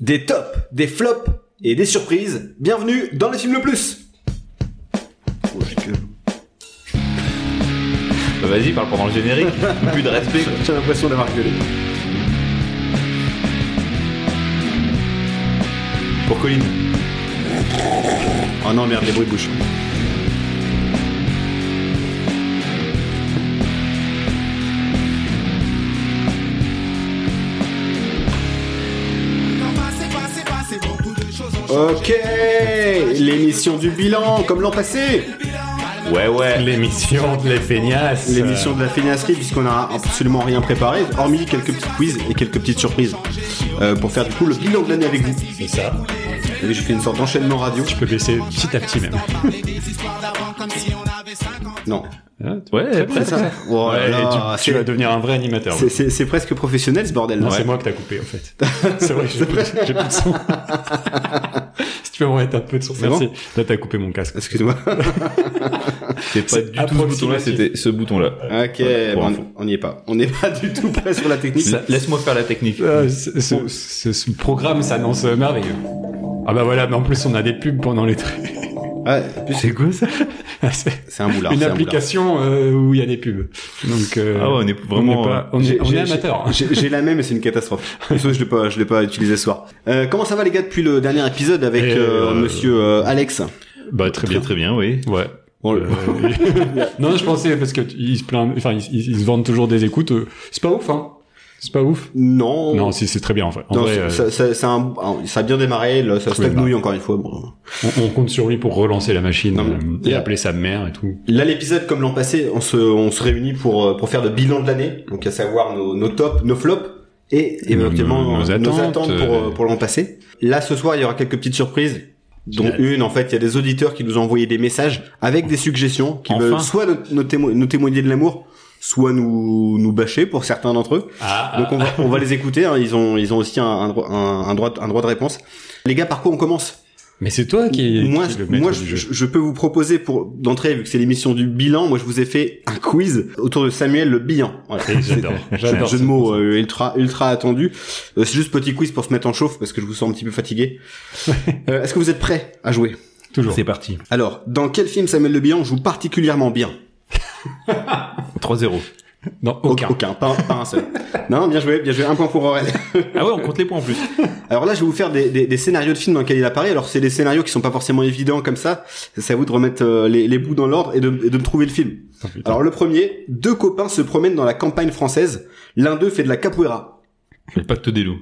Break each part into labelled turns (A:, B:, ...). A: des tops, des flops et des surprises. Bienvenue dans le film le plus. Oh,
B: Bah, Vas-y, parle pendant le générique. Plus de respect. quoi.
A: J'ai l'impression d'avoir gueulé.
B: Pour Colline.
A: Oh non merde, les bruits de bouche. Ok, l'émission du bilan, comme l'an passé,
B: Ouais, ouais.
C: L'émission de les feignasses.
A: l'émission de la feignasserie, puisqu'on a absolument rien préparé, hormis quelques petits quiz et quelques petites surprises, euh, pour faire du coup le bilan de l'année avec vous.
C: C'est ça.
A: Vous voyez, J'ai fait une sorte d'enchaînement radio.
C: Je peux baisser petit à petit même.
A: Non,
C: Hein, tu vois,
B: Ouais,
A: c'est
B: presque.
A: ça. Oh là
C: Ouais, et
A: là,
C: tu, tu vas
A: c'est-
C: devenir un vrai animateur.
A: c'est- c'est c'est presque professionnel ce bordel.
C: Non,
A: Ouais.
C: c'est moi que t'as coupé en fait. C'est vrai, j'ai plus, j'ai plus de son. si tu peux me remettre un peu de son,
A: C'est
C: merci. Là, t'as coupé mon casque.
A: Excuse-moi.
B: C'est pas
C: C'est
B: du tout ce bouton-là,
C: approximatif.
B: c'était ce bouton-là.
A: Ok,
B: Voilà, pour
A: bon,
B: info.
A: on n'y est pas. On n'est pas du tout prêt sur la technique.
B: La- Laisse-moi faire la technique.
C: Euh, ce, ce- ce- ce programme s'annonce euh, merveilleux. Ah bah voilà, mais en plus on a des pubs pendant les traits.
A: Ah, en plus,
C: C'est quoi ça C'est
A: c'est un boulard.
C: une
A: c'est un boulard.
C: application euh, où il y a des pubs. Donc euh,
B: Ah ouais, on est vraiment-
C: on est, euh, pas- on est-
A: J'ai-
C: on est
A: j'ai-
C: amateur. hein.
A: j'ai- J'ai j'ai la même et c'est une catastrophe. Parce que je l'ai pas, je l'ai pas utilisé ce soir. Euh, comment ça va les gars depuis le dernier épisode avec
C: Eh,
A: euh,
C: euh,
A: Monsieur euh, Alex
C: Bah très
B: Très
C: bien.
B: très bien, oui.
C: Ouais.
A: Bon, le-
C: Euh, non, je pensais parce que tu- ils se plaignent, enfin ils, ils- ils se vendent toujours des écoutes. euh, C'est pas ouf, hein. C'est pas ouf.
A: Non.
C: Non, si c'est très bien en fait. En
A: Non,
C: vrai,
A: ça,
C: euh, bah.
A: ça, ça- c'est un- un- ça a bien démarré, là, ça
C: Oui,
A: stagnouille encore une fois. bon.
C: on, on compte sur lui pour relancer la machine
A: Non, mais-
C: euh, et appeler sa mère et tout.
A: Là, l'épisode, comme l'an passé, on se, on se réunit pour, euh, pour faire le bilan de l'année, donc à savoir nos, nos tops, nos flops, et
C: Nos-
A: éventuellement
C: nos-
A: nos,
C: nos
A: attentes,
C: attentes,
A: pour, euh,
C: euh,
A: pour l'an passé. Là, ce soir, il y aura quelques petites surprises, dont
C: Génial.
A: une, en fait, il y a des auditeurs qui nous ont envoyé des messages avec des suggestions, qui
B: Enfin.
A: veulent soit nous, nous témo- nous témoigner de l'amour, soit nous, nous bâcher pour certains d'entre eux.
C: Ah,
A: Donc on va, on va les écouter, hein, ils, ont, ils ont aussi un, un, dro- un- un droit, un droit de réponse. Les gars, par quoi on commence
C: mais c'est toi qui,
A: moi,
C: qui est le maître
A: moi
C: du
A: je,
C: jeu.
A: je peux vous proposer pour d'entrée, vu que c'est l'émission du bilan, moi je vous ai fait un quiz autour de Samuel le bilan. Voilà.
C: Et J'adore.
A: C'est un
C: J'adore.
A: jeu de
C: cette
A: mots euh, ultra ultra attendu. Euh, c'est juste petit quiz pour se mettre en chauffe parce que je vous sens un petit peu fatigué. Euh, Est-ce que vous êtes prêts à jouer
C: pensée. Toujours.
B: C'est parti.
A: Alors, dans quel film Samuel le bilan joue particulièrement bien
B: 3-0.
C: Non, aucun.
A: Aucun, pas, un- pas un seul. non, bien joué, bien joué. Un point pour Aurel.
B: Ah ouais, on compte les points en plus.
A: Alors là, je vais vous faire des, des- des scénarios de films dans lesquels il apparaît. Alors, c'est des scénarios qui sont pas forcément évidents comme ça. C'est à vous de remettre euh, les, les bouts dans l'ordre et de- et de me trouver le film.
C: Oh, putain.
A: Alors le premier, deux copains se promènent dans la campagne française. L'un d'eux fait de la capoeira.
B: Le pacte des loups.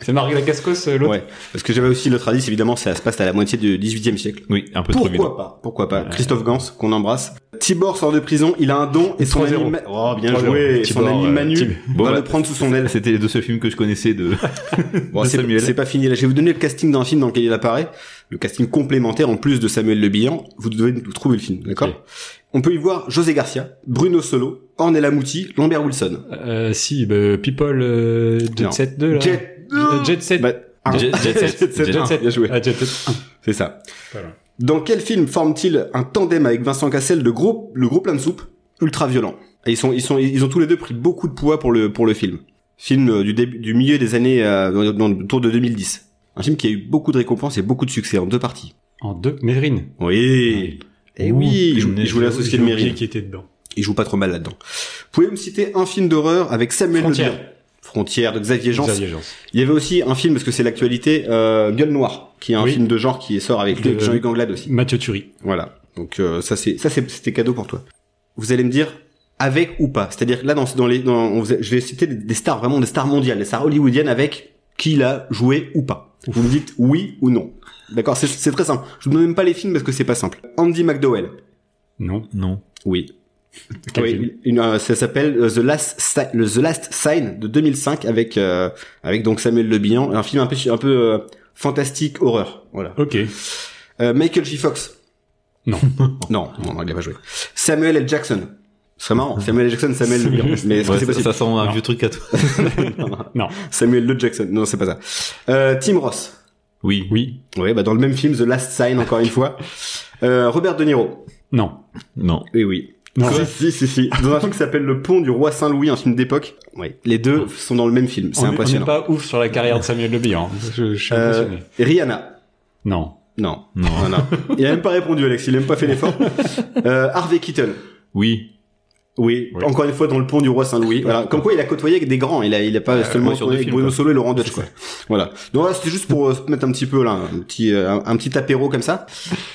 C: c'est Marie Lacascos euh, l'autre.
A: Ouais. Parce que j'avais aussi l'autre indice, évidemment, ça se passe à la moitié du 18e siècle.
B: Oui, un peu trop vite.
A: Pourquoi pas Pourquoi pas Christophe Gans, qu'on embrasse. Tibor sort de prison, il a un don et son
C: 3-0.
A: ami... Ma- Oh, bien
C: 3-0.
A: joué et Son
C: Tibor,
A: ami
C: euh,
A: Manu
C: Tib-
B: Bon,
A: va
B: bah,
A: le prendre sous son aile.
B: C'était les deux seuls films que je connaissais de,
A: Bon,
B: de
A: c'est
B: Samuel.
A: c'est pas fini là. Je vais vous donner le casting d'un film dans lequel il apparaît. Le casting complémentaire en plus de Samuel Le Bihan. Vous devez nous trouver le film, d'accord
C: Ok.
A: On peut y voir José Garcia, Bruno Solo, Ornella Mouti, Lambert Wilson.
C: Euh, si, bah, People euh,
A: Non.
C: Jet Set 2 là.
A: Jet-
C: Euh, Jet Set.
A: Bah, un.
B: Jet- Ah. Jet Set.
A: Set
B: Jet
A: un.
C: Set.
A: Bien joué.
C: Ah, Jet Set
A: C'est ça.
C: Pas loin.
A: Dans quel film forme-t-il un tandem avec Vincent Cassel de gros, le gros plein de soupe, ultra violent Et ils sont, ils sont, ils ont tous les deux pris beaucoup de poids pour le, pour le film. Film euh, du début, du milieu des années, euh, dans le tour de 2010. Un film qui a eu beaucoup de récompenses et beaucoup de succès en deux parties.
C: En deux, Mérine.
A: Oui. Et Eh oui, il joue, il joue l'associé de
C: J'ai oublié
A: mairie.
C: qui était dedans.
A: Il joue pas trop mal là-dedans. Pouvez-vous me citer un film d'horreur avec Samuel Le
C: Frontière.
A: Bihan Frontière de Xavier Jean.
C: Xavier Jeance.
A: Il y avait aussi un film, parce que c'est l'actualité, euh, Gueule Noire, qui est un
C: Oui.
A: film de genre qui sort avec lui,
C: De-
A: avec Jean-Luc Anglade aussi.
C: Mathieu Turi.
A: Voilà. Donc euh, ça c'est ça c'est- c'était cadeau pour toi. Vous allez me dire avec ou pas. C'est-à-dire là dans dans les dans, on faisait- je vais citer des, des stars vraiment des stars mondiales, des stars hollywoodiennes avec qui il a joué ou pas. Vous me dites oui ou non. D'accord, c'est- c'est très simple. Je vous donne même pas les films parce que c'est pas simple. Andy McDowell.
C: Non.
B: Non.
A: Oui.
C: Quel film
A: oui une- euh, ça s'appelle euh, The Last Si- le The Last Sign de 2005 avec euh, avec donc Samuel Le Bihan, un film un peu un peu euh, fantastique horreur. Voilà.
C: Ok.
A: Euh, Michael J. Fox.
C: Non.
A: non, non, non, il a pas joué. Samuel L. Jackson. Ce serait marrant. Samuel L. Jackson, Samuel le Bihan. Mais est-ce que
B: Ouais,
A: c'est
B: ça,
A: possible
B: ça sent un
C: Non.
B: vieux truc à toi.
C: Non.
A: Samuel le Jackson. Non, c'est pas ça. Euh, Tim Ross.
B: Oui.
C: Oui.
A: Oui, bah dans le même film, The Last Sign, encore une fois. Euh, Robert De Niro.
C: Non.
B: Non.
A: Oui, oui.
C: Non.
A: Si, si, si, si. Dans un film qui s'appelle Le Pont du Roi Saint-Louis, un film d'époque. Oui. Les deux sont dans le même film. C'est
C: On est-
A: impressionnant.
C: On n'est pas ouf sur la carrière de Samuel Le Bihan. Je, je suis
A: Euh,
C: impressionné.
A: Rihanna.
C: Non.
A: Non.
B: Non.
A: Non, non. Il a même pas répondu, Alex. Il a même pas fait l'effort. Euh, Harvey Keitel.
B: Oui.
A: Oui,
B: Oui.
A: encore une fois dans le pont du roi Saint-Louis. Voilà. Comme quoi, il a côtoyé avec des grands. Il a, il a pas seulement
B: ouais, sur
A: côtoyé
B: deux
A: avec
B: films,
A: Bruno
B: quoi.
A: Solo et Laurent Dutch, quoi. Voilà. Donc voilà, c'était juste pour euh, se mettre un petit peu là, un petit, euh, un, un petit apéro comme ça.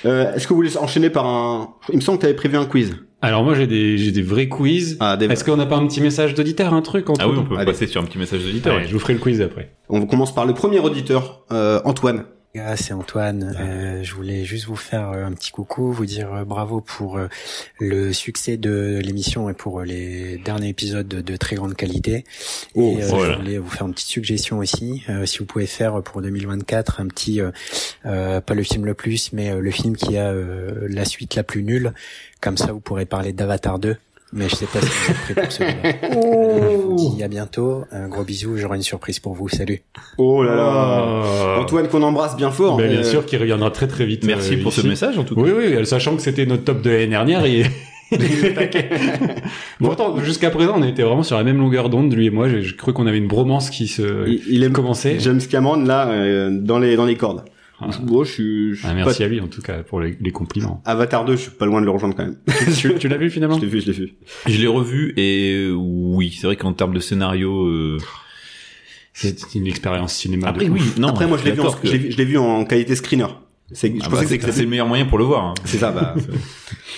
A: Euh, Est-ce que vous voulez enchaîner par un Il me semble que tu avais prévu un quiz.
C: Alors moi j'ai des, j'ai des vrais quiz.
A: Ah, des...
C: Est-ce qu'on n'a pas un petit message d'auditeur, un truc entre
B: Ah oui, on peut
A: Allez.
B: passer sur un petit message d'auditeur.
C: je vous ferai le quiz après.
A: On commence par le premier auditeur, euh, Antoine.
D: Ah, c'est Antoine. Euh, je voulais juste vous faire euh, un petit coucou, vous dire euh, bravo pour euh, le succès de l'émission et pour euh, les derniers épisodes de, de très grande qualité.
A: Oh,
D: et euh,
B: voilà.
D: je voulais vous faire une petite suggestion aussi. Euh, si vous pouvez faire euh, pour 2024 un petit, euh, euh, pas le film le plus, mais euh, le film qui a euh, la suite la plus nulle. Comme ça, vous pourrez parler d'Avatar 2. Mais je sais pas si vous êtes prêts pour celui-là.
C: Oh.
D: Allez, je vous dis à bientôt. Un gros bisou. J'aurai une surprise pour vous. Salut.
A: Oh là là.
B: Ah.
A: Antoine qu'on embrasse bien fort.
C: Ben, bien
A: Euh,
C: sûr qu'il reviendra très très vite.
B: Merci
C: euh,
B: pour ce
C: ici.
B: message en tout cas.
C: Oui, oui, sachant que c'était notre top de l'année dernière et... Pourtant, jusqu'à présent, on était vraiment sur la même longueur d'onde, lui et moi. J'ai j'ai cru qu'on avait une bromance qui se
A: Il, il aime
C: commençait.
A: James Cameron là euh, dans les dans les cordes.
C: Ah.
A: Bon, je suis. je suis
C: Ah,
A: pas-
C: merci à lui en tout cas pour les, les compliments.
A: Avatar 2, je suis pas loin de le rejoindre quand même.
C: tu tu l'as vu finalement
A: je l'ai vu, je l'ai vu.
B: Je l'ai revu et euh, oui, c'est vrai qu'en termes de scénario. euh,
C: C'est une expérience cinéma. de
B: Après,
C: ouf.
B: oui. Non,
A: Ah, Après, moi, je l'ai vu, en,
B: d'accord que-
A: je l'ai vu- je l'ai vu en qualité screener. C'est, je
B: Ah bah,
A: pensais que
B: c'est
A: c'était-
B: que c'est le meilleur moyen pour le voir. hein.
A: c'est ça, bah.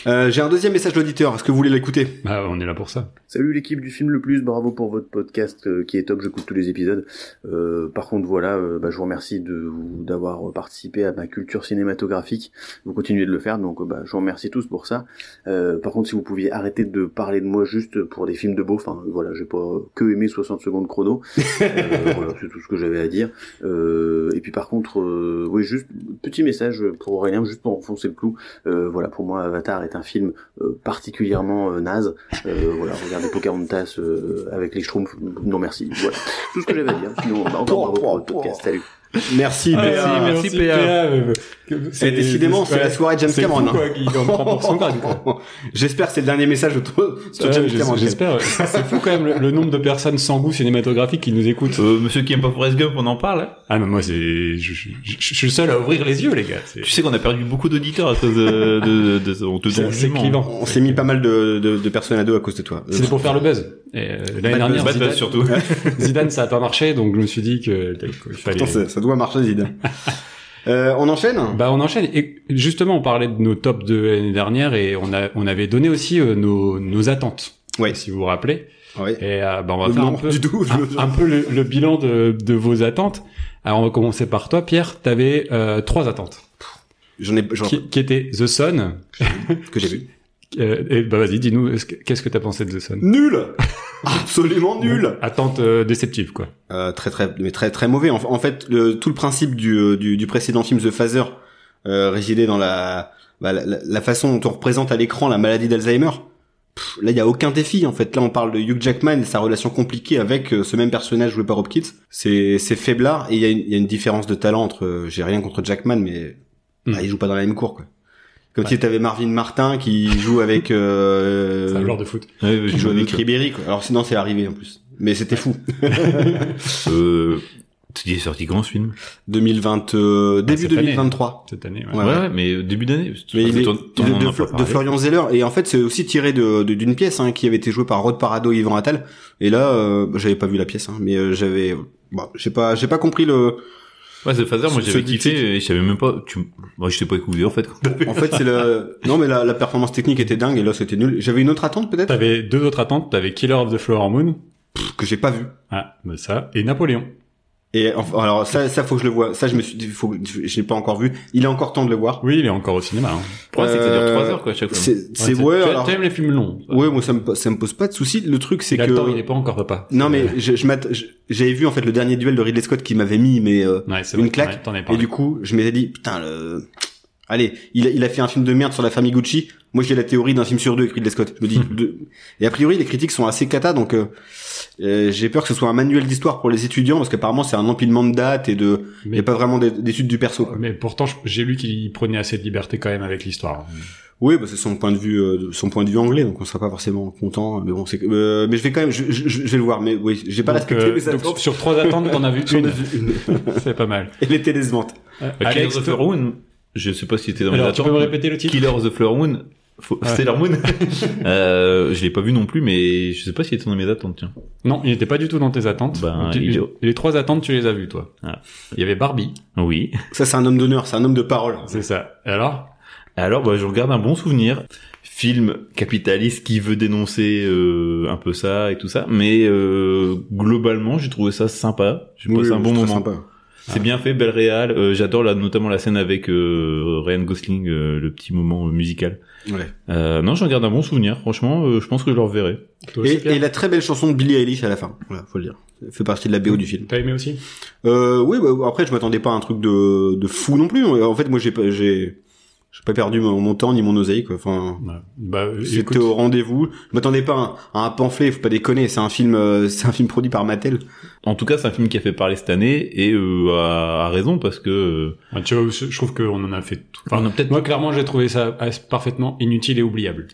A: Euh, j'ai un deuxième message d'auditeur. Est-ce que vous voulez l'écouter
C: Bah, on est là pour ça.
E: Salut l'équipe du film le plus, bravo pour votre podcast euh, qui est top, j'écoute tous les épisodes. Euh, par contre voilà, euh, bah, je vous remercie de vous- d'avoir participé à ma culture cinématographique. Vous continuez de le faire, donc euh, bah, je vous remercie tous pour ça. Euh, par contre si vous pouviez arrêter de parler de moi juste pour des films de beau, enfin voilà, j'ai pas que aimé 60 secondes chrono. Euh, voilà, c'est tout ce que j'avais à dire. Euh, et puis par contre, euh, oui juste petit message pour Aurélien, juste pour enfoncer le clou. Euh, voilà, pour moi Avatar est un film euh, particulièrement euh, naze. Euh, voilà, regardez Pocahontas euh, avec les Schtroumpfs. Non, merci. Voilà. Tout ce que j'avais à dire. Sinon, bah, encore bravo pour votre podcast. Salut.
A: Merci,
C: Ah,
A: Béa.
C: merci,
B: merci,
C: PA.
B: PA.
C: euh, que-
A: Et décidément, c'est la soirée de James
C: c'est
A: Cameron.
C: fou,
A: hein.
C: quoi, qu'il en prend pour son grade, quoi.
A: J'espère que c'est le dernier message de toi, sur
C: Ouais,
A: James
C: j'es-
A: Cameron.
C: J'espère. C'est fou quand même le, le nombre de personnes sans goût cinématographique qui nous écoutent.
B: Euh, monsieur qui aime pas Forrest Gump, on en parle. hein.
C: Ah non, moi c'est, je, je- je- je suis le seul à ouvrir les yeux, les gars. C'est
B: Tu sais qu'on a perdu beaucoup d'auditeurs à cause de, de, de, de- on te
C: c'est
B: donne
C: assez
B: jugement.
C: clivant.
A: On s'est mis pas mal de, de, de personnes à deux à cause de toi.
C: C'était pour faire le buzz. Et, euh, l'année
A: Bad
C: dernière,
B: Bad
C: Zidane,
B: buzz surtout.
C: Zidane, ça a pas marché, donc je me suis dit que qu'il fallait.
A: Pourtant, ça, ça doit marcher, Zidane. euh, on enchaîne
C: Bah on enchaîne. Et justement, on parlait de nos tops de l'année dernière et on a on avait donné aussi euh, nos nos attentes.
A: Ouais.
C: Si vous vous rappelez.
A: Ouais.
C: Et euh, bah, on va
A: Le
C: faire un
A: blanc
C: peu
A: du tout, je veux
C: un,
A: dire.
C: un peu le, le bilan de de vos attentes. Alors on va commencer par toi, Pierre. T'avais euh, trois attentes
A: J'en ai, j'en-
C: qui, qui étaient The Sun.
A: que j'ai vu.
C: Euh, et bah vas-y, dis-nous est-ce que- qu'est-ce que t'as pensé de The Sun.
A: Nul! Absolument nul!
C: Attente euh, déceptive quoi.
A: Euh, très très mais très très mauvais. En, en fait, le- tout le principe du, euh, du, du précédent film The Phaser euh, résidait dans la, bah, la la façon dont on représente à l'écran la maladie d'Alzheimer. Pff, Là, il y a aucun défi en fait. Là, on parle de Hugh Jackman et sa relation compliquée avec euh, ce même personnage joué par Hopkins. C'est c'est faiblard et il y, a une- il y a une différence de talent entre. euh, J'ai rien contre Jackman, mais
C: Hmm.
A: bah, il joue pas dans la même cour quoi. Comme si t'avais Marvin Martin qui joue avec euh,
C: C'est un joueur de foot.
B: Ouais,
A: qui
B: je
A: joue
B: me
A: avec
B: doute.
A: Ribéry quoi. Alors sinon, c'est l'arrivée en plus. Mais c'était fou.
B: Euh, il est sorti quand ce film
A: 2020, euh, début
C: cette année.
A: 2023.
C: cette année. ouais.
A: Ouais, ouais.
B: mais euh, début d'année.
A: Mais il est-
B: T'en- t'en
A: de,
B: en as
A: de
B: pas
A: Flo- de
B: parlé.
A: Florian Zeller et en fait c'est aussi tiré de de- d'une pièce hein, qui avait été jouée par Rod Parado et Yvan Attal et là euh, j'avais pas vu la pièce hein, mais euh, j'avais bah, j'ai pas j'ai pas compris le
B: Ouais, The Phaser, moi
A: Ce-
B: j'avais
A: ce
B: kiffé
A: titre.
B: et je savais même pas. Tu... Moi je t'ai pas écouté en fait.
A: en fait c'est le non mais la, la performance technique était dingue et là c'était nul j'avais une autre attente peut-être
C: T'avais deux autres attentes. T'avais Killer of the Flower Moon.
A: que j'ai pas vu
C: Ah, bah ça. Et Napoléon.
A: et enfin, alors ça ça faut que je le vois ça je me suis dit, faut que- je l'ai pas encore vu il est encore temps de le voir
C: Oui, il est encore au cinéma. Hein.
B: Le problème, c'est que ça dure
A: Euh,
B: 3 heures quoi à chaque fois.
A: c'est c'est
C: Tu-
A: ouais
C: tu-
A: alors
C: T'aimes les films longs. ça.
A: ouais moi ça me ça me pose pas de soucis le truc c'est
C: Il a
A: que
C: le temps, il est pas encore papa.
A: Non mais je, je m'att- je- j'avais vu en fait le dernier duel de Ridley Scott qui m'avait mis mais euh,
C: Ouais, c'est
A: une
C: vrai,
A: claque,
C: ouais, t'en avais
A: et
C: parlé.
A: du coup je m'étais dit putain le allez il a, il a fait un film de merde sur la famille Gucci moi j'ai la théorie d'un film sur deux avec Ridley Scott je me dis deux. et a priori les critiques sont assez cata donc euh, euh, j'ai peur que ce soit un manuel d'histoire pour les étudiants parce qu'apparemment c'est un empilement de dates et de il y
C: mais,
A: a pas vraiment d'é- d'études du perso quoi.
C: mais pourtant, je- j'ai lu qu'il prenait assez de liberté quand même avec l'histoire. hein.
A: Oui, bah, c'est son point de vue, euh, son point de vue anglais, donc on sera pas forcément content. Mais bon, c'est que- euh, mais je vais quand même, je, je- je vais le voir. Mais oui, j'ai pas
C: Donc,
A: respecté
C: euh,
A: mes
C: donc,
A: attentes.
C: sur trois attentes, t'en as vu
A: J'en ai
C: une.
A: vu une.
C: C'est pas mal.
A: Elle était décevante.
C: Euh,
B: Bah, Killers
C: Alex,
B: of the Flower Moon, je sais pas si c'était dans les
C: alors tu
B: attentes.
C: peux me
B: mais
C: répéter le titre
B: Killers of the Flower Moon, faut...
C: Ouais.
B: Sailor Moon. euh, je l'ai pas vu non plus, mais je sais pas si était dans mes attentes, tiens.
C: Non, il n'était pas du tout dans tes attentes.
B: Ben,
C: Donc, tu-
B: il est-
C: Les trois attentes, tu les as vues, toi.
B: Voilà.
C: Il y avait Barbie,
B: Oui.
A: Ça, c'est un homme d'honneur, c'est un homme de parole.
C: c'est ça. Et Alors
B: Alors, bah, je regarde un bon souvenir. Film capitaliste qui veut dénoncer euh, un peu ça et tout ça, mais euh, globalement, j'ai trouvé ça sympa. J'ai
A: Oui,
B: passé un
A: oui,
B: bon
A: c'est
B: moment.
A: très sympa.
B: C'est bien fait, belle réal. Euh, J'adore là, notamment la scène avec euh, Ryan Gosling, euh, le petit moment euh, musical.
A: Ouais.
B: Euh, non, j'en garde un bon souvenir. Franchement, euh, je pense que je le reverrai.
C: Toi aussi,
A: Et,
C: Pierre
A: et la très belle chanson de Billie Eilish à la fin. Voilà, faut le dire. Ça fait partie de la BO du film.
C: T'as aimé aussi
A: Euh, oui, bah, après, je m'attendais pas à un truc de, de fou non plus. En fait, moi, j'ai pas, j'ai, j'ai pas perdu mon, mon temps ni mon oseille, quoi. Enfin,
C: Bah, euh,
A: J'étais
C: écoute,
A: au rendez-vous. Je m'attendais pas à un, à un pamphlet, faut pas déconner. C'est un film, euh, c'est un film produit par Mattel.
B: En tout cas, c'est un film qui a fait parler cette année et euh, à, à raison parce que euh,
C: bah, tu vois, je je trouve qu'on en a fait tout. Enfin,
B: on a peut-être.
C: moi, clairement, j'ai trouvé ça as- parfaitement inutile et oubliable.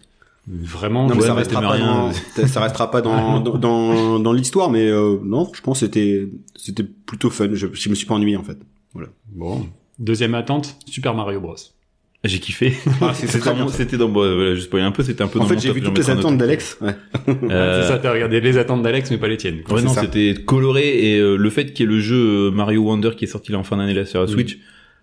C: Vraiment,
A: Non, mais
C: je-
B: Ouais,
A: ça
B: mais
A: restera
B: t'aimais
A: pas
B: rien.
A: dans, ça ça restera pas dans, dans, dans, dans l'histoire, mais euh, non, je pense que c'était, c'était plutôt fun. Je, je me suis pas ennuyé en fait.
C: Bon. Deuxième attente, Super Mario Bros.
B: J'ai kiffé.
A: c'est
B: C'était
A: très bien,
B: dans-
A: ça.
B: c'était dans. bah, voilà, je spoil un peu. C'était un peu.
A: En
B: dans
A: fait,
B: mon
A: j'ai
B: top,
A: vu
B: j'en
A: toutes
B: mettrai
A: les
B: un autre.
A: attentes d'Alex. Ouais.
B: Euh,
C: C'est ça, t'as regardé les attentes d'Alex, mais pas les tiennes.
B: Ouais,
A: C'est
B: non,
A: ça.
B: c'était coloré et euh, le fait qu'il y ait le jeu euh, Mario Wonder qui est sorti là en fin d'année là sur la
C: Mm.
B: Switch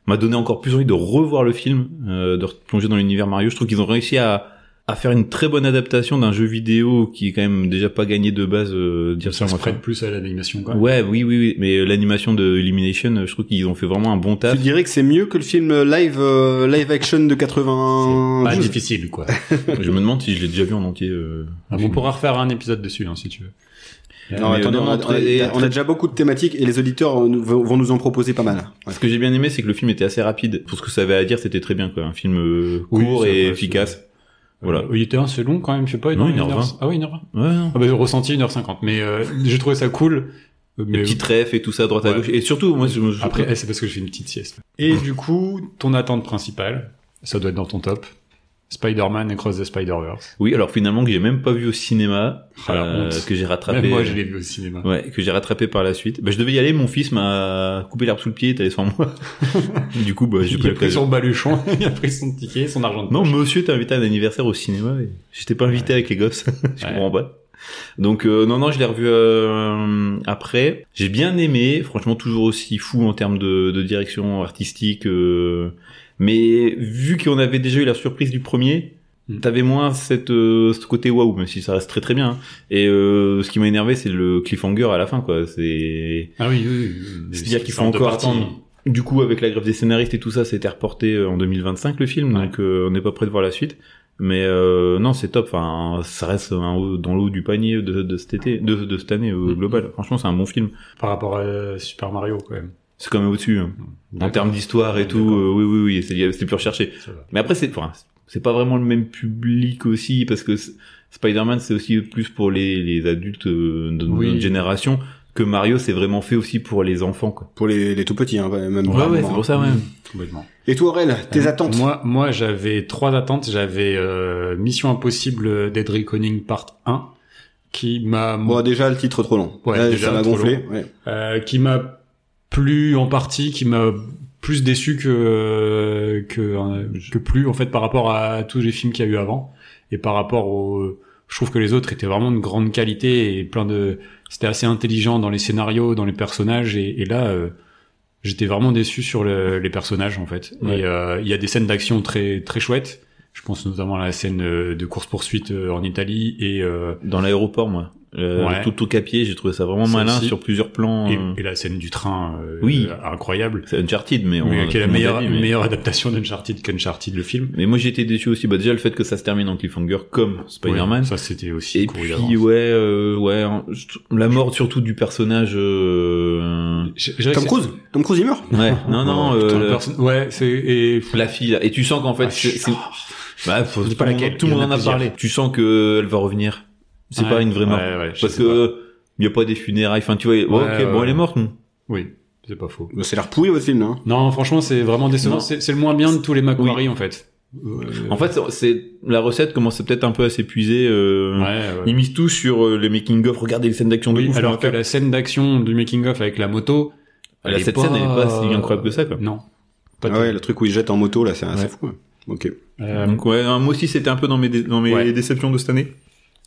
B: m'a donné encore plus envie de revoir le film, euh, de replonger dans l'univers Mario. Je trouve qu'ils ont réussi à à faire une très bonne adaptation d'un jeu vidéo qui est quand même déjà pas gagné de base. euh, dire
C: Ça
B: ça,
C: se
B: moi,
C: prête plus à l'animation, quoi.
B: Ouais, oui, oui, oui. Mais euh, l'animation de Illumination, euh, je trouve qu'ils ont fait vraiment un bon
A: Tu
B: taf.
A: dirais que c'est mieux que le film euh, live, euh, live action de 80.
C: Pas difficile, quoi.
B: je me demande si je l'ai déjà vu en entier. euh.
C: Ah, on pourra refaire un épisode dessus, hein, si tu veux.
A: Non,
B: Mais,
A: attendez,
B: euh,
A: on a,
B: non, très-
A: on a- on a déjà beaucoup de thématiques et les auditeurs euh, nous- vont vont nous en proposer pas mal. Ouais.
B: Ce que j'ai bien aimé, c'est que le film était assez rapide. Pour ce que ça avait à dire, c'était très bien, quoi. Un film euh,
C: Oui,
B: court
C: ça,
B: et
C: ouais,
B: efficace. Voilà.
C: Euh, Il était assez long, quand même, je sais pas.
B: Non, 1h20.
C: 1h20. Ah oui, 1h20.
B: Ouais, non.
C: Ah bah, j'ai ressenti 1h50, mais euh, j'ai trouvé ça cool.
B: Les
C: Mais
B: petits refs et tout ça, à droite à
C: Ouais.
B: gauche. Et surtout, moi, je, je-
C: après, eh, c'est parce que j'ai fait une petite sieste. Et du coup, ton attente principale, ça doit être dans ton top. Spider-Man et Cross the Spider-Verse.
B: Oui, alors finalement que j'ai même pas vu au cinéma,
C: Ah, la
B: euh,
C: honte.
B: que j'ai rattrapé. euh,
C: Même moi, je l'ai vu au cinéma.
B: Ouais, que j'ai rattrapé par la suite. Bah, je devais y aller, mon fils m'a coupé l'herbe sous le pied, est allé sans moi. du coup, bah, j'ai
C: il
B: pas
C: a pris
B: l'occasion.
C: son baluchon, il a pris son ticket, son argent de
B: Non,
C: poche.
B: monsieur t'as invité à un anniversaire au cinéma. et J'étais pas invité avec les gosses. je
C: Ouais.
B: comprends pas. Donc euh, non, non, je l'ai revu euh, après. J'ai bien aimé. Franchement, toujours aussi fou en termes de, de direction artistique. euh, mais vu qu'on avait déjà eu la surprise du premier,
C: Mm.
B: t'avais moins cette euh, ce côté waouh, même si ça reste très très bien. hein. Et euh, ce qui m'a énervé, c'est le cliffhanger à la fin, quoi. C'est
C: Ah oui, oui, oui.
B: C'est-à-dire qu'il faut
C: en deux
B: encore
C: parties.
B: attendre. du coup, avec la grève des scénaristes et tout ça, c'était reporté euh, en 2025 le film, donc euh, on n'est pas prêt de voir la suite. Mais euh, non, c'est top. Enfin, ça reste un haut- dans le haut du panier de, de cet été, de, de cette année au
C: Mhm.
B: global. Franchement, c'est un bon film.
C: Par rapport à euh, Super Mario, quand même.
B: C'est quand même au-dessus hein. en
C: D'accord.
B: termes d'histoire et
C: Ouais,
B: tout.
C: d'accord.
B: euh, oui, oui, oui, c'est c'est plus recherché.
C: Ça va.
B: Mais après, c'est enfin, c'est pas vraiment le même public aussi parce que c'est- Spider-Man c'est aussi plus pour les, les adultes euh, de
C: Oui.
B: notre génération que Mario c'est vraiment fait aussi pour les enfants quoi.
A: Pour les, les tout petits, hein, même.
C: Ouais, ouais,
A: vraiment,
C: c'est
A: hein.
C: pour
B: ça
C: Mmh, Complètement.
A: Et toi, Aurel, tes
C: Euh,
A: attentes
C: Moi, moi j'avais trois attentes. J'avais euh, Mission Impossible euh, Dead Reckoning Part 1, qui m'a
A: Bon, déjà, le titre trop long.
C: Ouais,
A: Là,
C: déjà,
A: ça m'a
C: trop
A: gonflé. ouais.
C: euh, qui m'a plu en partie, qui m'a plus déçu que euh, que euh, que plus en fait par rapport à tous les films qu'il y a eu avant et par rapport au je trouve que les autres étaient vraiment de grande qualité et plein de c'était assez intelligent dans les scénarios, dans les personnages et, et là euh, j'étais vraiment déçu sur le- les personnages en fait.
B: Ouais.
C: Et euh, il y a des scènes d'action très très chouettes. Je pense notamment à la scène euh, de course poursuite en Italie et euh,
B: Dans l'aéroport moi. Euh,
C: Ouais.
B: Tout tout capier, j'ai trouvé ça vraiment
C: Ça
B: malin
C: aussi.
B: sur plusieurs plans.
C: et,
B: euh,
C: et la scène du train euh,
B: Oui.
C: incroyable.
B: C'est Uncharted mais on
C: Mais qui est la
B: tout le monde a
C: meilleure,
B: dit, mais...
C: meilleure adaptation d'Uncharted qu'Uncharted, le film.
B: mais moi j'ai été déçu aussi bah déjà le fait que ça se termine en cliffhanger comme Spider-Man.
C: Ouais, ça, c'était aussi
B: et
C: couru
B: puis
C: d'avance.
B: ouais euh, ouais hein, je tr- la mort surtout du personnage euh,
C: Je- je dirais que
A: Tom
C: c'est-
A: Cruise Tom Cruise, il meurt
B: ouais non non
C: Oh, putain,
B: euh,
C: le
B: le-
C: perso- Ouais, c'est... Et...
B: la fille là. et tu sens qu'en fait
C: Ah,
B: c'est-
C: je-
B: c'est bah, faut-
C: Je dis
B: tout
C: pas
B: le monde-
C: laquelle,
B: tout
C: il
B: le
C: y en
B: monde en
C: a
B: a
C: plusieurs.
B: parlé tu sens que elle va revenir c'est
C: Ouais.
B: pas une vraie mort
C: Ouais, ouais, je
B: parce
C: sais pas.
B: que il y a pas des funérailles enfin tu vois ouais, ok
C: ouais,
B: bon
C: ouais.
B: elle est morte non
C: Oui, c'est pas faux.
A: Bah, C'est l'air pourri, votre film, là. hein.
C: Non, franchement, c'est vraiment décevant.
B: Non.
C: C'est c'est le moins bien de tous les Macquarie, en fait. Euh,
B: En fait, c'est- c'est la recette commence peut-être un peu à s'épuiser. euh,
C: ouais, ouais.
B: Ils misent tout sur euh, les making of. Regardez les scènes d'action de
C: Oui,
B: ouf,
C: alors
B: on a
C: que la scène d'action du making of avec la moto,
B: Ah, la- cette scène, elle est pas si incroyable que ça, quoi.
C: Non. Pas
A: Ah ouais, le truc où il jette en moto, là, c'est
C: Ouais.
A: c'est fou. ouais. Ok.
C: Euh,
B: Donc ouais, hein, moi aussi c'était un peu dans mes dé- dans mes
C: Ouais.
B: déceptions de cette année.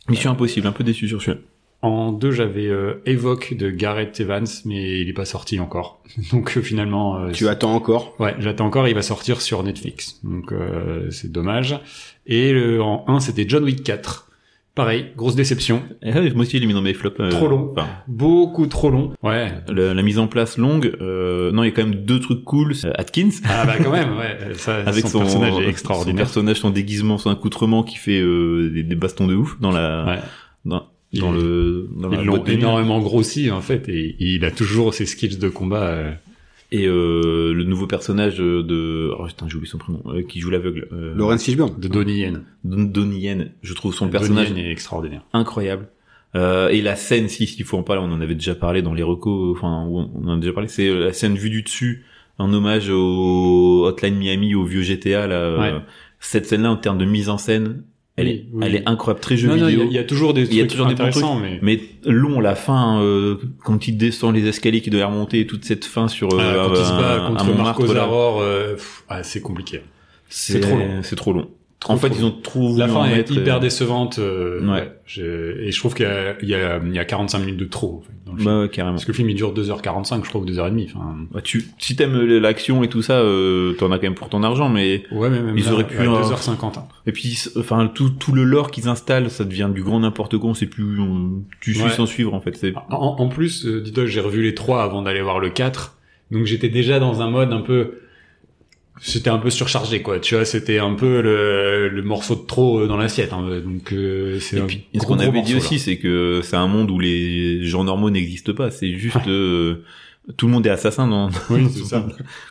B: Mission impossible, un peu déçu sur celui-là.
C: En deux, j'avais euh, Evoque de Gareth Evans, mais il est pas sorti encore. Donc euh, finalement, euh,
A: Tu attends encore.
C: Ouais, j'attends encore, il va sortir sur Netflix. Donc euh, c'est dommage. Et le- en 1, c'était John Wick 4. Pareil, grosse déception.
B: Et ouais, moi aussi il est mis dans mes flops. euh,
C: Trop long.
B: enfin,
C: Beaucoup trop long. Ouais.
B: le- la mise en place longue. euh, non, il y a quand même deux trucs cool. C'est euh, Atkins
C: Ah bah quand même, ouais. Ça,
B: avec
C: son, personnage est
B: Son
C: extraordinaire.
B: personnage, son déguisement, son accoutrement qui fait euh, des, des bastons de ouf dans la
C: Ouais.
B: dans,
C: Il-
B: dans le dans la
C: Ils l'ont
B: boîte de nuit.
C: énormément grossi en fait et il a toujours ses skills de combat. euh.
B: Et euh, le nouveau personnage euh, de oh putain j'ai oublié son prénom euh, qui joue l'aveugle. Euh,
A: Lawrence Fishburne.
C: de Donnie Yen.
B: Don- Donnie Yen. Je trouve son personnage
C: Donnie Yen est extraordinaire.
B: incroyable. Euh, et la scène, si s'il faut en parler, on en avait déjà parlé dans les recos, enfin où on on en a déjà parlé, c'est euh, la scène vue du dessus, en hommage au Hotline Miami, au vieux GTA. Là, euh,
C: Ouais.
B: Cette scène-là, en termes de mise en scène, elle,
C: Oui,
B: est,
C: oui.
B: elle est incroyable, très jeu
C: Non, non, il
B: vidéo.
C: y, a- il y a toujours des
B: Il y a
C: trucs
B: toujours des bons
C: intéressants, mais
B: Mais long, la fin, euh, quand il descend les escaliers qui doit remonter, toute cette fin sur euh,
C: Ah, quand il se bat
B: un- un
C: contre
B: Montmartre,
C: Marco
B: là,
C: Zaror, euh, pff, ah, c'est compliqué.
B: c'est
C: trop long.
B: C'est trop long.
C: Trop,
B: en fait,
C: trop
B: ils ont trouvé
C: La fin est hyper
B: déçue
C: décevante. euh,
B: euh, Ouais.
C: je- et je trouve qu'il y a, il y, a, il y a 45 minutes de trop en fait, dans le film.
B: Bah, ouais, carrément.
C: Parce que le film il dure 2h45, je crois, ou 2h30. Enfin,
B: Bah, tu, si t'aimes l'action et tout ça, euh, t'en as quand même pour ton argent, mais
C: ouais, mais même
B: Ils
C: là,
B: auraient pu,
C: ouais,
B: euh,
C: 2h50. hein.
B: et puis c- enfin tout, tout le lore qu'ils installent, ça devient du grand n'importe quoi. On sait plus, on- tu suis
C: Ouais.
B: sans suivre en fait. C'est
C: En, en plus, euh, dis-toi, j'ai revu les 3 avant d'aller voir le 4. Donc j'étais déjà dans un mode un peu... C'était un peu surchargé, quoi. Tu vois, c'était un peu le, le morceau de trop euh, dans l'assiette. hein. Donc euh, c'est
B: et
C: un
B: puis, ce
C: gros,
B: qu'on
C: gros
B: avait dit
C: morceau,
B: aussi, c'est que c'est un monde où les gens normaux n'existent pas. C'est juste euh, tout le monde est assassin dans.
C: là. Oui, c'est ça.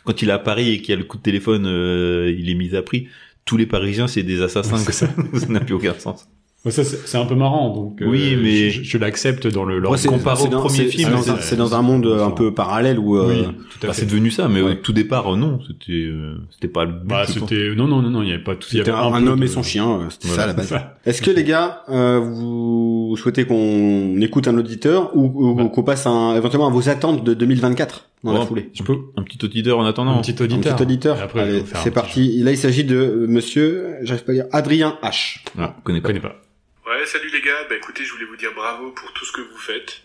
B: Quand il est à Paris et qu'il y a le coup de téléphone, euh, il est mis à prix. Tous les Parisiens, c'est des assassins.
C: Ouais, c'est
B: quoi. ça n'a plus aucun sens.
C: Bon, ça, c'est c'est un peu marrant. Donc, euh,
B: Oui, mais-
C: je, je- je l'accepte dans le leur
A: Ouais, c'est-
B: comparé
A: c'est
B: au
A: dans-
B: premier
A: c'est-
B: film,
A: c'est dans
C: c'est-
A: un- C'est dans un monde euh, un peu parallèle où. euh,
C: Oui, tout à
B: Bah,
C: fait.
B: c'est devenu ça, mais
A: Ouais.
B: au tout départ, euh, non, c'était euh, c'était pas le but.
C: Bah,
B: je pense.
C: c'était non non non non, il y avait pas tout. il y
A: C'était
C: avait
A: un, un
C: peu
A: homme
C: de-
A: et son chien, euh, c'était
B: Voilà.
A: ça à la base.
C: Voilà.
A: Est-ce que les gars, euh, vous souhaitez qu'on écoute un auditeur ou, ou-
C: Bah.
A: qu'on passe un, éventuellement à vos attentes de 2024 dans
B: Ouais.
A: la foulée
C: Je peux
B: un petit auditeur en attendant.
C: un petit
A: Un
C: auditeur.
A: petit auditeur.
C: Et après,
A: Allez,
C: je peux faire un
A: c'est
C: petit
A: parti. Là, il s'agit de euh, Monsieur, j'arrive pas à dire Adrien H.
B: Ah, je connais
C: Je
B: pas.
C: connais pas.
F: Ouais, salut les gars. Bah écoutez, je voulais vous dire bravo pour tout ce que vous faites.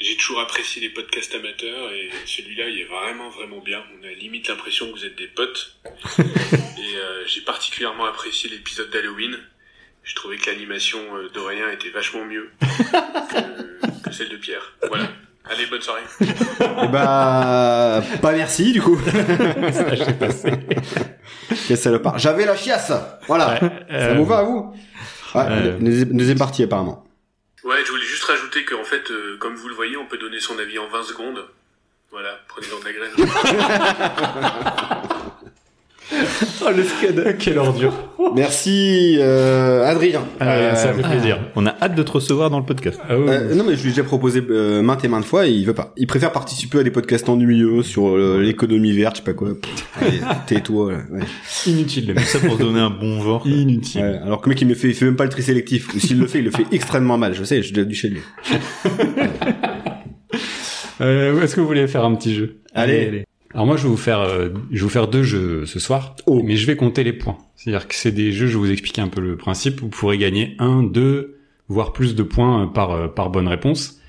F: J'ai toujours apprécié les podcasts amateurs et celui-là, il est vraiment vraiment bien. On a limite l'impression que vous êtes des potes. et euh, j'ai particulièrement apprécié l'épisode d'Halloween. Je trouvais que l'animation euh, d'Aurélien était vachement mieux que, que celle de Pierre. Voilà. Allez, bonne soirée.
A: Eh bah, pas merci du coup.
C: Ça, je sais pas. c'est-
A: Quel salopard. J'avais la chiasse. Voilà. Ah, Ça
C: Euh,
A: vous va à vous ouais,
B: euh,
A: Deuxième deuxième partie apparemment.
F: Ouais, je voulais juste rajouter qu'en fait, euh, comme vous le voyez, on peut donner son avis en 20 secondes. Voilà, prenez-en de la graine.
B: Oh, le scud.
C: Euh, Quelle ordure.
A: Merci euh, Adrien.
C: Ah, Ça
A: Euh,
C: fait plaisir.
B: On a hâte de te recevoir dans le podcast.
C: Ah oui.
A: Euh, non mais je lui ai déjà proposé euh, maintes et maintes fois et il veut pas. Il préfère participer à des podcasts ennuyeux sur euh, l'économie verte, je sais pas quoi. Pff, allez, Tais-toi. là. Ouais.
C: Inutile. le mec.
B: Ça pour se donner un bon genre.
A: euh,
C: Inutile.
A: Ouais, alors que le mec il me fait, il fait même pas le tri sélectif. Ou s'il le fait, il le fait extrêmement mal. Je sais, je suis déjà dû chez lui.
C: Euh, Est-ce que vous voulez faire un petit jeu
A: Allez.
C: Alors moi, je vais vous faire, euh, je vais vous faire deux jeux ce soir,
A: Oh.
C: mais je vais compter les points. C'est-à-dire que c'est des jeux, je vais vous expliquer un peu le principe. Vous pourrez gagner un, deux, voire plus de points euh, par euh, par bonne réponse.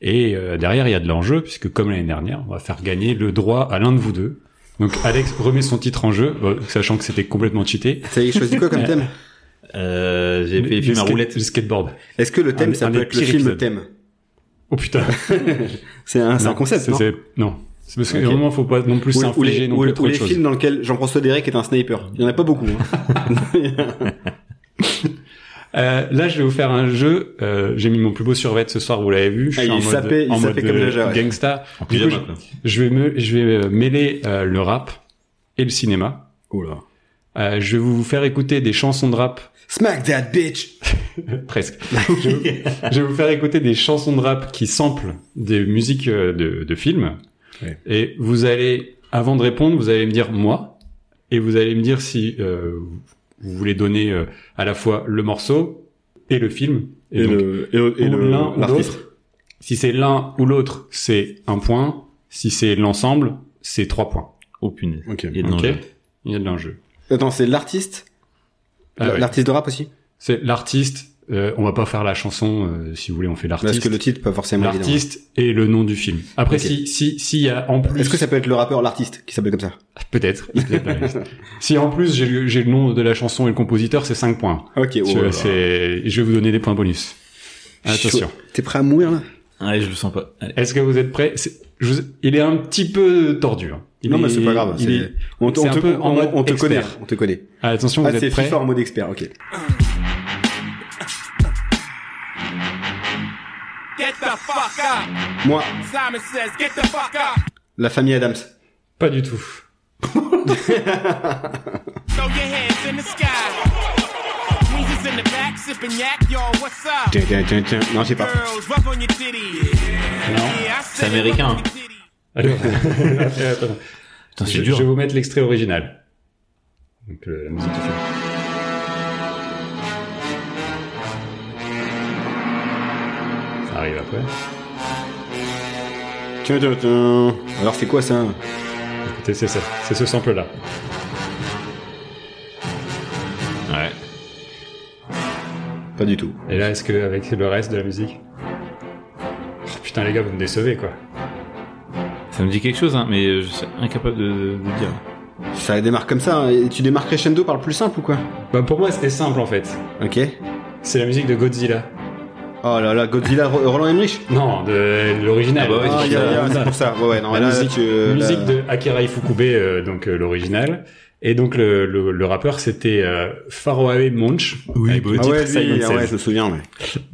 C: Et euh, derrière, il y a de l'enjeu puisque comme l'année dernière, on va faire gagner le droit à l'un de vous deux. Donc Alex remet son titre en jeu, euh, sachant que c'était complètement cheaté.
A: Ça y est, choisis quoi comme thème
B: Euh, j'ai fait
C: Le-
B: le film
C: le
B: à
C: skate-
B: roulette.
C: le skateboard.
A: Est-ce que le thème
C: Un-
A: ça
C: un
A: peut
C: des
A: être le
C: pires
A: film
C: épisodes.
A: thème
C: Oh putain.
A: C'est un, c'est un
C: Non,
A: concept,
C: c'est-
A: non
C: c'est- Non. C'est parce que
A: Ok.
C: vraiment, faut pas non plus
A: Ou- ou
C: s'infliger
A: les,
C: non
A: ou-
C: plus
A: ou
C: trop de
A: les
C: choses.
A: films dans lesquels Jean-François Derek est un sniper. Il y en a pas beaucoup. hein.
C: Euh, là, je vais vous faire un jeu. Euh, j'ai mis mon plus beau survêt ce soir, vous l'avez vu. Je
A: Ah,
C: suis
A: il
C: en
A: est
C: mode,
A: sapé- il
C: en
A: est sapé
C: mode
A: comme
C: euh,
A: Jaja, ouais.
C: gangsta.
B: En
C: Du coup,
B: pyjama,
C: je-
B: quoi.
C: Je vais me, je vais euh, mêler euh, le rap et le cinéma.
A: oh là.
C: Euh, je vais vous faire écouter des chansons de rap,
A: Smack that bitch.
C: presque. je, vais vous, je vais vous faire écouter des chansons de rap qui samplent des musiques euh, de, de films.
A: Ouais.
C: Et vous allez, avant de répondre, vous allez me dire moi, et vous allez me dire si euh, vous voulez donner euh, à la fois le morceau et le film. Euh, Et,
B: Et
C: donc,
B: le, et, et
C: ou
B: le-
C: l'un ou
B: l'artiste.
C: l'autre. Si c'est l'un ou l'autre, c'est un point. Si c'est l'ensemble, c'est trois points.
B: Oh punaise.
A: Ok.
B: Il y a de
C: Ok.
B: l'enjeu.
C: Il y a de l'enjeu.
A: Attends, c'est l'artiste
C: Ah ouais.
A: L'artiste de rap aussi
C: C'est l'artiste. euh, on va pas faire la chanson, euh, si vous voulez, on fait
A: Parce
C: l'artiste.
A: que le titre pas forcément évident.
C: L'artiste et le nom du film. Après,
A: Ok.
C: si si s'il y a en plus,
A: Est-ce que ça peut être le rappeur, l'artiste, qui s'appelle comme ça
C: peut-être. il peut être dans la liste. si en plus j'ai le, j'ai le nom de la chanson et le compositeur, c'est 5 points.
A: Ok,
C: Tu
A: oh,
C: vois,
A: là.
C: c'est- je vais vous donner des points bonus. Attention.
A: T'es prêt à mourir là
B: Allez, Ah, je le sens pas. Allez.
C: Est-ce que vous êtes prêts C'est- je vous- Il est un petit peu tordu. hein. Il
A: Non, mais
C: est-
A: c'est pas grave.
C: il
A: c'est-
C: est-
A: On, te-
C: c'est
A: on
C: un
A: te,
C: peu en
A: on-
C: mode
A: on te connaît.
C: expert.
A: On te connaît.
C: Ah, Attention,
A: Ah,
C: vous
A: c'est
C: êtes prêts
A: FIFA en mode expert, ok.
G: Get the fuck up.
A: Moi,
G: Simon says, get the fuck up.
A: la famille Adams.
C: Pas du tout.
G: Throw your hands in the sky. Weezy's in the back, sipping yak, yo, what's up?
A: Tiens, tiens, tiens, tiens. Non, j'ai pas.
G: Girls, rub on your titties. Yeah, I said it,
B: américain,
G: rub on
B: hein.
G: your titties.
C: Alors, attends.
B: Putain,
C: je,
B: c'est dur.
C: je vais vous mettre l'extrait original. Donc le- la musique qui fait. Ça arrive après.
A: Tiens, tiens, tiens. Alors, c'est quoi ça
C: Écoutez, c'est ça, c'est ce sample-là.
B: Ouais.
A: Pas du tout.
C: Et là, est-ce qu'avec le reste de la musique Oh, Putain, les gars, vous me décevez, quoi.
B: Ça me dit quelque chose, hein, mais je suis incapable de, de- de dire.
A: Ça démarre comme ça. hein. Et tu démarres crescendo par le plus simple ou quoi
C: Bah, pour moi, c'était simple, en fait.
A: Ok.
C: C'est la musique de Godzilla.
A: Oh là là, Godzilla, Ro- Roland Emmerich
C: Non, de l'original.
B: Ah bah ouais,
A: Ah,
B: c'est
A: y a- y a-
C: Godzilla.
A: c'est pour ça. Ouais, ouais, non,
C: La
A: là,
C: musique,
A: tu, euh,
C: musique
A: là-
C: de Akira Ifukube, euh, donc euh, l'original. Et donc le, le, le rappeur c'était euh, Faroe Monch. Oui, bah,
A: Ah ouais, lui, ah ouais, je me souviens, ouais.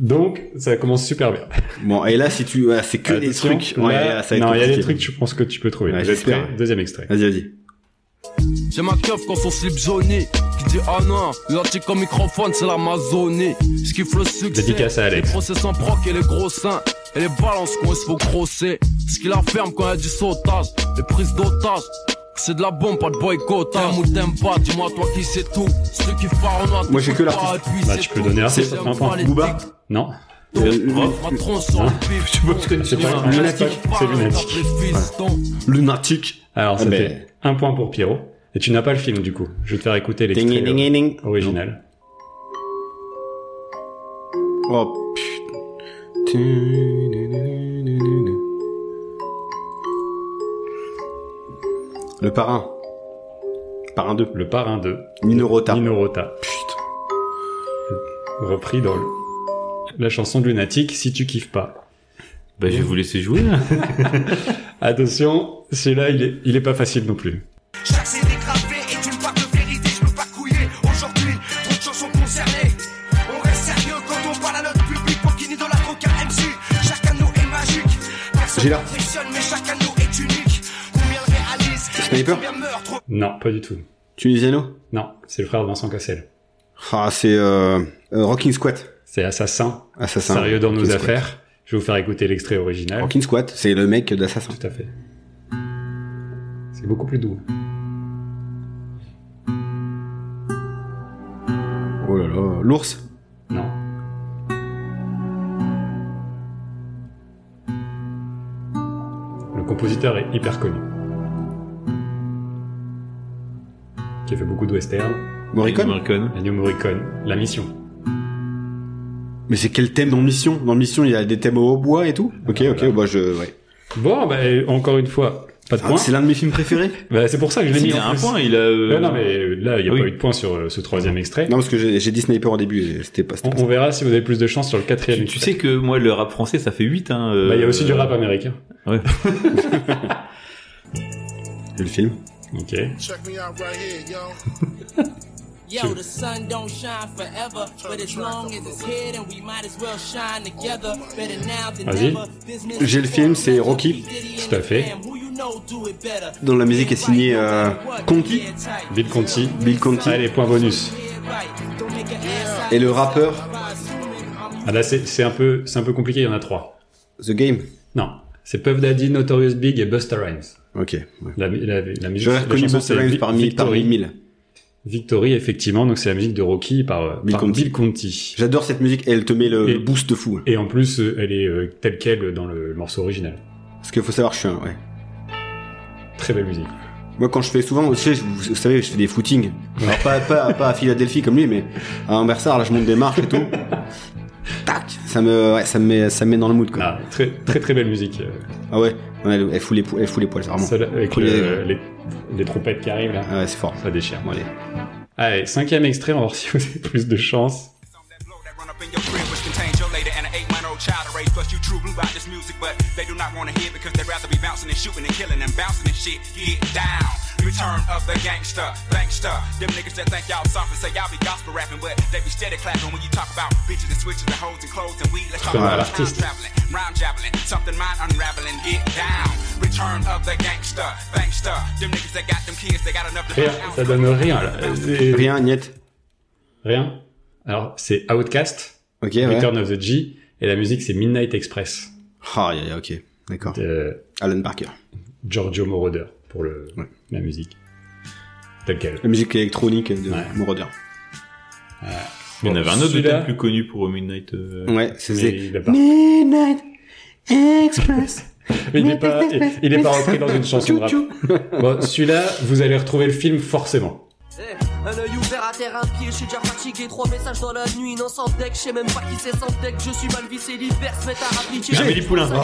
C: Donc ça commence super bien.
A: Bon, et là, si tu, ouais, c'est que des
C: Attention,
A: trucs.
C: là,
A: Ouais, là, ça va être
C: non, il y a des
A: compliqué.
C: trucs, je pense que tu peux trouver.
A: Ouais,
C: Vous êtes
A: j'espère,
C: prêts
A: ouais.
C: Deuxième extrait.
A: Vas-y, vas-y.
H: J'ai ma keuf quand son slip jauné Qui dit ah non, l'antique comme microphone c'est l'Amazonie Je kiffe le succès
C: Dédicace à Alex.
H: Les procès sans proc et les gros seins Et les balances qu'on se faut grosser Ce qui la ferme quand il y a du sautage Les prises d'otages c'est de la bombe, pas de boycott. T'aimes ou t'aimes pas, dis-moi toi qui c'est tout. Ceux qui faronnoient,
A: Moi, j'ai que l'artiste.
C: Bah, tu peux donner l'artiste, ça te met un point.
A: Booba Euh,
C: Non.
H: C'est
C: pas- Lunatic. C'est Lunatic.
A: Lunatic.
C: Alors
A: Ah
C: c'était
A: ben.
C: un point pour Pierrot. Et tu n'as pas le film du coup. Je vais te faire écouter
A: Ding,
C: l'extrait
A: ding, ding, ding,
C: euh,
A: ding.
C: original.
A: Oh putain. Le parrain. Parrain 2.
C: Le parrain 2.
A: Nino Rota.
C: Nino Rota.
A: Putain.
C: Repris dans le- la chanson de Lunatic, Si tu kiffes pas.
B: Bah, je vais vous laisser jouer, là.
C: Attention, celui-là, il est, il est pas facile non plus.
G: Chaque scène est gravée est une part de vérité, je peux pas couiller. Aujourd'hui, trop de choses sont concernées. On reste sérieux quand on parle à notre public pour qu'il n'idolâtre aucun MC. Chacun de nous est magique. Personne
A: Gilard.
G: n'impressionne, mais chacun de nous est unique. Combien le réalise
A: Sniper
G: Combien meurt trop
C: Non, pas du tout.
A: Tunisiano
C: Non, c'est le frère de Vincent Cassel.
A: Ah, c'est euh, euh, Rocking Squat.
C: C'est Assassin,
A: Assassin.
C: sérieux dans nos
A: Rocking Squat.
C: affaires. Je vais vous faire écouter l'extrait original.
A: Rocking Squat, c'est le mec d'Assassin.
C: Tout à fait. C'est beaucoup plus doux.
A: Oh là là. L'ours
C: Non. Le compositeur est hyper connu. Qui a fait beaucoup de western.
A: Morricone
B: Morricone.
C: Ennio Morricone, La Mission.
A: Mais c'est quel thème dans Mission Dans Mission, il y a des thèmes au bois et tout Ok, ok, bah je... Ouais.
C: Bon, bah, encore une fois, pas de
A: Ah,
C: point.
A: c'est l'un de mes films préférés
C: Bah, c'est pour ça que je l'ai mis.
B: Il a un
C: en plus.
B: point, il a. euh,
C: Ouais, non, mais euh, là, il n'y a
B: oui.
C: pas eu de point sur euh, ce troisième extrait.
A: Non, parce que j'ai j'ai dit Sniper au début, et c'était pas...
C: On,
A: c'était pas
C: on verra si vous avez plus de chance sur le quatrième
B: Tu, tu sais que moi, le rap français, ça fait 8, hein.
C: Bah, il
B: euh,
C: y a aussi du rap américain.
B: Ouais.
A: ça. Et le film
C: Ok.
G: Check me out right here, yo.
H: Yo, the sun don't shine forever, but as long as it's here, then we might as well shine together. Better now than
C: Vas-y.
H: never.
A: J'ai le film, c'est Rocky.
C: Tout à fait.
A: Dont la musique est signée, euh, Conti.
C: Bill Conti.
A: Bill Conti.
C: Allez, point bonus.
A: Et le rappeur
C: Ah, là, c'est c'est un peu, c'est un peu compliqué. Il y en a trois.
A: The Game
C: Non, c'est Puff Daddy, Notorious Big et Busta Rhymes.
A: Ok. ouais.
C: La, la, la musique.
A: J'aurais
C: la
A: reconnu
C: chanson,
A: Buster
C: c'est
A: Rhymes
C: Vi-
A: parmi,
C: Victory.
A: parmi mille.
C: Victory, effectivement, donc c'est la musique de Rocky par, euh,
A: Bill
C: par
A: Conti.
C: Bill Conti.
A: J'adore cette musique, elle te met le
C: Et-
A: boost de fou. hein.
C: Et en plus, euh, elle est euh, telle quelle dans le morceau original.
A: Parce qu'il faut savoir, je suis un, ouais.
C: Très belle musique.
A: Moi, quand je fais souvent, vous savez, je- vous, vous savez, je fais des footings. Alors, pas, pas, pas à Philadelphie comme lui, mais à Ambersard, là, je monte des marches et tout. Tac! Ça me, ouais, ça me met, ça me met dans le mood, quoi.
C: Ah, très très très belle musique. euh,
A: Ah ouais, Ouais, elle, elle fout les, po- elle fout les poils, vraiment.
C: celle avec
A: Cool.
C: le- les, les trompettes qui arrivent là.
A: Ah ouais, c'est fort.
C: Ça déchire.
A: Bon, allez.
C: Allez, cinquième extrait, on va voir si vous avez plus de chance.
G: Run up in your crib, which contains your lady and an eight month old child to raise. Plus, you true blue about this music, but they do not want to hear because they'd rather be bouncing and shooting and killing and bouncing and shit. Get down. Return of the gangster, bankster. Them niggas that think y'all soft and say y'all be gospel rapping, but they be steady clapping when you talk about bitches and switches and hoes and clothes and weed. Let's talk
C: Comme
G: about
C: un
G: time
C: artiste.
G: traveling, rhyme javelin, something mind unraveling. Get down. Return of the gangster, bankster. Them niggas that got them kids, they got enough to
C: Rien, ça donne rien là. C'est-
A: Rien, Niette.
C: Rien. Alors, c'est Outcast,
A: Ok, ouais.
C: Return of the G, et la musique c'est Midnight Express Euh,
A: Ah, yeah, yeah, ok. D'accord.
C: de
A: Alan Parker.
C: Giorgio Moroder pour le,
A: Ouais.
C: la musique. Telle quelle.
A: La musique électronique de
C: Ouais.
A: Moroder.
B: Il y en
C: Bon,
B: avait un autre de
C: celui-là-
B: thème plus connu pour Midnight. euh,
A: Ouais, ça
C: Mais
A: faisait.
C: il est pas,
A: Midnight Express.
C: mais il est pas, il- il est pas rentré dans une chanson de rap. Bon, celui-là, vous allez retrouver le film forcément.
I: Eh, un œil ouvert à terre, un pied, je suis déjà fatigué. Trois messages dans la nuit, non sans deck, je sais même pas qui c'est sans deck. Je suis mal vissé, l'hiver se met à Ah, rappliquer.
B: Amélie Poulain.
A: non,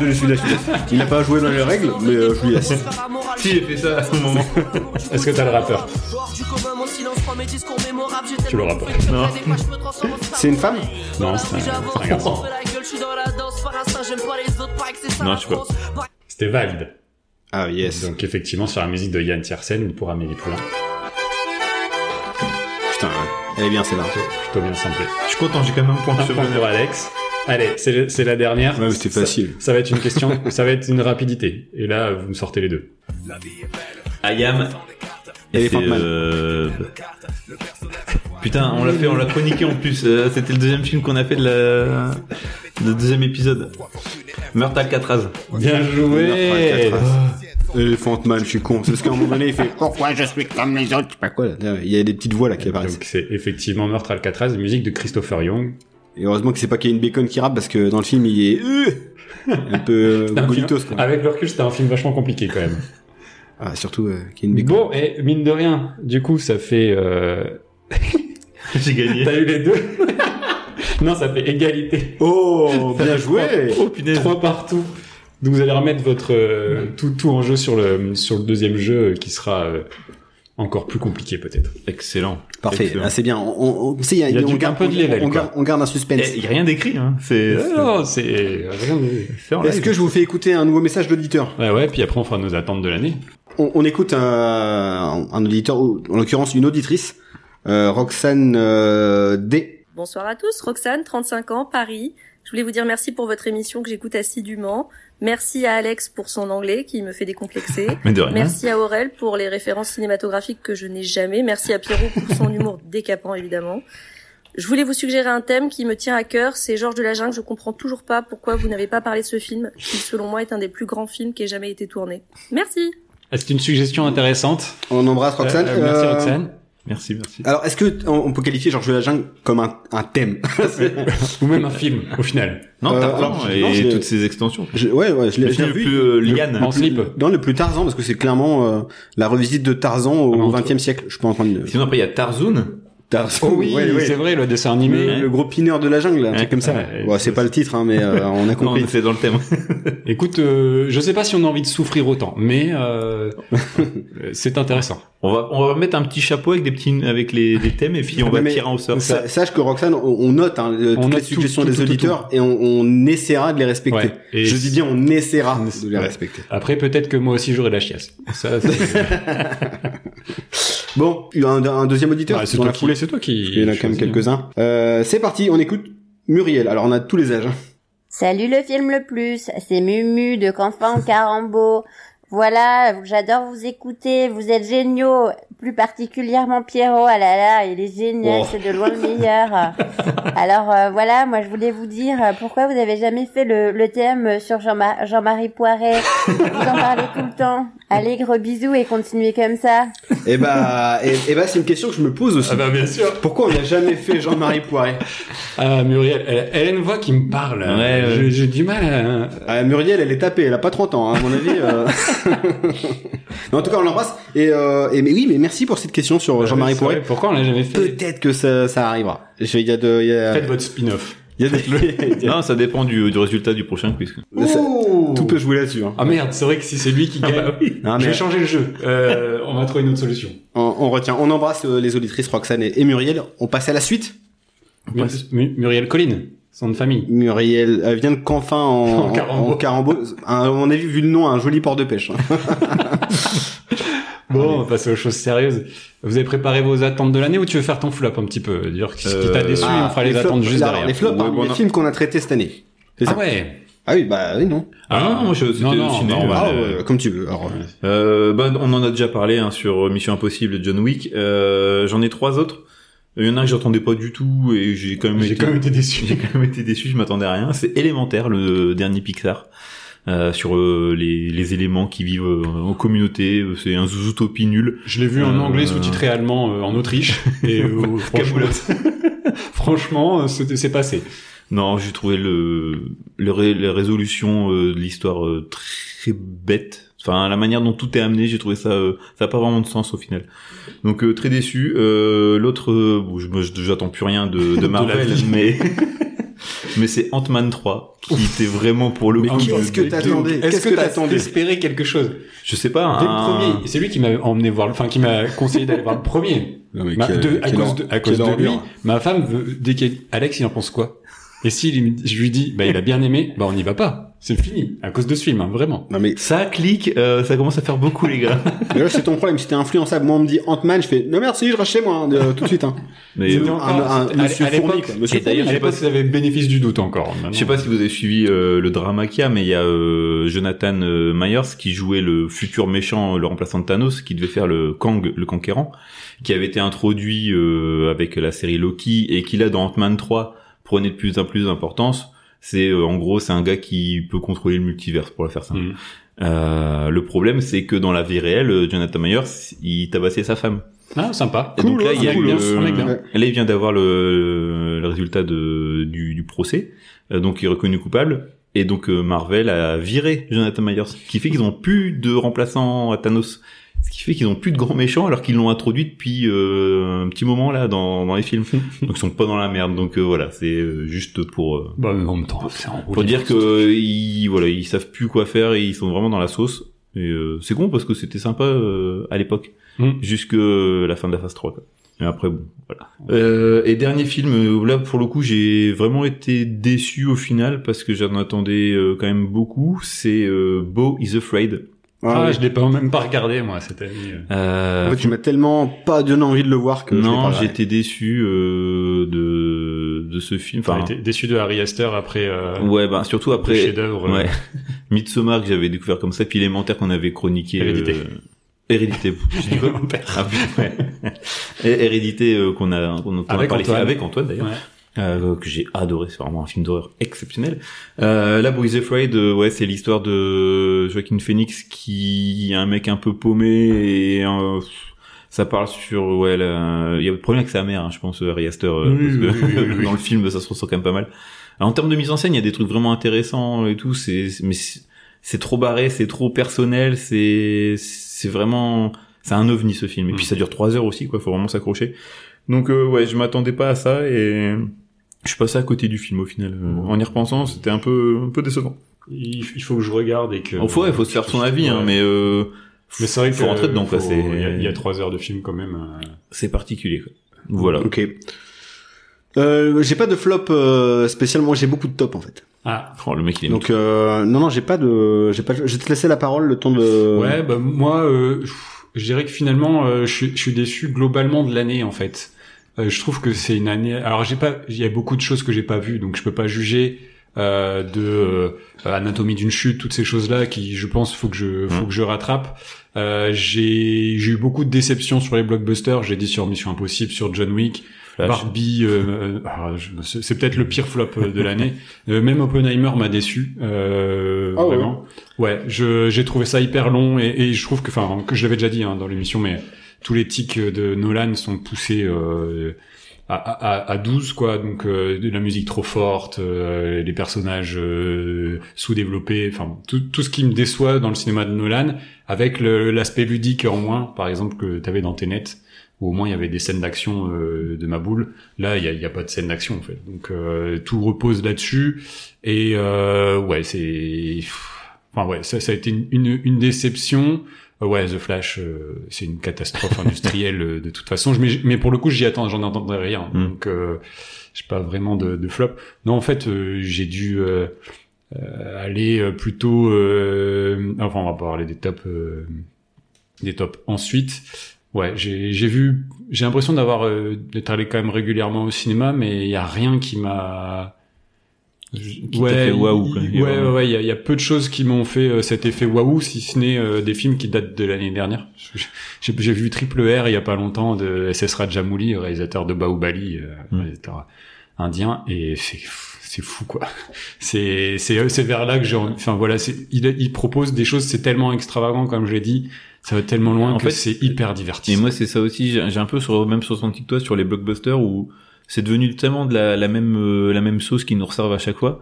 A: je suis Il n'a pas joué dans les règles, mais euh, je lui assiste.
B: Si, j'ai fait ça à un moment.
C: Est-ce que t'as le rappeur Tu le rappeur.
B: Non.
A: C'est une femme
C: Non, c'est un- c'est un garçon.
B: Non, je sais pas.
C: C'était Valide.
A: Ah, yes.
C: Donc effectivement, sur la musique de Yann Tiersen ou pour Amélie Poulain.
A: Putain, ouais. elle est bien celle-là.
C: Plutôt bien samplé.
B: Je suis content, j'ai quand même un point
C: Un
B: sur
C: point pour Alex. Allez, c'est c'est la dernière.
A: Ouais, mais c'était
C: Ça-
A: facile.
C: Ça, va être une question, ça va être une rapidité. Et là, vous me sortez les deux.
B: I am. Et c'est,
A: Elephant Man.
B: euh, Putain, on l'a fait, on l'a chroniqué en plus. Euh, C'était le deuxième film qu'on a fait de la. Le deuxième épisode. Meurtre à Alcatraz.
C: Bien
A: Ouais,
C: joué
A: quatre, ouais. Elephant Man, Euh, je suis con. C'est parce qu'à un moment donné, il fait Pourquoi je suis comme les autres Je sais pas quoi là. Il y a des petites voix là qui apparaissent.
C: Donc c'est effectivement Meurtre à Alcatraz, musique de Christopher Young.
A: Et heureusement que c'est pas Kevin Bacon qui rappe parce que dans le film, il est euh, un peu euh, golitos quoi.
C: Avec le recul, c'était un film vachement compliqué quand même.
A: Ah, surtout euh, Kevin Bacon.
C: bon, et mine de rien, du coup, ça fait... Euh...
B: J'ai gagné.
C: T'as eu les deux Non, ça fait égalité.
A: Oh, bien joué
B: Oh punaise.
C: Trois partout. Donc vous allez remettre votre euh, tout, tout en jeu sur le, sur le deuxième jeu euh, qui sera euh, encore plus compliqué peut-être.
B: Excellent.
A: Parfait,
B: Excellent.
A: ah, c'est bien. On, on, tu sais, il y a,
C: Il y a
A: on
C: du-
A: garde
C: un peu de
A: on-
C: level,
A: on,
C: quoi.
A: garde, on garde un suspense.
B: Eh, y a rien d'écrit, hein. C'est.
C: Non, non, c'est rien de-
B: c'est en
A: euh, Est-ce
B: live.
A: que je vous fais écouter un nouveau message d'auditeur
C: Ouais, ouais, puis après on fera nos attentes de l'année.
A: on, on écoute un, un auditeur, ou en l'occurrence une auditrice, euh, Roxane euh, D.
J: Bonsoir à tous, Roxane, 35 ans, Paris. Je voulais vous dire merci pour votre émission que j'écoute assidûment. Merci à Alex pour son anglais qui me fait décomplexer.
B: Mais de rien.
J: Merci à Aurel pour les références cinématographiques que je n'ai jamais. Merci à Pierrot pour son humour décapant, évidemment. Je voulais vous suggérer un thème qui me tient à cœur, c'est Georges de la Jungle. Je comprends toujours pas pourquoi vous n'avez pas parlé de ce film, qui selon moi est un des plus grands films qui ait jamais été tourné. Merci!
C: Ah, C'est une suggestion intéressante.
A: On embrasse Roxane.
C: Euh, euh, merci
A: Euh,
C: Roxane.
B: Merci, merci.
A: Alors, est-ce que on, on peut qualifier Georges de la Jungle comme un, un thème
C: Ou même un film, au final.
B: Non,
A: euh,
B: Tarzan
A: alors, je-
B: et
A: non, je l'ai-
B: toutes ces extensions.
A: Je- Ouais, ouais, je l'ai
B: Le
A: je l'ai
B: film le
A: revu.
B: plus euh,
C: Le-
B: liane.
C: en slip.
A: Dans le plus Tarzan, parce que c'est clairement euh, la revisite de Tarzan
C: Ah,
A: au
C: non,
A: XXe siècle. Je peux en train de...
B: Sinon après il y a Tarzoun.
A: Tarzan, ouais, ouais.
C: c'est vrai, le dessin animé.
A: Le, le gros pineur de la jungle, un
B: Ouais.
A: truc comme ça.
C: Ouais,
A: Bon,
C: ouais,
A: c'est pas le titre, hein, mais euh, on a
B: Non,
A: compris.
B: c'est dans le thème.
C: Écoute, euh, je sais pas si on a envie de souffrir autant, mais euh, euh, c'est intéressant.
B: On va on va mettre un petit chapeau avec des petits avec les des thèmes et puis on
A: Ah,
B: va
A: mais-
B: tirer un au sort.
A: Sa- Sache que Roxane, on, on note hein, le-
C: On
A: toutes
C: note
A: les
C: tout,
A: suggestions
C: tout,
A: des
C: tout, tout,
A: auditeurs et on, on essaiera de les respecter.
C: Ouais. Et
A: Je dis bien, on essaiera
C: On
A: de
C: essa-
A: les
C: ouais.
A: respecter.
C: Après, peut-être que moi aussi j'aurai la chiasse. Ça, c'est
A: Bon, il y a un, un deuxième auditeur
C: Ah, c'est
A: dans
C: toi
A: la
C: qui-
A: foulée.
C: c'est toi qui.
A: Il y en a quand
C: choisis.
A: même quelques-uns. Euh, c'est parti, on écoute Muriel. Alors, on a tous les âges. hein.
K: Salut le film le plus, c'est Mumu de Canfin Carambo. Voilà, j'adore vous écouter, vous êtes géniaux, plus particulièrement Pierrot, ah là là, il est génial,
A: Oh.
K: c'est de loin le meilleur. Alors euh, voilà, moi je voulais vous dire euh, pourquoi euh, vous avez jamais fait le, le thème sur Jean-Ma- Jean-Marie Poiret, vous en parlez tout le temps. Allez, gros bisous et continuez comme ça.
A: Eh bah, eh, eh bah, c'est une question que je me pose aussi.
C: Ah bah, bien sûr.
A: Pourquoi on n'a jamais fait Jean-Marie Poiré
C: Ah, Muriel, elle, elle a une voix qui me parle.
B: Ouais, ouais.
C: J'ai- J'ai du mal à...
A: Ah, Muriel, elle est tapée, elle a pas 30 ans, hein, à mon avis. euh. Mais en tout cas, on l'embrasse. Et, euh, et mais oui, mais merci pour cette question sur Jean-Marie
C: C'est vrai,
A: Poiré.
C: Pourquoi on l'a jamais Bah, fait
A: Peut-être que ça, ça arrivera. Je- Il y a de, il y a,
C: Faites votre spin-off.
A: il y a des-
B: Non, ça dépend du, du résultat du prochain quiz.
A: Ça-
C: Ouh.
A: tout peut jouer là-dessus. hein.
C: Ah merde, c'est vrai que si c'est lui qui gagne,
A: Non,
C: je
A: mais
C: vais changer le jeu. Euh, on va trouver une autre solution.
A: on, on retient. On embrasse euh, les auditrices Roxane et, et Muriel. On passe à la suite.
C: Mu- Mu- Muriel Colline, son nom de famille.
A: Muriel elle vient de Canfin en,
C: En Carambeau.
A: en Carambeau. Un- on a vu, vu le nom, un joli port de pêche. hein.
C: Bon, on va passer aux choses sérieuses. Vous avez préparé vos attentes de l'année ou tu veux faire ton full-up un petit peu Dire ce qui t'a
B: Euh,
C: déçu,
A: Ah,
C: on fera les,
A: flops,
C: attentes juste
A: alors,
C: derrière.
A: Les flops,
B: Ouais,
A: parmi
B: bon,
A: les
B: non.
A: films qu'on a traités cette année. C'est
C: Ah
A: ça.
C: ouais
A: Ah oui, bah oui, non.
B: Ah non, non, moi, je- c'était
C: Non,
B: le
C: non,
B: ciné,
C: bah, on
B: ouais.
C: va-
A: Ah,
B: euh,
A: ouais, comme tu veux. Alors, euh,
B: Euh, bah, on en a déjà parlé hein, sur Mission Impossible et John Wick. Euh, J'en ai trois autres. Il y en a un que j'attendais pas du tout et j'ai quand même
C: J'ai
B: été,
C: quand même été déçu.
B: j'ai quand même été déçu. Je m'attendais à rien. C'est élémentaire, le dernier Pixar. Euh, sur euh, les, les éléments qui vivent euh, en communauté, Euh, c'est un zouzotopie nul.
C: Je l'ai vu en
B: Euh,
C: anglais sous-titré allemand euh, en Autriche. Et euh, franchement, franchement, euh, c'était- c'est passé.
B: Non, j'ai trouvé le, le ré- la résolution euh, de l'histoire euh, très bête. Enfin, la manière dont tout est amené, j'ai trouvé ça, euh, ça n'a pas vraiment de sens au final. Donc euh, très déçu. Euh, L'autre, euh, bon, je- moi, je- j'attends plus rien de, de Marvel,
C: vie.
B: mais mais c'est Ant-Man 3 qui était vraiment pour le
A: Ah, Mais
B: coup.
A: qu'est-ce
B: euh,
A: que t'attendais
C: Est-ce
A: Qu'est-ce
C: que,
A: que
C: t'as
A: t'attendais
C: espéré quelque chose
B: Je sais pas.
C: Dès
B: un-
C: le premier, c'est lui qui m'a emmené voir, le- enfin qui m'a conseillé d'aller voir le premier. Ma- Bah, de- à cause de, à cause de lui, ma femme veut, dès qu'il- Alex, il en pense quoi Et si il- je lui dis, bah il a bien aimé, bah on n'y va pas. C'est fini. À cause de ce film, hein, vraiment.
A: Non mais
B: Ça clique, euh, ça commence à faire beaucoup les gars.
A: mais là c'est ton problème, si t'es influençable, moi on me dit Ant-Man, je fais non merci, je reste chez moi hein, de- tout de suite. Hein.
B: Mais
A: un- un-
C: à-
A: monsieur
C: à
A: Fourni,
C: l'époque-
A: quoi, monsieur
C: et d'ailleurs,
B: Fourni.
C: à l'époque, ils avaient le bénéfice du doute encore.
B: Je sais pas si vous avez suivi euh, le drama qu'il y a, mais il y a euh, Jonathan euh, Myers qui jouait le futur méchant, euh, le remplaçant de Thanos, qui devait faire le Kang, le conquérant, qui avait été introduit euh, avec la série Loki et qui là dans Ant-Man 3 prenait de plus en plus d'importance. C'est euh, en gros c'est un gars qui peut contrôler le multiverse pour la faire simple.
C: Mhm.
B: Euh, le problème c'est que dans la vie réelle, euh, Jonathan Myers il tabassait sa femme.
C: Ah, sympa.
B: Et donc là, il y a eu,
C: Cool, hein,
B: euh,
C: un mec bien.
B: là, il vient d'avoir le, le résultat de, du, du procès, Euh, donc il est reconnu coupable. Et donc euh, Marvel a viré Jonathan Myers, ce qui fait qu'ils ont plus de remplaçants à Thanos, ce qui fait qu'ils ont plus de grands méchants alors qu'ils l'ont introduit depuis euh, un petit moment là dans, dans les films.
C: Hum.
B: donc ils sont pas dans la merde. Donc euh, voilà, c'est euh, juste pour euh,
C: Bah, mais en même temps, c'est en
B: pour dire que euh, ils voilà ils savent plus quoi faire et ils sont vraiment dans la sauce. Et euh, c'est con parce que c'était sympa euh, à l'époque
C: Mm.
B: jusque la fin de la phase 3. Quoi. Et après, bon, voilà. Euh, et dernier film, euh, là, pour le coup, j'ai vraiment été déçu au final, parce que j'en attendais euh, quand même beaucoup, c'est euh, Beau is Afraid.
A: Ah,
C: Ah,
A: ouais.
C: je l'ai pas, même pas regardé, moi, cette année.
B: Euh,
A: En fait, tu m'as tellement pas donné envie de le voir Ah, que je l'ai
B: non,
A: pas regardé.
B: j'ai été déçu euh, de, de ce film.
C: Enfin,
B: Enfin,
C: été déçu de Harry Astor après, euh,
B: ouais, ben, surtout
C: le
B: après...
C: chef-d'œuvre. euh,
B: Ouais. Midsommar que j'avais découvert comme ça, puis Élémentaire qu'on avait chroniqué. euh,
C: Hérédité.
B: Hérédité. J'ai dit quoi Ah, putain, ouais. Et Hérédité euh, qu'on a, qu'on qu'on a
C: Avec
B: parlé
C: Antoine.
B: avec Antoine d'ailleurs.
C: Ouais.
B: Euh, que j'ai adoré, c'est vraiment un film d'horreur exceptionnel. Euh, là, Boy is Afraid, euh, ouais, c'est l'histoire de Joaquin Phoenix qui est un mec un peu paumé et euh, ça parle sur ouais, la- il y a le problème avec sa mère, hein, je pense, Harry Astor, euh,
C: Oui,
B: parce que
C: oui, oui, oui, oui.
B: dans le film ça se ressent quand même pas mal. Alors, en termes de mise en scène, il y a des trucs vraiment intéressants et tout, c'est mais c'est- c'est trop barré, c'est trop personnel, c'est c'est vraiment c'est un ovni ce film. Et
C: Mm.
B: puis ça dure trois heures aussi, quoi. Faut vraiment s'accrocher. Donc euh, ouais, je m'attendais pas à ça et je suis passé à côté du film au final. Euh,
C: Mm.
B: En y repensant, c'était un peu un peu décevant.
C: Il, il faut que je regarde et que.
B: Enfin, ouais, faut se faire son avis, hein,
C: Ouais.
B: mais euh,
C: Mais c'est vrai que
B: faut rentrer dedans, quoi.
C: faut-
B: C'est
C: Il y, a- il y a trois heures de film quand même. euh.
B: c'est particulier. Quoi. Voilà.
A: Ok. Euh, j'ai pas de flop euh, spécialement, j'ai beaucoup de top en fait.
C: Ah.
B: Oh, le mec il est
A: Donc euh, non non, j'ai pas de j'ai pas de- je vais te laisser la parole le temps de
C: Ouais, bah moi, euh, pff, je dirais que finalement, euh, je, suis- je suis déçu globalement de l'année en fait. Euh, je trouve que c'est une année. Alors j'ai pas, il y a beaucoup de choses que j'ai pas vues, donc je peux pas juger euh, de euh, anatomie d'une chute, toutes ces choses-là qui, je pense, faut que je, faut
B: Mhm.
C: que je rattrape. Euh, j'ai j'ai eu beaucoup de déceptions sur les blockbusters. J'ai dit sur Mission Impossible, sur John Wick.
B: Flash.
C: Barbie, euh, euh, ah, je- c'est c'est peut-être le pire flop euh, de l'année. Euh, même Oppenheimer m'a déçu, euh,
A: Ah ouais.
C: vraiment. Ouais, je- j'ai trouvé ça hyper long et, et je trouve que, enfin, que je l'avais déjà dit hein, dans l'émission, mais tous les tics de Nolan sont poussés euh, à, à, à 12 quoi donc euh, de la musique trop forte euh, les personnages euh, sous-développés enfin tout, tout ce qui me déçoit dans le cinéma de Nolan avec le- l'aspect ludique en moins par exemple que t'avais dans Tenet où au moins il y avait des scènes d'action euh, de ma boule là il y a, il y a pas de scène d'action en fait donc euh, tout repose là-dessus et euh, ouais c'est enfin ouais ça, ça a été une, une, une déception euh, Ouais, The Flash, euh, c'est une catastrophe industrielle euh, de toute façon. Je- Mais, mais pour le coup, j'y attends, j'en entendrai rien.
B: Mm.
C: Donc, euh, j'ai pas vraiment de, de flop. Non, en fait, euh, j'ai dû euh, euh, aller euh, plutôt. euh, enfin, on va parler des tops, euh, des tops ensuite. Ouais, j'ai j'ai vu. J'ai l'impression d'avoir euh, d'être allé quand même régulièrement au cinéma, mais il y a rien qui m'a.
B: t'a fait waouh, quoi.
C: Ouais, ouais, ouais, il y, a- il y a peu de choses qui m'ont fait euh, cet effet waouh, si ce n'est euh, des films qui datent de l'année dernière. J'ai j'ai vu Triple R il y a pas longtemps de SS Rajamouli, réalisateur de Baobali, euh,
B: Mm.
C: réalisateur indien, et c'est fou- c'est fou quoi. C'est c'est c'est vers là que j'ai. envie- Enfin voilà, c'est il, il propose des choses, c'est tellement extravagant comme je l'ai dit, ça va tellement loin
B: En
C: que
B: fait,
C: c'est hyper
B: Et
C: divertissant.
B: moi, c'est ça aussi. J'ai j'ai un peu sur même sur son TikTok sur les blockbusters où c'est devenu tellement de la, la même euh, la même sauce qui nous resservent à chaque fois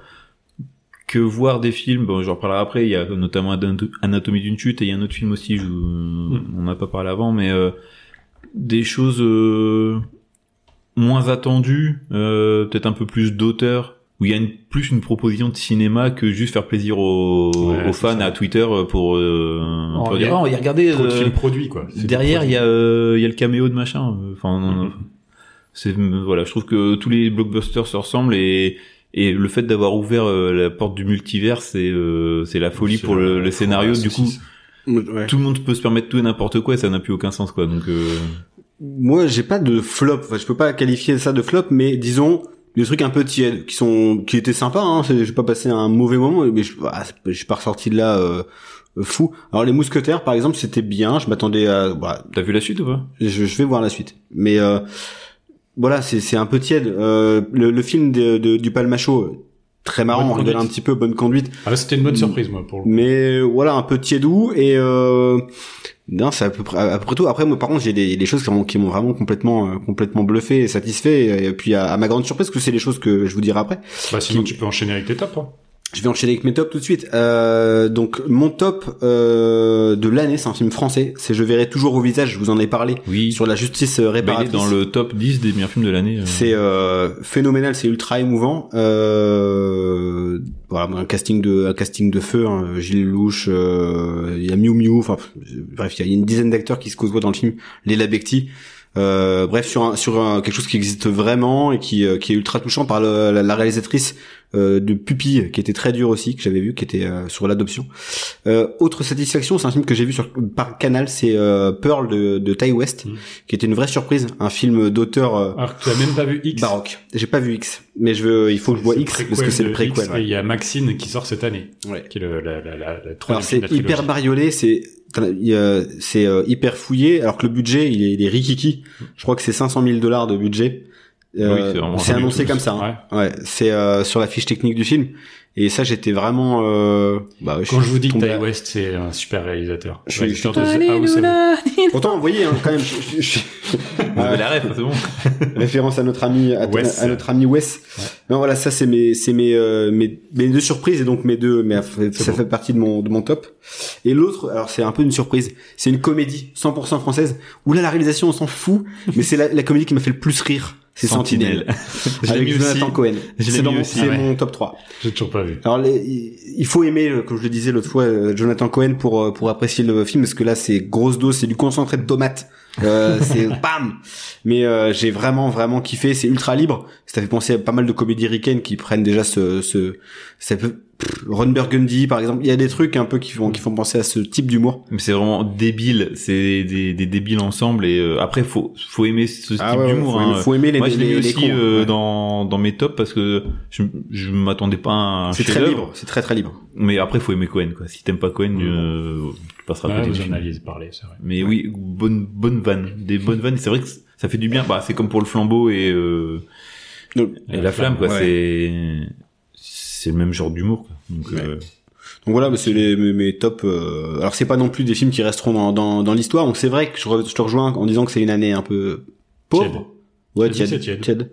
B: que voir des films. Bon, j'en parlerai après. Il y a notamment Anat- Anatomie d'une chute et il y a un autre film aussi. Je,
C: Mm.
B: on n'a pas parlé avant, mais euh, des choses euh, moins attendues, euh, peut-être un peu plus d'auteur où il y a une, plus une proposition de cinéma que juste faire plaisir aux,
C: Ouais,
B: aux
C: c'est
B: fans
C: ça.
B: à Twitter pour, euh,
C: Oh,
B: pour
C: il y
B: dire
C: a
B: oh et regardez
C: Trop de
B: euh,
C: films produits quoi. C'est des
B: Derrière, il
C: produits.
B: y a euh, il y a le caméo de machin. euh, Enfin, non, non.
C: Mhm.
B: c'est voilà, je trouve que tous les blockbusters se ressemblent et et le fait d'avoir ouvert euh, la porte du multivers, c'est euh, c'est la folie
C: C'est
B: pour le,
C: la-
B: le scénario.
C: la
B: Du coup,
C: saucisse.
A: Ouais.
B: tout le monde peut se permettre tout et n'importe quoi, et ça n'a plus aucun sens quoi. Donc euh,
A: Moi, j'ai pas de flop. Enfin, je peux pas qualifier ça de flop, mais disons des trucs un peu tièdes qui sont qui étaient sympas. Hein. C'est- J'ai pas passé un mauvais moment, mais je, ah, c'est pas- je suis pas ressorti de là euh, euh, fou. Alors les mousquetaires, par exemple, c'était bien. Je m'attendais à. Bah,
B: t'as vu la suite ou pas
A: je, je vais voir la suite, mais euh, voilà, c'est c'est un peu tiède. Euh, le, le film de, de- du Palmacho, très marrant.
C: Bonne
A: On rigole un
C: conduite.
A: petit peu, bonne conduite.
C: Ah, c'était
A: Mm.
C: une bonne surprise moi pour le. coup.
A: Mais voilà, un peu tiédou et euh, non, c'est à peu près à peu près tout. Après, moi, par contre, j'ai des, des choses qui m'ont qui m'ont vraiment complètement euh, complètement bluffé et satisfait. Et puis, à, à ma grande surprise, parce que c'est des choses que je vous dirai après.
C: Bah, sinon
A: qui-
C: tu peux enchaîner avec tes tops. hein.
A: Je vais enchaîner avec mes tops tout de suite. Euh, donc, mon top euh, de l'année, c'est un film français. C'est Je verrai toujours au visage. Je vous en ai parlé
B: Oui.
A: sur la justice euh,
B: Bah, il
A: réparatrice.
B: est dans le top 10 des meilleurs films de l'année. euh.
A: C'est euh, phénoménal, c'est ultra émouvant. Euh, voilà, un casting de un casting de feu, hein, Gilles Lelouch, euh, il y a Miu Miu, enfin bref, il y a une dizaine d'acteurs qui se côtoient dans le film, Léla Becti. Euh, bref, sur un, sur un, quelque chose qui existe vraiment et qui, euh, qui est ultra touchant par le- la, la réalisatrice euh, de Pupille, qui était très dure aussi, que j'avais vu, qui était euh, sur l'adoption. Euh, autre satisfaction, c'est un film que j'ai vu sur, par Canal, c'est euh, Pearl de, de Ty West,
C: Mhm.
A: qui était une vraie surprise, un film d'auteur. euh,
C: Alors que tu as même pas vu X.
A: Baroque. J'ai pas vu X, mais je veux, Bah, il faut que je vois
C: C'est
A: X
C: le
A: parce que c'est le
C: préquel de
A: préquel.
C: X,
A: ouais.
C: Et il y a Maxine qui sort cette année,
A: Ouais.
C: qui est le, la, la, la, la troisième
A: Alors
C: film de
A: c'est
C: la trilogie.
A: hyper bariolé, c'est t'en as- il y a- c'est euh, hyper fouillé, alors que le budget il est, il est rikiki. Je crois que c'est 500 000 dollars de budget. Euh,
B: Oui, c'est vraiment
A: c'est
B: rien du
A: annoncé
B: tout.
A: comme ça. hein. Ouais, c'est euh, sur la fiche technique du film. Et ça, j'étais vraiment. Euh, bah, ouais,
C: Quand je vous dis que
A: tombé
C: Ty
A: à-
C: West, c'est un super réalisateur.
A: Je suis-
C: Réalisateur de The House of-
A: Pourtant, vous voyez hein, quand même. je- je- je-
B: Vous avez la ref, c'est bon.
A: référence à notre ami à, ton-
C: Wes.
A: à notre ami Wes. Non voilà, ça c'est mes c'est mes, euh, mes mes deux surprises et donc mes deux mais ça
C: beau.
A: fait partie de mon de mon top. Et l'autre, alors c'est un peu une surprise, c'est une comédie 100% française où là la réalisation on s'en fout, mais c'est la, la comédie qui m'a fait le plus rire, c'est Sentinelle.
B: Je l'ai
A: Avec
B: mis aussi.
A: Jonathan Cohen.
B: Je l'ai
A: C'est
B: mis
A: dans mon-
B: aussi,
A: c'est
C: ouais.
A: mon top 3.
C: J'ai toujours pas vu.
A: Alors les- il faut aimer, euh, comme je le disais l'autre fois, euh, Jonathan Cohen pour euh, pour apprécier le film parce que là c'est grosse dose, c'est du concentré de tomates. Euh, c'est bam. Mais euh, j'ai vraiment vraiment kiffé. C'est ultra libre. Ça fait penser à pas mal de comédies ricaines qui prennent déjà ce ce ça peut pff, Ron Burgundy par exemple. Il y a des trucs un peu qui font qui font penser à ce type d'humour.
B: Mais c'est vraiment débile, c'est des, des débiles ensemble et euh, après faut faut aimer ce type d'humour.
A: Ah faut,
B: hein.
A: aimer- faut aimer les
B: Moi, je l'ai
A: les,
B: mis
A: les
B: aussi
A: cons.
B: euh,
A: Ouais.
B: dans, dans mes tops parce que je, je m'attendais pas à un
A: C'est très
B: chef-d'œuvre.
A: libre. C'est très très libre.
B: Mais après, faut aimer Cohen, quoi. Si t'aimes pas Cohen, euh, tu passeras à
C: Ouais,
B: côté du
C: vous en
B: film.
C: aviez parlé, c'est vrai.
B: Mais oui, bonne, bonne vanne. Des bonnes vannes. C'est vrai que c- ça fait du bien. Bah, c'est comme pour le flambeau et, euh, et la, flamme, quoi.
A: ouais.
B: C'est c'est le même genre d'humour. quoi. Donc,
A: Ouais.
B: euh,
A: Donc voilà, bah, c'est les, mes, mes tops. euh, Alors c'est pas non plus des films qui resteront dans, dans, dans l'histoire. Donc c'est vrai que je, re- je te rejoins en disant que c'est une année un peu pauvre. Ouais,
C: J'ai dit,
A: tiède.
C: c'est tiède.
A: tiède.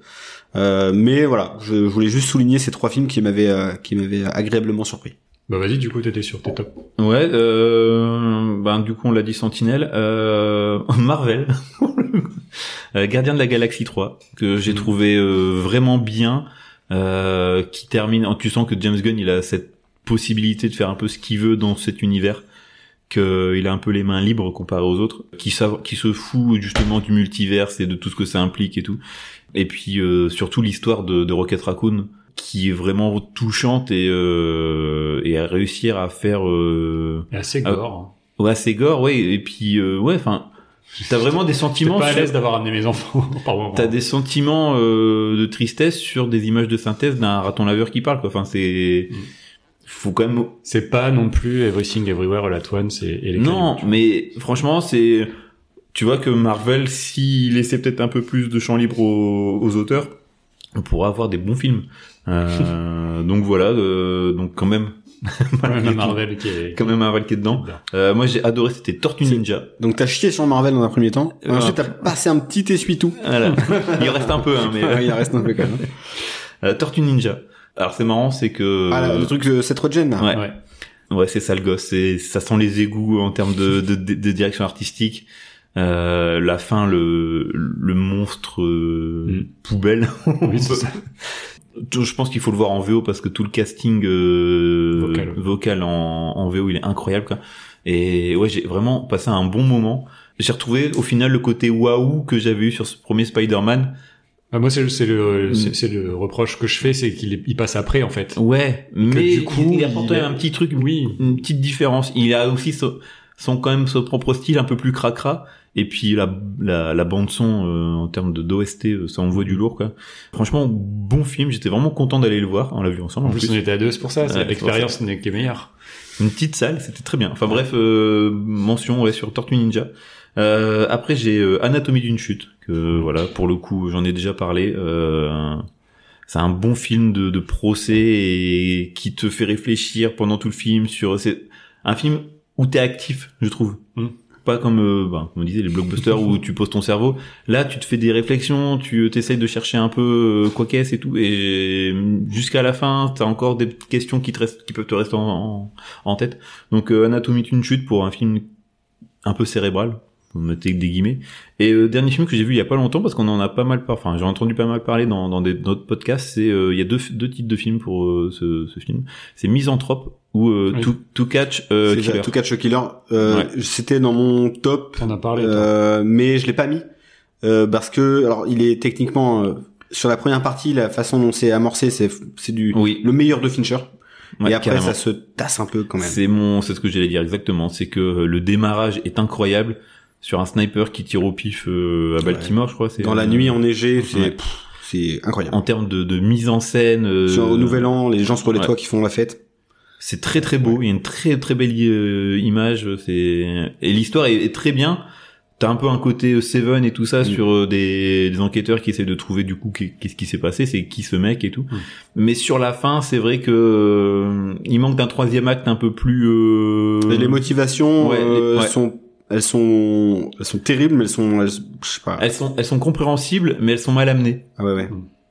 A: Euh, mais voilà, je, je voulais juste souligner ces trois films qui m'avaient euh, qui m'avaient agréablement surpris.
C: Bah vas-y, du coup, t'étais sur tes tops.
B: Ouais, euh, ben du coup on l'a dit Sentinelle, euh, Marvel, Euh, Gardien de la Galaxie 3 que j'ai trouvé euh, vraiment bien, euh, qui termine. Tu sens que James Gunn il a cette possibilité de faire un peu ce qu'il veut dans cet univers, qu'il a un peu les mains libres comparé aux autres, qui savent, qui se fout justement du multivers et de tout ce que ça implique et tout. Et puis euh, surtout l'histoire de, de Rocket Raccoon qui est vraiment touchante et, euh, et à réussir à faire euh,
C: Et assez
B: Ah,
C: gore. hein.
B: ouais assez gore ouais et puis euh, ouais enfin t'as vraiment des
C: J'étais
B: sentiments
C: pas à
B: sur-
C: l'aise d'avoir amené mes enfants par moment.
B: t'as des sentiments euh, de tristesse sur des images de synthèse d'un raton laveur qui parle quoi enfin
C: Mm.
B: c'est faut quand même
C: C'est pas non plus Everything Everywhere All At Once et, et les
B: non mais franchement c'est tu vois que Marvel s'il laissait peut-être un peu plus de champ libre aux, aux auteurs on pourrait avoir des bons films Euh, donc voilà euh, donc quand même
C: Cailloux.
B: malgré
C: Même
B: tout,
C: Marvel qui est...
B: quand même Marvel qui est dedans Euh, moi j'ai adoré c'était Tortue Ninja
A: Donc t'as chié sur Marvel dans un premier temps.
B: Euh,
A: ensuite t'as passé un petit essuie-tout.
B: Voilà. Il reste un peu, hein, mais
A: Ouais, il en reste un peu quand même.
B: Euh, Tortue Ninja. Alors c'est marrant, c'est que
A: Ah, là, le truc euh, cette regen là.
B: Ouais.
C: Ouais.
B: ouais, c'est ça le gosse. C'est ça sent les égouts en termes de de, de- de direction artistique. Euh, la fin, le le monstre euh,
C: Mm.
B: poubelle.
C: Oui, c'est ça.
B: Tout- Je pense qu'il faut le voir en VO parce que tout le casting euh,
C: Vocal.
B: en, en VO il est incroyable quoi. Et ouais, j'ai vraiment passé un bon moment. J'ai retrouvé au final le côté waouh que j'avais eu sur ce premier Spider-Man.
C: Ah, moi, c'est le, c'est le,
B: Mm.
C: c'est- c'est le reproche que je fais, c'est qu'il est- il passe après, en fait.
B: Ouais, mais
C: du coup,
B: il, il apporte
C: il
B: quand même
C: a-
B: un petit truc,
C: Oui.
B: une petite différence. Il a aussi son, son quand même son propre style un peu plus cracra. Et puis la la, la bande son euh, en termes de d'OST, euh, ça envoie du lourd quoi. Franchement, bon film. J'étais vraiment content d'aller le voir. On l'a vu ensemble.
C: En plus, on était à deux, c'est pour ça.
B: Ouais,
C: c'est L'expérience n'est que meilleure.
B: Une petite salle, c'était très bien. Enfin bref, euh, mention ouais, sur Tortue Ninja. Euh, après j'ai euh, Anatomie d'une chute, que voilà, pour le coup j'en ai déjà parlé. Euh, c'est un bon film de, de procès et qui te fait réfléchir pendant tout le film sur... C'est un film où t'es actif, je trouve.
C: Mm.
B: Hmm. Pas comme, euh, bah, comme on disait, les blockbusters où tu poses ton cerveau. Là, tu te fais des réflexions, tu euh, t'essayes de chercher un peu euh, quoi qu'est-ce et tout. Et mm, jusqu'à la fin, t'as encore des petites questions qui, te restent, qui peuvent te rester en- en, en tête. Donc euh, Anatomie d'une chute pour un film un peu cérébral, vous mettez des guillemets. Et euh, dernier film que j'ai vu il y a pas longtemps parce qu'on en a pas mal par, enfin j'ai entendu pas mal parler dans dans des d'autres podcasts, c'est euh, il y a deux deux titres de films pour euh, ce, ce film, c'est Misanthrope ou euh,
C: Oui.
B: to, To Catch euh,
A: C'est
B: Killer.
A: ça, To Catch a Killer. Euh, C'était dans mon top,
C: On a parlé. toi.
A: euh, mais je l'ai pas mis euh, parce que alors il est techniquement euh, sur la première partie la façon dont c'est amorcé c'est c'est du
B: Oui.
A: le meilleur de Fincher
B: Ouais,
A: et après
B: carrément.
A: ça se tasse un peu quand même.
B: C'est mon, c'est ce que j'allais dire exactement. C'est que euh, le démarrage est incroyable sur un sniper qui tire au pif euh, à
A: Ouais.
B: Baltimore, je crois. c'est-
A: Dans la nuit enneigée,
B: euh, Ouais.
A: c'est pff, c'est incroyable.
B: En termes de, de mise en scène, euh,
A: Sur, au Nouvel An, les gens sur les
B: ouais.
A: toits qui font la fête.
B: C'est très très beau. Il y a une très très belle euh, image. C'est et l'histoire est, est très bien. T'as un peu un côté euh, Seven et tout
A: Mm.
B: ça sur euh, des, des enquêteurs qui essayent de trouver du coup qu'est- qu'est-ce qui s'est passé, c'est qui ce mec et tout.
A: Mm.
B: Mais sur la fin, c'est vrai que euh, il manque d'un troisième acte un peu plus. euh,
A: Et les motivations
B: ouais, les-
A: euh,
B: ouais.
A: sont elles sont elles sont terribles, mais elles sont elles, je sais pas.
B: Elles sont elles sont compréhensibles, mais elles sont mal amenées.
A: Ah ouais ouais.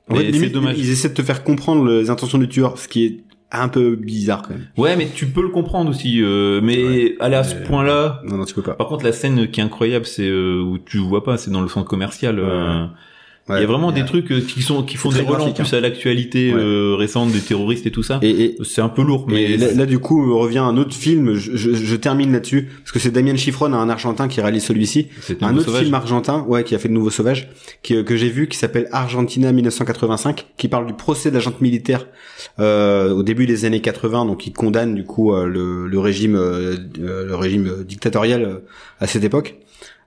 A: En
B: Mais
A: fait,
B: c'est
A: limite,
B: dommage.
A: ils essaient de te faire comprendre les intentions du tueur, ce qui est un peu bizarre quand même.
B: Ouais, mais tu peux le comprendre aussi. euh, mais aller à ce
C: Mais-
B: point-là,
A: Non non, tu peux pas.
B: Par contre, la scène qui est incroyable, c'est euh, où tu vois pas, c'est dans le centre commercial. euh, Il y
A: Ouais.
B: a vraiment des trucs euh, qui sont qui font
A: C'est
B: des
A: très
B: relents en
A: graphique, hein.
B: plus à l'actualité
A: Ouais.
B: euh, récente des terroristes et tout ça.
A: Et, et,
B: C'est un peu lourd, mais
A: et là, là, du coup revient un autre film. Je, je, je termine là-dessus parce que c'est Damien Chiffron, un Argentin, qui réalise celui-ci.
B: c'est
A: Un
B: nouveau
A: autre
B: sauvage.
A: film argentin, ouais, qui a fait de nouveaux sauvages, qui, euh, que j'ai vu, qui s'appelle Argentina 1985, qui parle du procès d'agents militaires euh, au début des années 80, donc qui condamne du coup euh, le, le régime euh, euh, le régime euh, dictatorial euh, à cette époque.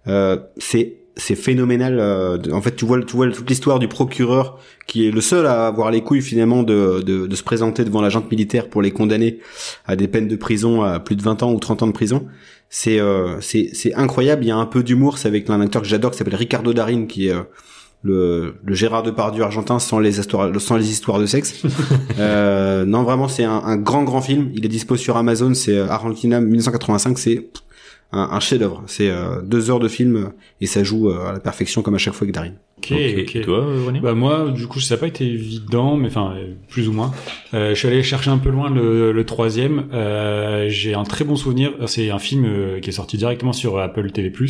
A: Euh, c'est c'est phénoménal. euh, de- en fait, tu vois, tu vois toute l'histoire du procureur qui est le seul à avoir les couilles finalement de, de, de se présenter devant la junte militaire pour les condamner à des peines de prison à plus de 20 ans ou 30 ans de prison. C'est euh, c'est c'est incroyable. Il y a un peu d'humour. C'est avec un acteur que j'adore qui s'appelle Ricardo Darin qui est euh, le, le Gérard Depardieu argentin sans les histoires sans les histoires de sexe. Euh, non, vraiment, c'est un, un grand grand film. Il est dispo sur Amazon. C'est euh, Argentina 1985. C'est un, un chef-d'œuvre. C'est euh, deux heures de film euh, et ça joue euh, à la perfection comme à chaque fois avec Darin.
C: Ok, ok. Bah moi, du coup, ça n'a pas été évident, mais enfin, euh, plus ou moins. Euh, je suis allé chercher un peu loin le, le troisième. Euh, J'ai un très bon souvenir. C'est un film euh, qui est sorti directement sur Apple TV+. et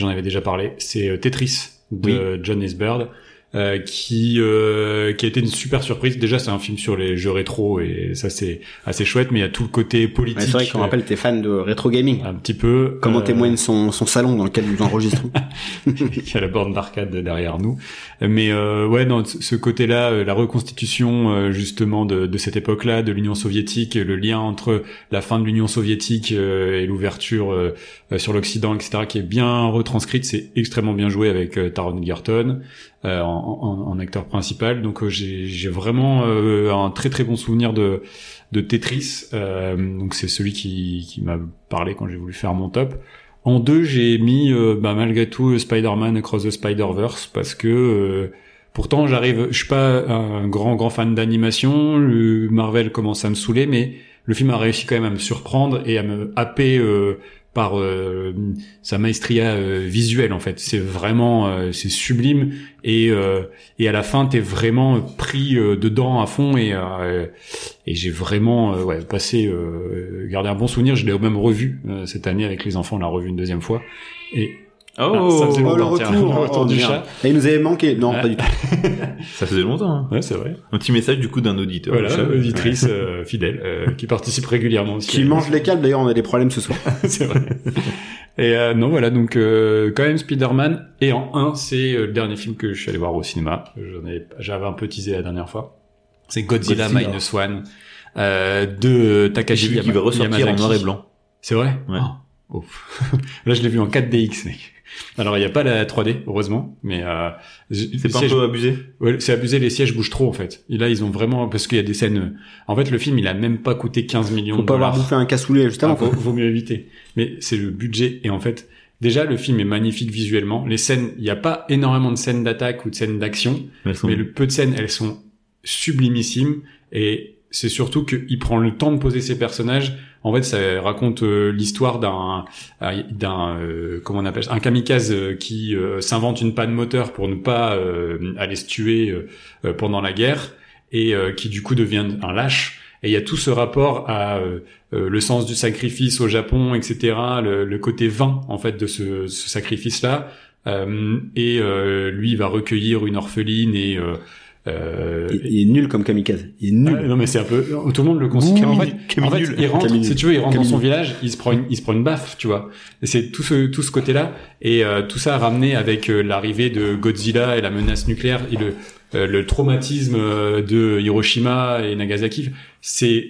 C: J'en avais déjà parlé. C'est euh, Tetris de John S. Baird, euh, qui euh, qui a été une super surprise. Déjà, c'est un film sur les jeux rétro et ça c'est assez chouette. Mais il y a tout le côté politique.
A: Ouais, c'est vrai qu'on rappelle, t'es fan de rétro gaming. hein.
C: Un petit peu.
A: Comment
C: Euh,
A: témoigne son, son salon dans lequel nous enregistrons
C: Il y a la borne d'arcade derrière nous. Mais euh, ouais, dans ce ce côté-là, euh, la reconstitution euh, justement de, de cette époque-là, de l'Union soviétique, le lien entre la fin de l'Union soviétique euh, et l'ouverture euh, euh, sur l'Occident, etc., qui est bien retranscrite, c'est extrêmement bien joué avec euh, Taron Egerton euh, en, en- en acteur principal. Donc euh, j'ai j'ai vraiment euh, un très très bon souvenir de de Tetris. Euh, donc c'est celui qui, qui m'a parlé quand j'ai voulu faire mon top. En deux, j'ai mis euh, bah, malgré tout euh, Spider-Man Across the Spider-Verse parce que euh, pourtant j'arrive, je suis pas un grand grand fan d'animation, le Marvel commence à me saouler, mais le film a réussi quand même à me surprendre et à me happer euh, par euh, sa maestria euh, visuelle en fait. C'est vraiment euh, c'est sublime et euh, et à la fin t'es vraiment pris euh, dedans à fond et euh, et j'ai vraiment euh, ouais passé euh, gardé un bon souvenir. Je l'ai même revu euh, cette année avec les enfants, on l'a revu une deuxième fois et Ah, ça faisait
A: Oh, le
C: longtemps,
A: retour,
C: tiens, le retour
A: oh,
C: du
A: merde.
C: chat.
A: Et il nous avait manqué. Non, pas du tout.
B: Ça faisait longtemps. hein.
C: Ouais, c'est vrai.
B: Un petit message du coup d'un auditeur.
C: Voilà,
B: Je savais.
C: auditrice
B: Ouais.
C: euh, fidèle euh, qui participe régulièrement aussi.
A: Qui mange les câbles. D'ailleurs, on a des problèmes ce soir.
C: c'est vrai. Et euh, non, voilà, donc euh, quand même Spider-Man. Et en 1, c'est euh, le dernier film que je suis allé voir au cinéma. J'en ai- J'avais un peu teasé la dernière fois. C'est Godzilla,
B: Godzilla.
C: Minus One euh, de Takashi
B: J'ai vu qu'il
C: Yama-
B: va ressortir en
C: Yamazaki.
B: noir et blanc.
C: C'est vrai
B: Ouais.
C: Oh, ouf. Là, je l'ai vu en 4DX, mec. Alors, il n'y a pas la 3D, heureusement, mais... Euh,
B: C'est pas un peu abusé
C: Ouais, c'est abusé, les sièges bougent trop, en fait. Et là, ils ont vraiment... Parce qu'il y a des scènes... En fait, le film, il a même pas coûté 15 millions
A: Faut
C: de
A: pas
C: dollars.
A: avoir bouffé un cassoulet juste avant.
C: Ah,
A: quoi.
C: vaut, vaut mieux éviter. Mais c'est le budget. Et en fait, déjà, le film est magnifique visuellement. Les scènes, il n'y a pas énormément de scènes d'attaque ou de scènes d'action.
B: Elles sont-
C: Mais le peu de scènes, elles sont sublimissimes. Et c'est surtout qu'il prend le temps de poser ses personnages. En fait, ça raconte euh, l'histoire d'un, d'un, euh, comment on appelle, ça un kamikaze euh, qui euh, s'invente une panne moteur pour ne pas euh, aller se tuer euh, euh, pendant la guerre et euh, qui du coup devient un lâche. Et il y a tout ce rapport à euh, euh, le sens du sacrifice au Japon, etc. Le, le côté vain en fait de ce, ce sacrifice-là. Euh, et euh, lui il va recueillir une orpheline et euh, euh,
A: Il, il est nul comme kamikaze. Il est
C: ah,
A: nul.
C: non mais c'est un peu tout le monde le considère.
A: Camille-
C: en fait,
A: Camille
C: en fait,
A: nul.
C: il rentre,
A: Camille
C: si
A: nul.
C: tu veux, il rentre
A: Camille
C: dans son
A: nul.
C: village, il se prend une, il se prend une baffe, tu vois. Et C'est tout ce tout ce côté-là et euh, tout ça ramené avec euh, l'arrivée de Godzilla et la menace nucléaire et le euh, le traumatisme euh, de Hiroshima et Nagasaki. C'est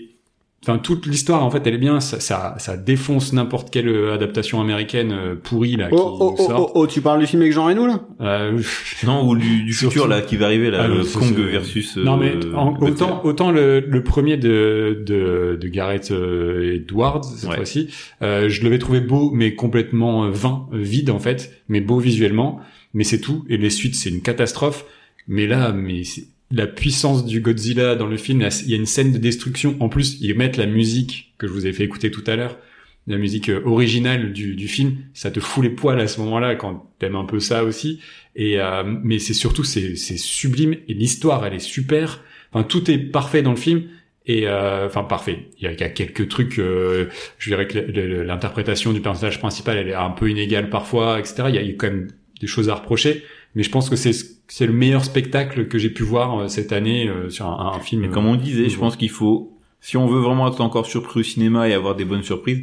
C: Enfin, toute l'histoire, en fait, elle est bien. Ça, ça, ça défonce n'importe quelle euh, adaptation américaine euh, pourrie là qui
A: Oh, oh,
C: nous
A: oh,
C: sort.
A: oh, oh, tu parles du film avec Jean Reno, là?
C: Euh,
B: Non, ou du, du futur
C: Surtout-
B: là qui va arriver là,
C: Ah,
B: le
C: non, c'est-
B: Kong
C: c'est-
B: versus. euh,
C: Non mais en-
B: Godzilla.
C: autant autant le, le premier de de, de Gareth euh, Edwards cette
B: Ouais.
C: fois-ci, euh, je l'avais trouvé beau mais complètement euh, vain, euh, vide en fait, mais beau visuellement, mais c'est tout. Et les suites c'est une catastrophe. Mais là, mais c'est- la puissance du Godzilla dans le film, là, il y a une scène de destruction. En plus, ils mettent la musique que je vous ai fait écouter tout à l'heure. La musique euh, originale du, du film, ça te fout les poils à ce moment-là quand t'aimes un peu ça aussi. Et euh, mais c'est surtout c'est c'est sublime et l'histoire elle est super. Enfin tout est parfait dans le film et euh, enfin parfait. Il y a, il y a quelques trucs. euh, je dirais que le- le- l'interprétation du personnage principal elle est un peu inégale parfois, etc. Il y a, il y a quand même des choses à reprocher. Mais je pense que c'est ce- c'est le meilleur spectacle que j'ai pu voir euh, cette année euh, sur un, un film.
B: Mais comme on disait, je
C: Ouais.
B: pense qu'il faut, si on veut vraiment être encore surpris au cinéma et avoir des bonnes surprises,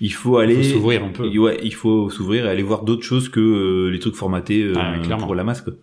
B: il faut aller
C: faut s'ouvrir un peu.
B: Ouais, il faut s'ouvrir et aller voir d'autres choses que euh, les trucs formatés euh,
C: Ah, clairement.
B: pour la masse. quoi.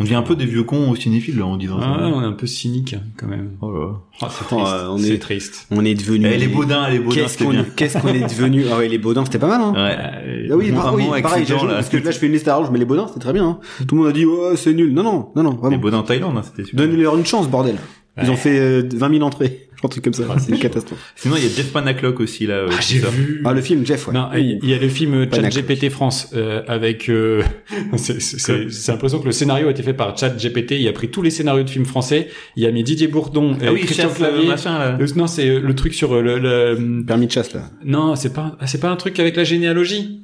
B: On devient un peu des vieux cons aux cinéphiles, là, en disant
C: Ah,
B: ça.
C: on est un peu cynique quand même.
B: Oh là là.
C: Ah, c'est triste.
A: Ah, on
C: C'est
A: est-
C: triste.
A: On est devenu.
B: Eh, les Baudins, les Baudins,
A: Qu'est-ce
B: c'était
A: qu'on
B: bien.
A: qu'est-ce qu'on est, devenu Ah ouais, les Baudins, c'était pas mal, hein.
B: Ouais.
A: Ah oui,
B: Bon,
A: par-
B: vraiment
A: oui, pareil,
B: accident,
A: j'ajoute,
B: là.
A: parce que là je fais une liste à rouge, mais les Baudins, c'était très bien. Hein.
C: Mm.
A: Tout le monde a dit, ouais, c'est nul. Non, non, non, non,
B: Les
A: vraiment.
B: Baudins en Thaïlande, hein, c'était super.
A: Donnez-leur une chance, bordel. Ils ont fait euh, 20 000 entrées, un truc comme ça. c'est une catastrophe.
B: Sinon, il y a Jeff Panaclock aussi, là. euh,
C: Ah,
B: qui
C: j'ai
B: sort.
C: vu.
A: Ah, le film, Jeff, ouais.
C: Non, il il y a le film
A: Pas
C: ChatGPT France euh, avec. euh, c'est- c'est c'est- c'est l'impression que le scénario a été fait par ChatGPT. Il a pris tous les scénarios de films français. Il a mis Didier Bourdon,
B: Ah
C: euh,
B: oui,
C: Christian
B: chef, euh,
C: Clavier.
B: machin, là.
C: Euh, non, c'est euh, le truc sur euh, le. le-
A: Permis de chasse, là.
C: Non, c'est pas. ah, C'est pas un truc avec la généalogie.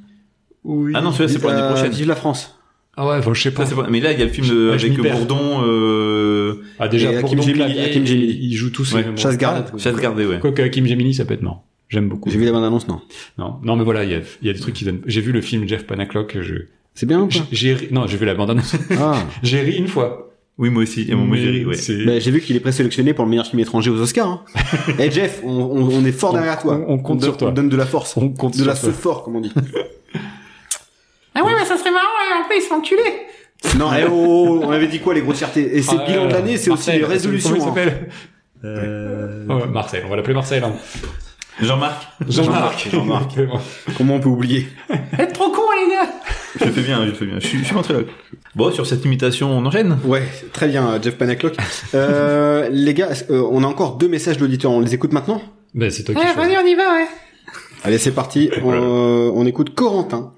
C: Oui.
B: Ah non, celui-là, c'est pour l'année
A: Euh,
B: prochaine.
A: Vive la France.
C: Ah ouais, bon, je sais pas.
B: Ça, c'est pas- Mais là, il y a le film de-
C: Ouais, je
B: avec
C: m'y perds.
B: Bourdon, euh...
C: Ah déjà,
A: Et Hakim
C: Bourdon,
A: Gemini-
C: Clavier,
A: Hakim Gemini.
C: ils jouent tous. euh, Ah,
B: Ouais,
C: les mêmes-
A: Chasse gardée.
B: Chasse gardée, ouais.
C: Quoique Hakim euh, Gemini, ça peut être mort. J'aime beaucoup.
A: J'ai vu la bande annonce, non.
C: Non, non, mais voilà, il y a, il y a des trucs qui donnent. J'ai vu le film Jeff Panaclock. Je.
A: C'est bien ou pas
C: J'ai ri- non, j'ai vu la bande annonce.
A: Ah.
C: j'ai ri une fois.
B: Oui, moi aussi. Et mon moi, j'ai ri, ouais.
C: C'est-
A: Bah, j'ai vu qu'il est présélectionné pour le meilleur film étranger aux Oscars. Hein. Eh Jeff, on, on, on est fort
C: On-
A: derrière toi.
C: on- on compte
A: donne-
C: sur toi.
A: On donne de la force.
C: On compte
A: de
C: sur
A: la
C: toi.
A: feu fort, comme on dit.
I: Ah ouais, mais ça serait marrant, et en plus, ils se font enculer.
A: non, eh, oh, oh, oh, on avait dit quoi les grossièretés Et c'est le
C: Ah,
A: bilan de
C: euh,
A: l'année, c'est aussi
C: Marcel,
A: les résolutions.
C: Comment il
A: hein.
C: s'appelle Euh, Ouais, Marcel, on va l'appeler Marcel. hein.
B: Jean-Marc,
C: Jean-Marc.
B: Jean-Marc.
C: Exactement.
A: Comment on peut oublier
I: Être trop con, les gars.
B: je le fais bien, je le fais bien. Je suis, je suis ventriloque. Bon, sur cette imitation, on enchaîne.
A: Ouais, très bien, Jeff Panaclock. Euh, les gars, est-ce- euh, on a encore deux messages d'auditeurs. On les écoute maintenant
C: Ben, c'est toi qui
I: Eh,
C: choisis.
I: venez, on y va, ouais.
A: Allez, c'est parti. On, euh, on écoute Corentin.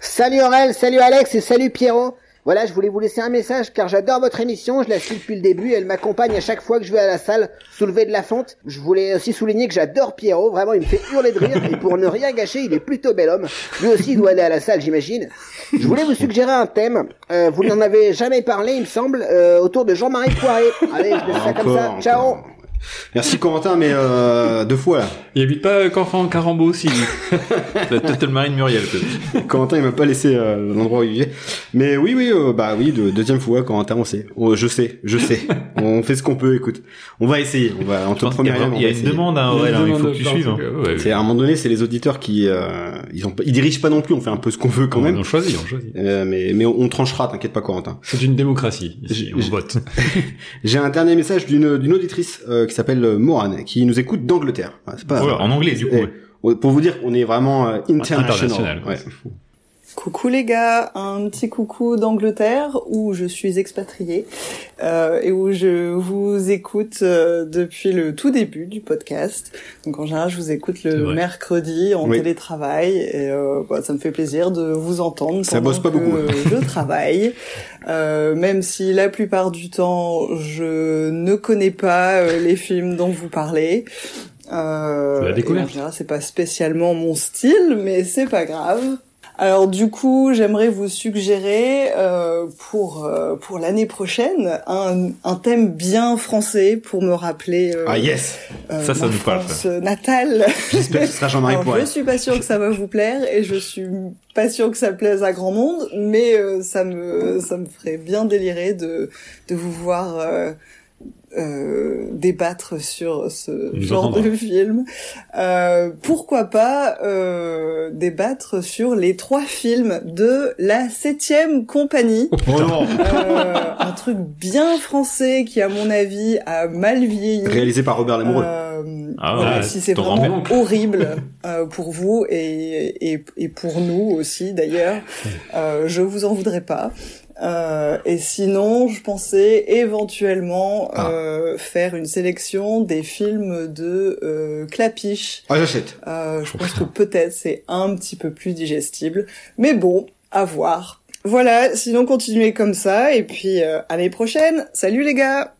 L: Salut Aurel, salut Alex et salut Pierrot. Voilà, je voulais vous laisser un message car j'adore votre émission, je la suis depuis le début, elle m'accompagne à chaque fois que je vais à la salle soulever de la fonte. Je voulais aussi souligner que j'adore Pierrot, vraiment il me fait hurler de rire et pour ne rien gâcher, il est plutôt bel homme. Lui aussi il doit aller à la salle, j'imagine. Je voulais vous suggérer un thème, Euh, vous n'en avez jamais parlé il me semble, euh, autour de Jean-Marie Poiré. Allez, je laisse ça comme ça.
A: Encore,
L: Ciao.
A: encore. Merci Corentin, mais euh, deux fois là.
C: Il habite pas euh, Canfin, Carambeau aussi. lui.
B: La Total Marine Muriel, peut-être.
A: Corentin, il m'a pas laissé euh, l'endroit où il vivait. Mais oui, oui, euh, bah oui, de- deuxième fois, Corentin, on sait. On- je sais, je sais. on fait ce qu'on peut, écoute. On va essayer. On va, en
B: Je
A: toute
B: pense qu'il y
A: première
B: a-
A: ligne, on
B: Il y a
A: va
B: une
A: essayer.
B: demande, hein,
C: Il
B: ouais, là, il
C: demande
B: faut que tu
C: par-
B: suives. hein.
C: Ouais,
A: C'est à un moment donné, c'est les auditeurs qui euh, ils ont ils dirigent pas non plus. On fait un peu ce qu'on veut quand même.
C: On choisit, on choisit.
A: Euh, mais mais on, on tranchera, t'inquiète pas, Corentin.
C: C'est une démocratie. Ici,
A: J'ai-
C: on
A: j'ai-
C: vote.
A: J'ai un dernier message d'une d'une auditrice euh, qui s'appelle euh, Morane, qui nous écoute d'Angleterre. Ouais, c'est pas
B: Voilà, en anglais, du coup.
A: Eh,
B: ouais.
A: pour vous dire qu'on est vraiment euh, international.
C: International.
A: Ouais.
L: Coucou les gars, un petit coucou d'Angleterre où je suis expatriée euh, et où je vous écoute euh, depuis le tout début du podcast. Donc en général, je vous écoute
C: C'est
L: le
C: vrai.
L: mercredi en
A: Oui.
L: télétravail et euh, bah, ça me fait plaisir de vous entendre
A: Ça
L: pendant
A: bosse pas
L: que
A: beaucoup.
L: euh, je travaille. Euh, même si la plupart du temps, je ne connais pas euh, les films dont vous parlez. Euh,
C: C'est la découverte.
L: et en général, c'est pas spécialement mon style, mais c'est pas grave. Alors du coup, j'aimerais vous suggérer euh, pour euh, pour l'année prochaine un, un thème bien français pour me rappeler euh,
A: Ah yes.
L: euh,
B: ça, ça
L: ma
B: nous parle,
L: France natale.
A: J'espère que ce sera Jean-Marie
L: Alors,
A: Poiret.
L: je suis pas sûre que ça va vous plaire et je suis pas sûre que ça plaise à grand monde, mais euh, ça me ça me ferait bien délirer de de vous voir euh, euh, débattre sur ce
C: Nous
L: genre
C: entendre.
L: de film. Euh, pourquoi pas euh, débattre sur les trois films de la septième compagnie.
A: Oh non.
L: Euh, un truc bien français qui, à mon avis, a mal vieilli.
A: Réalisé par Robert Lamoureux.
L: Euh,
B: Ah
L: voilà,
C: ouais,
L: si c'est
C: t'en
L: vraiment
C: rends
L: horrible euh, pour vous et, et, et pour nous aussi d'ailleurs, euh, je vous en voudrais pas. Euh, et sinon, je pensais éventuellement
A: Ah.
L: euh, faire une sélection des films de euh, Clapiche.
A: Ah j'achète.
L: Euh, je pense que peut-être c'est un petit peu plus digestible, mais bon, à voir. Voilà, sinon continuez comme ça et puis euh, à l'année prochaine. Salut les gars.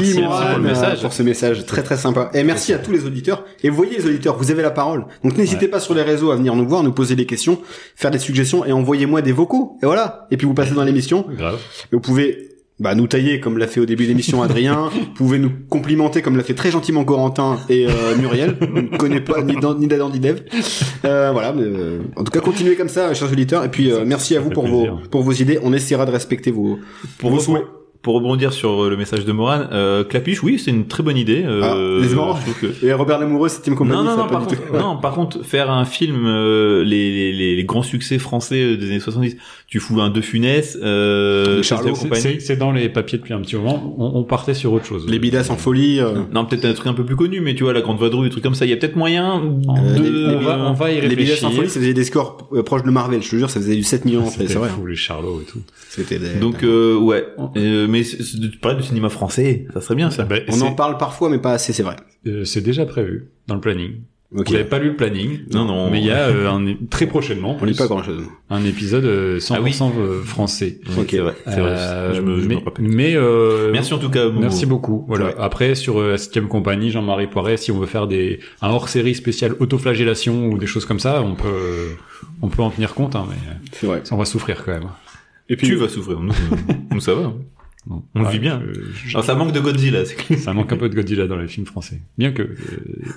B: Merci, merci
A: Morane,
B: pour le
A: euh,
B: message.
A: pour ce message très très sympa. Et merci à tous les auditeurs. Et vous voyez les auditeurs, vous avez la parole. Donc n'hésitez pas sur les réseaux à venir nous voir, nous poser des questions, faire des suggestions et envoyez-moi des vocaux. Et voilà. Et puis vous passez dans l'émission.
C: Grave.
A: Et vous pouvez bah, nous tailler comme l'a fait au début de l'émission Adrien. vous pouvez nous complimenter comme l'a fait très gentiment Corentin et euh, Muriel. On ne connaît pas ni Dan- ni d'Adam ni d'Eve. Euh, voilà. mais, euh, en tout cas, continuez comme ça, chers auditeurs. Et puis euh, merci à vous
C: fait
A: pour
C: plaisir.
A: vos pour vos idées. On essaiera de respecter vos
B: Pour
A: vos
B: vos,
A: souhaits.
B: Pour rebondir sur le message de Morane, euh, Clapiche, oui, c'est une très bonne idée. Euh,
A: Ah, les Morans.
B: je trouve que-
A: Et Robert Lamoureux, c'est Team Company.
B: non, non,
A: ça,
B: non,
A: pas
B: par
A: du
B: contre,
A: tout.
B: non, par contre, faire un film, euh, les, les- les, les grands succès français euh, des années 70, tu fous un De Funès, euh, Charles
C: C'est- c'est- C'est dans les papiers depuis un petit moment. On, on partait sur autre chose. Les
A: bidas Euh, en folie. euh,
B: Non, peut-être un truc un peu plus connu, mais tu vois, la Grande Vadrouille, des trucs comme ça, il y a peut-être moyen
A: Euh,
B: de...
A: les- les-
B: on, va, on va y
A: Les Billets
B: réfléchir.
A: sans folie, ça faisait des scores euh, proches de Marvel, je te jure, ça faisait du 7 millions, c'est
B: C'était
A: vrai. hein.
B: fou, les Charlots et tout.
A: C'était des-
B: Donc, euh, ouais, Euh, mais c'est- c'est- tu parlais du cinéma français, ça serait
C: Ah
B: bien ça.
A: Ah,
C: bah,
A: on en parle parfois, mais pas assez, c'est vrai.
C: Euh, Ben, c'est déjà prévu dans le planning.
A: Ok.
C: Vous n'avez pas lu le planning.
B: Non, non.
C: Mais il y a euh, un é- très prochainement.
A: On lit
C: plus,
A: pas grand-chose.
C: Un épisode euh, 100% euh, français.
B: Oui, c'est vrai, c'est vrai, Ah Euh, je me- je
C: mais,
B: me rappelle.
C: mais, euh,
B: Merci en tout cas, Momo.
C: Merci beaucoup. Voilà.
B: Ouais.
C: Après sur euh, la septième compagnie, Jean-Marie Poiret, si on veut faire des un hors-série spécial autoflagellation ou des choses comme ça, on peut euh, on peut en tenir compte. Hein, mais
A: c'est vrai.
C: On va souffrir quand même.
B: Et puis, tu vas souffrir, nous, euh, nous, ça va. hein. On le vit bien. Alors, ça manque de Godzilla, c'est clair.
C: ah, Ça manque un peu de Godzilla dans les films français. Bien que, euh,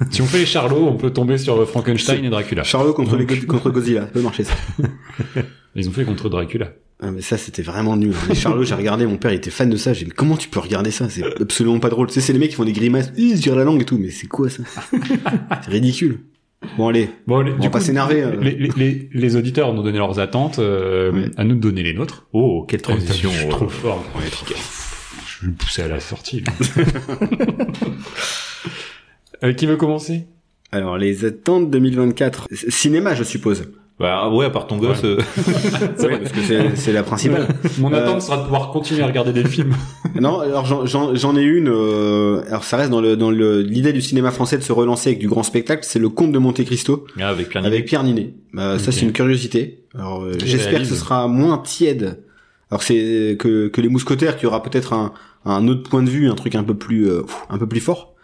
C: si on fait les Charlots, on peut tomber sur euh, Frankenstein et Dracula.
A: Charlot contre, les
C: Donc,
A: Go- contre Godzilla, ça peut marcher ça.
C: Ils ont fait contre Dracula.
A: Ah, mais ça, c'était vraiment nul. Les Charlot, j'ai regardé, mon père il était fan de ça, j'ai dit, mais comment tu peux regarder ça C'est absolument pas drôle. Tu sais, c'est les mecs qui font des grimaces, ils tirent la langue et tout, mais c'est quoi ça C'est ridicule. Bon, allez.
C: Bon, les-
A: On
C: du
A: va pas
C: coup,
A: s'énerver, euh.
C: Les, les- les- les auditeurs nous donnaient leurs attentes, euh, à nous de donner les nôtres.
B: Oh,
A: Ah,
B: quelle
C: transition. Je suis
B: ouais.
C: trop fort. Je vais le pousser à la sortie. Euh, qui veut commencer
A: Alors, les attentes 2024. C- Cinéma, je suppose.
B: Bah ouais, à part ton gosse. euh.
A: C'est vrai, parce que c'est- bah, c'est la principale.
C: Mon
A: Euh,
C: attente sera de pouvoir continuer à regarder des films.
A: Non, alors j'en- j'en j'en ai une. euh, alors ça reste dans le dans le l'idée du cinéma français de se relancer avec du grand spectacle. C'est le Comte de Monte Cristo
B: Ah, avec plein
A: avec Pierre Ninet. Euh, Ça
B: Ok.
A: c'est une curiosité. Alors euh,
B: Qui
A: j'espère que
B: réalise.
A: ce sera moins tiède. Alors c'est que que les mousquetaires qui aura peut-être un un autre point de vue, un truc un peu plus euh, pff, un peu plus fort.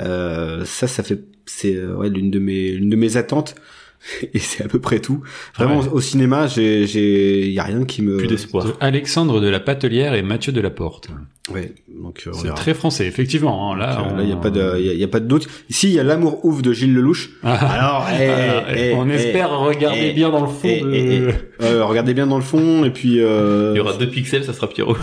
A: Euh, ça ça fait c'est euh, ouais, l'une de mes l'une de mes attentes. Et c'est à peu près tout. Vraiment
C: Ouais.
A: au cinéma, j'ai j'ai y a rien qui me
B: Plus d'espoir.
C: Euh, Alexandre de la Patelière et Mathieu de la Porte.
A: Ouais, donc euh, on
C: C'est
A: verra. euh,
C: très français, effectivement. hein, Là,
A: Là,
C: on-
A: il n'y a pas de, il y, a- y a pas de doute. Si, il y a l'amour ouf de Gilles Lelouch. Alors, eh, eh,
C: Ah. on
A: eh,
C: espère regarder
A: eh,
C: bien dans le fond
A: eh,
C: de...
A: eh, eh. Euh, regardez bien dans le fond, et puis, euh,
B: Il y aura deux pixels, ça sera Pierrot.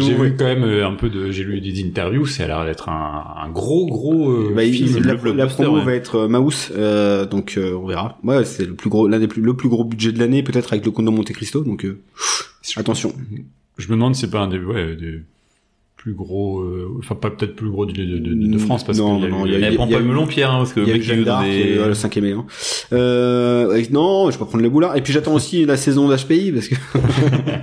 C: j'ai
A: vous voulez.
C: vu quand même euh, un peu de, j'ai lu des interviews, ça a l'air d'être un, un gros gros euh,
A: Bah, il-
C: film.
A: la,
C: Le
A: la
C: blockbuster,
A: promo
C: ouais.
A: va être euh, Maus, euh, donc euh, on verra. Ouais, c'est le plus gros, l'un des plus, le plus gros budget de l'année peut-être avec le compte de Monte Cristo, donc euh, attention.
C: Je me demande si c'est pas un des, ouais, des plus gros, euh, enfin pas peut-être plus gros de, de, de, de France parce
A: Mm, Non,
C: qu'il y a
A: non,
C: eu-
A: il y a eu-
B: Elle prend Eh,
A: y a
B: pas le
A: eu-
B: melon, Pierre, hein, parce que
A: Il
B: le
A: y a eu
B: mec qui
A: Jeanne
B: veut dans
A: d'Arc, il y a eu,
B: des...
A: euh, le cinquième élément. Euh, et non, je vais pas prendre les boulards. Et puis j'attends aussi la saison d'HPI parce que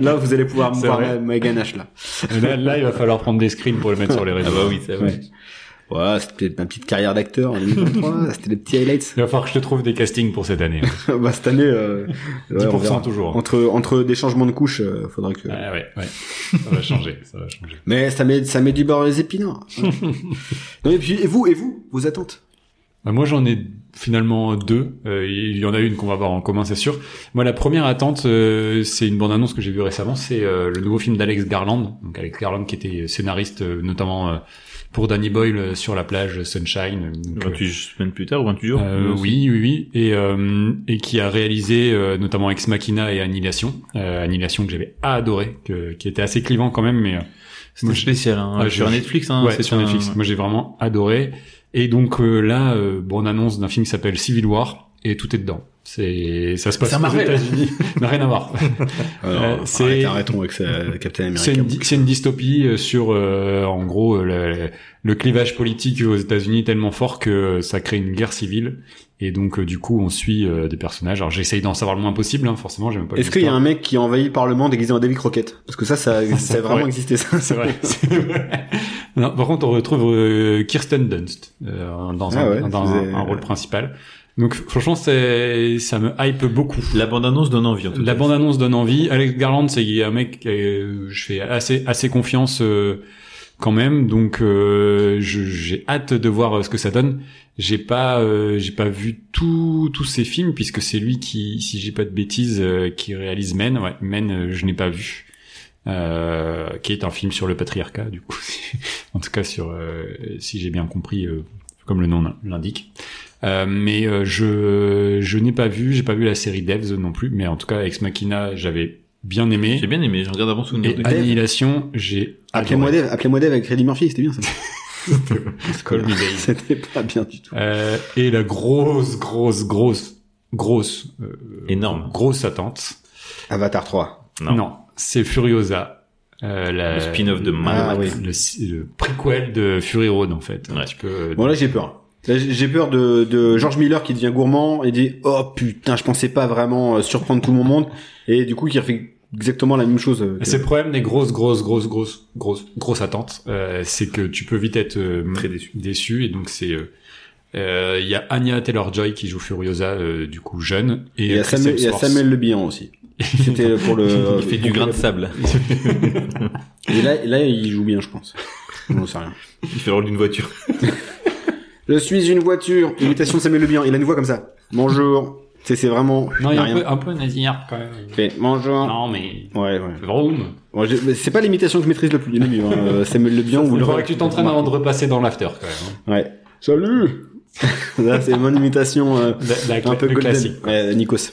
A: là vous allez pouvoir me
C: C'est
A: voir
C: vrai.
A: ma, ma ganache là.
C: Euh, là, là, il va falloir prendre des screens pour les mettre sur les
B: Ah
C: réseaux.
B: bah oui, ça va.
A: Ouais. Voilà, c'était ma petite carrière d'acteur en 2023, là, c'était les petits highlights.
C: Il va falloir que je te trouve des castings pour cette année. hein.
A: bah, cette année, euh, ouais,
C: 10%
A: on verra.
C: toujours.
A: Entre, entre des changements de couches, euh, faudrait que...
C: Ah ouais, ouais. Ça va changer, ça va changer.
A: Mais ça met, ça met du beurre dans les épinards. Ouais. non, et puis, et vous, et vous, vos attentes
C: Bah, moi, j'en ai finalement deux. Euh, il y en a une qu'on va avoir en commun, c'est sûr. Moi, la première attente, euh, c'est une bande-annonce que j'ai vue récemment. C'est euh, le nouveau film d'Alex Garland. Donc, Alex Garland qui était scénariste, euh, notamment euh, pour Danny Boyle euh, sur la plage Sunshine. Donc, euh,
B: 28 semaines plus tard ou 28 jours
C: euh, oui, oui, oui, et, euh, et qui a réalisé euh, notamment Ex Machina et Annihilation, Euh, Annihilation que j'avais adoré, que, qui était assez clivant quand même, mais euh,
B: C'était
C: moi, je-
B: spécial, hein.
C: ah,
B: sur
C: je-
B: Netflix, hein.
C: ouais,
B: c'est
C: sur
B: un-
C: Netflix. Moi, j'ai vraiment adoré. Et donc euh, là, euh, bon, on annonce d'un film qui s'appelle Civil War et tout est dedans. C'est ça se passe
B: C'est un
C: aux
B: Marvel.
C: États-Unis, n'a rien à voir. Euh, c'est-
A: arrête- Arrêtons avec ça, euh, Captain
C: C'est
A: America.
C: une, di- c'est une dystopie euh, sur, euh, en gros, euh, le, le clivage politique aux États-Unis est tellement fort que euh, ça crée une guerre civile. Et donc, euh, du coup, on suit euh, des personnages. Alors, j'essaye d'en savoir le moins possible, hein, forcément, j'aime pas.
A: Est-ce qu'il y a
C: l'histoire.
A: un mec qui a envahi le Parlement déguisé en David Crockett Parce que ça, ça, ça a vraiment
C: Ouais.
A: existé, ça.
C: C'est vrai. c'est vrai. Non, par contre, on retrouve euh, Kirsten Dunst euh, dans,
A: Ah
C: un,
A: ouais,
C: dans
A: je
C: un-
A: faisais-
C: un rôle principal. Donc, franchement, c'est ça me hype beaucoup.
B: La bande-annonce donne envie, en tout
C: La
B: cas.
C: bande-annonce donne envie. Alex Garland, c'est un mec que je fais assez assez confiance euh, quand même, donc euh, je- j'ai hâte de voir euh, ce que ça donne. J'ai pas euh, j'ai pas vu tous tous ses films puisque c'est lui qui, si j'ai pas de bêtises, euh, qui réalise Men. Ouais, Men, euh, je n'ai pas vu. Euh, qui est un film sur le patriarcat, du coup, en tout cas sur, euh, si j'ai bien compris, euh, comme le nom l'indique. Euh, mais euh, je je n'ai pas vu, j'ai pas vu la série Devs non plus, mais en tout cas Ex Machina, j'avais bien aimé.
B: J'ai bien aimé, je regarde avant souvenir.
C: Et Annihilation, j'ai
A: Appelez-moi Dave, appelez-moi Dave avec Freddie Murphy, c'était bien ça.
C: Call me Dave.
A: C'était pas bien du tout.
C: Euh, et la grosse, grosse, grosse, grosse, euh,
B: Énorme.
C: grosse attente.
A: Avatar 3.
B: Non.
C: Non, c'est Furiosa. euh, la-
B: Le spin-off de Mad
A: Ah,
B: Max.
A: oui.
C: le, le prequel de Fury Road en fait. Un
B: Ouais.
C: petit peu. euh,
A: Bon là j'ai peur. Là, j'ai j'ai peur de, de George Miller qui devient gourmand et dit oh putain je pensais pas vraiment euh, surprendre tout mon monde et du coup qui refait exactement la même chose. euh, que-
C: C'est le problème des grosses, grosses, grosses, grosses, grosses, grosses attentes, euh, c'est que tu peux vite être euh,
B: Très déçu.
C: déçu et donc c'est euh, euh, il y a Anya Taylor Joy qui joue Furiosa euh, du coup jeune et
A: Il y a
C: Chris
A: Samuel, il y a
C: Hemsworth.
A: Samuel Le Bihan aussi. C'était pour le.
B: Il fait du grain de sable.
A: Et là, là, il joue bien, je pense. J'en sais rien.
B: Il fait le rôle d'une voiture.
A: Je suis une voiture. Imitation de Samuel Le Bihan. Il a une voix comme ça. Bonjour. C'est c'est vraiment.
C: Non, il y a un
A: rien.
C: peu, un peu nasillarde, quand même.
A: Fait, bonjour.
C: Non mais
A: Ouais, ouais.
C: vroom.
A: Bon, j'ai- mais c'est pas l'imitation que je maîtrise le plus le mieux. hein. Euh, Samuel Le Bihan ou
C: Il
A: le.
C: faudrait que tu t'entraînes avant de repasser dans l'after quand même. hein.
A: Ouais. Salut. Là, c'est mon imitation euh,
C: hein. La- la-
A: un peu
C: le
A: golden.
C: classique.
A: Ouais, euh, Nikos.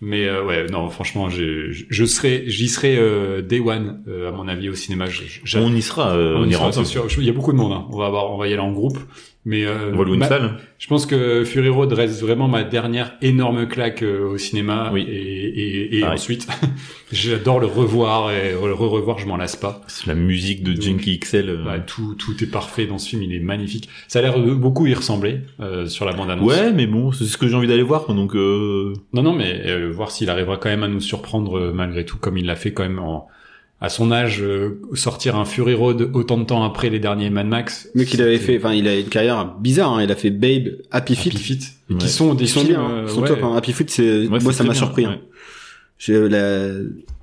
C: Mais euh, ouais, non, franchement, je, je, je serai, j'y serai euh, day one euh, à mon avis au cinéma. Je- je- j'a-
B: On y sera, euh, on,
C: y
B: ira
C: sera, c'est
B: ensemble.
C: sûr. Je- Il y a beaucoup de monde. hein. On va avoir, on va y aller en groupe. Mais euh,
B: On va louer une
C: ma-
B: salle.
C: Je pense que Fury Road reste vraiment ma dernière énorme claque euh, au cinéma.
B: Oui.
C: Et, et, et
B: Pareil.
C: ensuite, j'adore le revoir et le re-revoir. Je m'en lasse pas.
B: C'est la musique de Junkie XL. euh.
C: Bah, tout, tout est parfait dans ce film. Il est magnifique. Ça a l'air de beaucoup y ressembler euh, sur la bande annonce.
B: Ouais, mais bon, c'est ce que j'ai envie d'aller voir, quoi, donc euh,
C: Non, non, mais euh, voir s'il arrivera quand même à nous surprendre euh, malgré tout, comme il l'a fait quand même en- à son âge, euh, sortir un Fury Road autant de temps après les derniers Mad Max.
A: Mais qu'il avait fait.
C: c'était
A: Enfin, il a une carrière bizarre. hein. Il a fait Babe, Happy
C: Happy
A: Feet.
C: Feet, et
B: Ouais.
C: qui sont des
A: Ils sont
C: films,
A: bien, hein.
C: euh,
A: ils sont
C: ouais.
A: top. Hein. Happy Feet, c'est
B: ouais,
A: moi
B: c'est
A: ça
B: très
A: m'a
B: bien,
A: surpris. hein.
B: ouais.
A: J'ai la,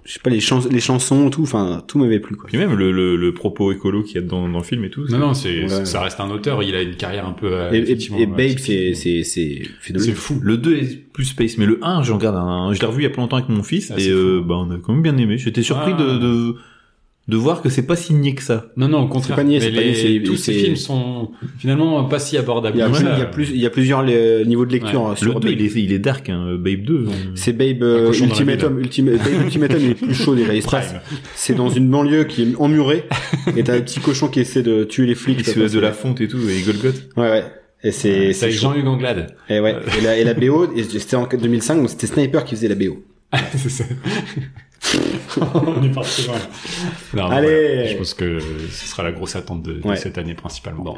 A: je sais pas les chansons, les chansons, tout, enfin tout m'avait plu quoi.
B: Puis même le, le, le propos écolo qu'il y a dans, dans le film et tout.
C: Non, non, c'est,
A: Ouais.
C: ça reste un auteur, il a une carrière un peu... euh,
A: Et, et,
C: effectivement,
A: et
C: euh,
A: Babe, c'est
C: atypique.
A: c'est c'est
C: C'est
A: phénoménal.
C: fou.
B: Le 2 est plus space, mais le 1, j'en garde un. Je l'ai revu il y a pas longtemps avec mon fils
C: Ah,
B: et
C: c'est
B: euh, bah, on a quand même bien aimé. J'étais surpris
C: Ah.
B: de, de de voir que c'est pas si niais que ça.
C: Non, non, au contraire.
A: pas nié,
C: mais
A: c'est pas
C: les-
A: nié, c'est-
C: tous
A: c'est-
C: ces films sont finalement pas si abordables.
A: Il y a,
C: que
A: plus-
C: ça.
A: il y a plus, il y a plusieurs euh, niveaux de lecture
C: Ouais.
A: hein,
B: Le
A: sur
B: 2,
A: Babe.
B: il est, il est dark, hein, Babe 2. euh,
A: C'est Babe euh,
C: Un cochon dans la
A: Ultimatum, Ultima- Babe Ultimatum, il est plus chaud déjà. Il se passe.
C: Prime.
A: C'est dans une banlieue qui est emmurée et t'as un petit cochon qui essaie de tuer les flics.
B: Il se
A: quoi.
B: passe de la fonte et tout, et Golgoth.
A: Ouais ouais. Et
C: C'est
A: c'est c'est
C: Euh, avec
A: chaud.
C: Jean-Hugues Anglade.
A: Et ouais. Et la, et la BO, et c'était en 2005, donc c'était Sniper qui faisait la BO.
C: c'est ça. On est parti loin. Non, mais
A: Allez.
C: voilà, Je pense que ce sera la grosse attente de, de
A: Ouais.
C: cette année principalement.
A: Bon.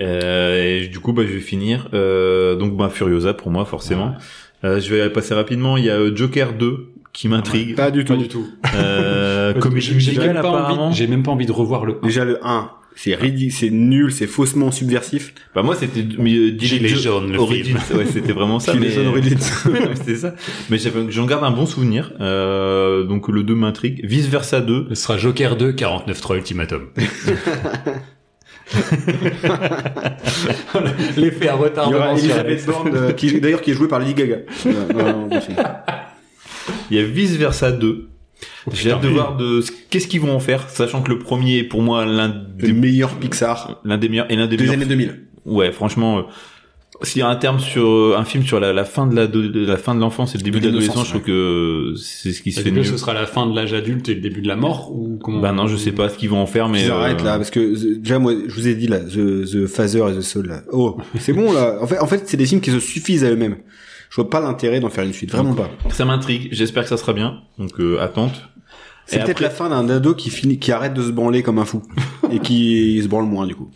B: Euh, et du coup, bah, je vais finir. Euh, donc, bah, Furiosa pour moi, forcément.
C: Ah.
B: Euh, je vais passer rapidement. Il y a euh, Joker 2 qui m'intrigue.
A: Pas du
C: Pas
A: tout.
C: du tout.
B: Euh, comédie
C: J'ai
B: musicale,
C: même, pas
B: apparemment.
C: envie, j'ai même pas envie de revoir le.
A: Déjà le 1, c'est ridicule, c'est nul, c'est faussement subversif.
B: Bah, moi, c'était mais, euh, Gilet
C: Gilet
B: Jo-
C: jaune, le
B: Origins. Ouais, c'était vraiment ça.
A: Gilet
B: mais-
A: jaune Origins.
B: Ouais, non, mais c'était ça. Mais j'avais- j'en garde un bon souvenir. Euh, donc, le 2 m'intrigue. Vice versa 2.
C: Ce sera Joker 2, 49.3 Ultimatum. L'effet à retard
A: Il y aura
C: sur
A: Elisabeth
C: Alex.
A: Borne, euh, qui d'ailleurs qui est jouée par Lady Gaga. Euh, non, non, c'est-
B: Il y a vice versa 2. J'ai
C: putain,
B: hâte de
C: oui.
B: voir de ce- qu'est-ce qu'ils vont en faire, sachant que le premier est pour moi l'un
A: des
B: des,
A: meilleurs Pixar
B: l'un des meilleurs et l'un des
A: des
B: meilleurs
A: années 2000.
B: Ouais, franchement, euh, s'il y a un terme sur euh, un film sur la, la fin de la, de, de la fin de l'enfance et le début de l'adolescence, je trouve que euh, c'est ce qui se
C: Est-ce
B: fait de
C: que
B: mieux.
C: ce sera la fin de l'âge adulte et le début de la mort ou comment
B: Bah non, je sais pas ce qu'ils vont en faire, mais
A: Ils arrêtent
B: euh,
A: là parce que the- déjà moi je vous ai dit là The, the Father et The Soul. Là. Oh, c'est bon là. En fait en fait c'est des films qui se suffisent à eux-mêmes. Je vois pas l'intérêt d'en faire une suite, vraiment pas.
B: ça m'intrigue. J'espère que ça sera bien. Donc euh, attente.
A: C'est
B: Et
A: peut-être
B: après-
A: la fin d'un dado qui finit qui arrête de se branler comme un fou et qui se branle moins du coup.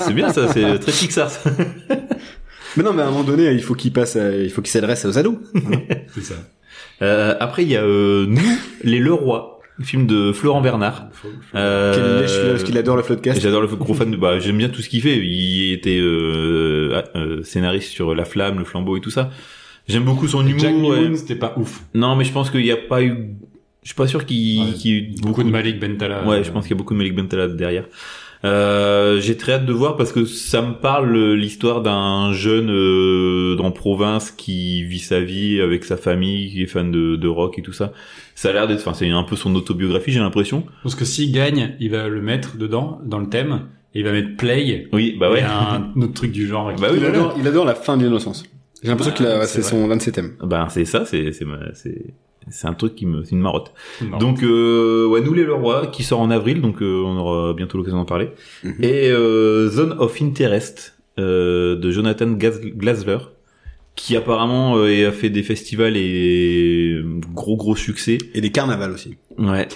B: C'est bien ça, c'est très Pixar. ça.
A: Mais non mais à un moment donné il faut qu'il passe à- il faut qu'il s'adresse aux ados.
C: C'est ça.
B: Euh, après, il y a euh, nous, les Leroy, le film de Florent Bernard. Euh,
A: Quel lèche celui-là, parce qu'il adore le floodcast.
B: J'adore le gros fan de bah j'aime bien tout ce qu'il fait. Il était euh, ah, euh, scénariste sur La Flamme, Le Flambeau et tout ça. J'aime beaucoup son humour.
C: Jack
B: ouais.
C: Newman, c'était pas ouf.
B: Non, mais je pense qu'il n'y a pas eu. Je suis pas sûr qu'il
C: Ouais,
B: qu'il y ait eu
C: Beaucoup de Malik Bentala.
B: Ouais, je pense qu'il y a beaucoup de Malik Bentala derrière. Euh, J'ai très hâte de voir parce que ça me parle euh, l'histoire d'un jeune euh, dans province qui vit sa vie avec sa famille, qui est fan de, de rock et tout ça. Ça a l'air d'être, enfin, c'est un peu son autobiographie, j'ai l'impression.
C: Je pense que s'il gagne, il va le mettre dedans, dans le thème, et il va mettre play.
B: Oui, bah ouais.
C: Et un autre truc du genre.
B: Bah oui,
A: il,
B: voilà.
A: adore, il adore la fin de l'innocence. J'ai l'impression
C: Ah,
A: qu'il a
C: c'est
A: c'est
C: vrai.
B: Bah,
A: son l'un de ses thèmes.
B: Ben c'est ça, c'est c'est ma- c'est c'est un truc qui me, c'est une marotte. Donc, euh, ouais, nous les Leroy, qui sort en avril, donc euh, on aura bientôt l'occasion d'en parler. Et euh, Zone of Interest euh, de Jonathan Gas- Glasler, qui apparemment euh, a fait des festivals et gros gros succès.
A: Et des carnavals aussi.
B: Ouais.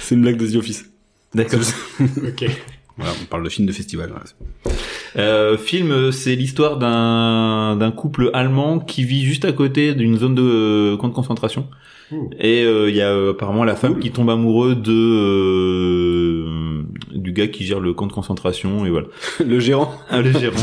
A: C'est une blague de The Office.
B: D'accord.
C: ok.
A: Voilà, on parle de films de festival. voilà, c'est bon.
B: Euh, film, euh, c'est l'histoire d'un d'un couple allemand qui vit juste à côté d'une zone de euh, camp de concentration.
C: Ouh.
B: Et euh, il y a euh, apparemment la femme qui tombe amoureux de euh, du gars qui gère le camp de concentration et voilà.
A: Le gérant.
B: Ah, le gérant.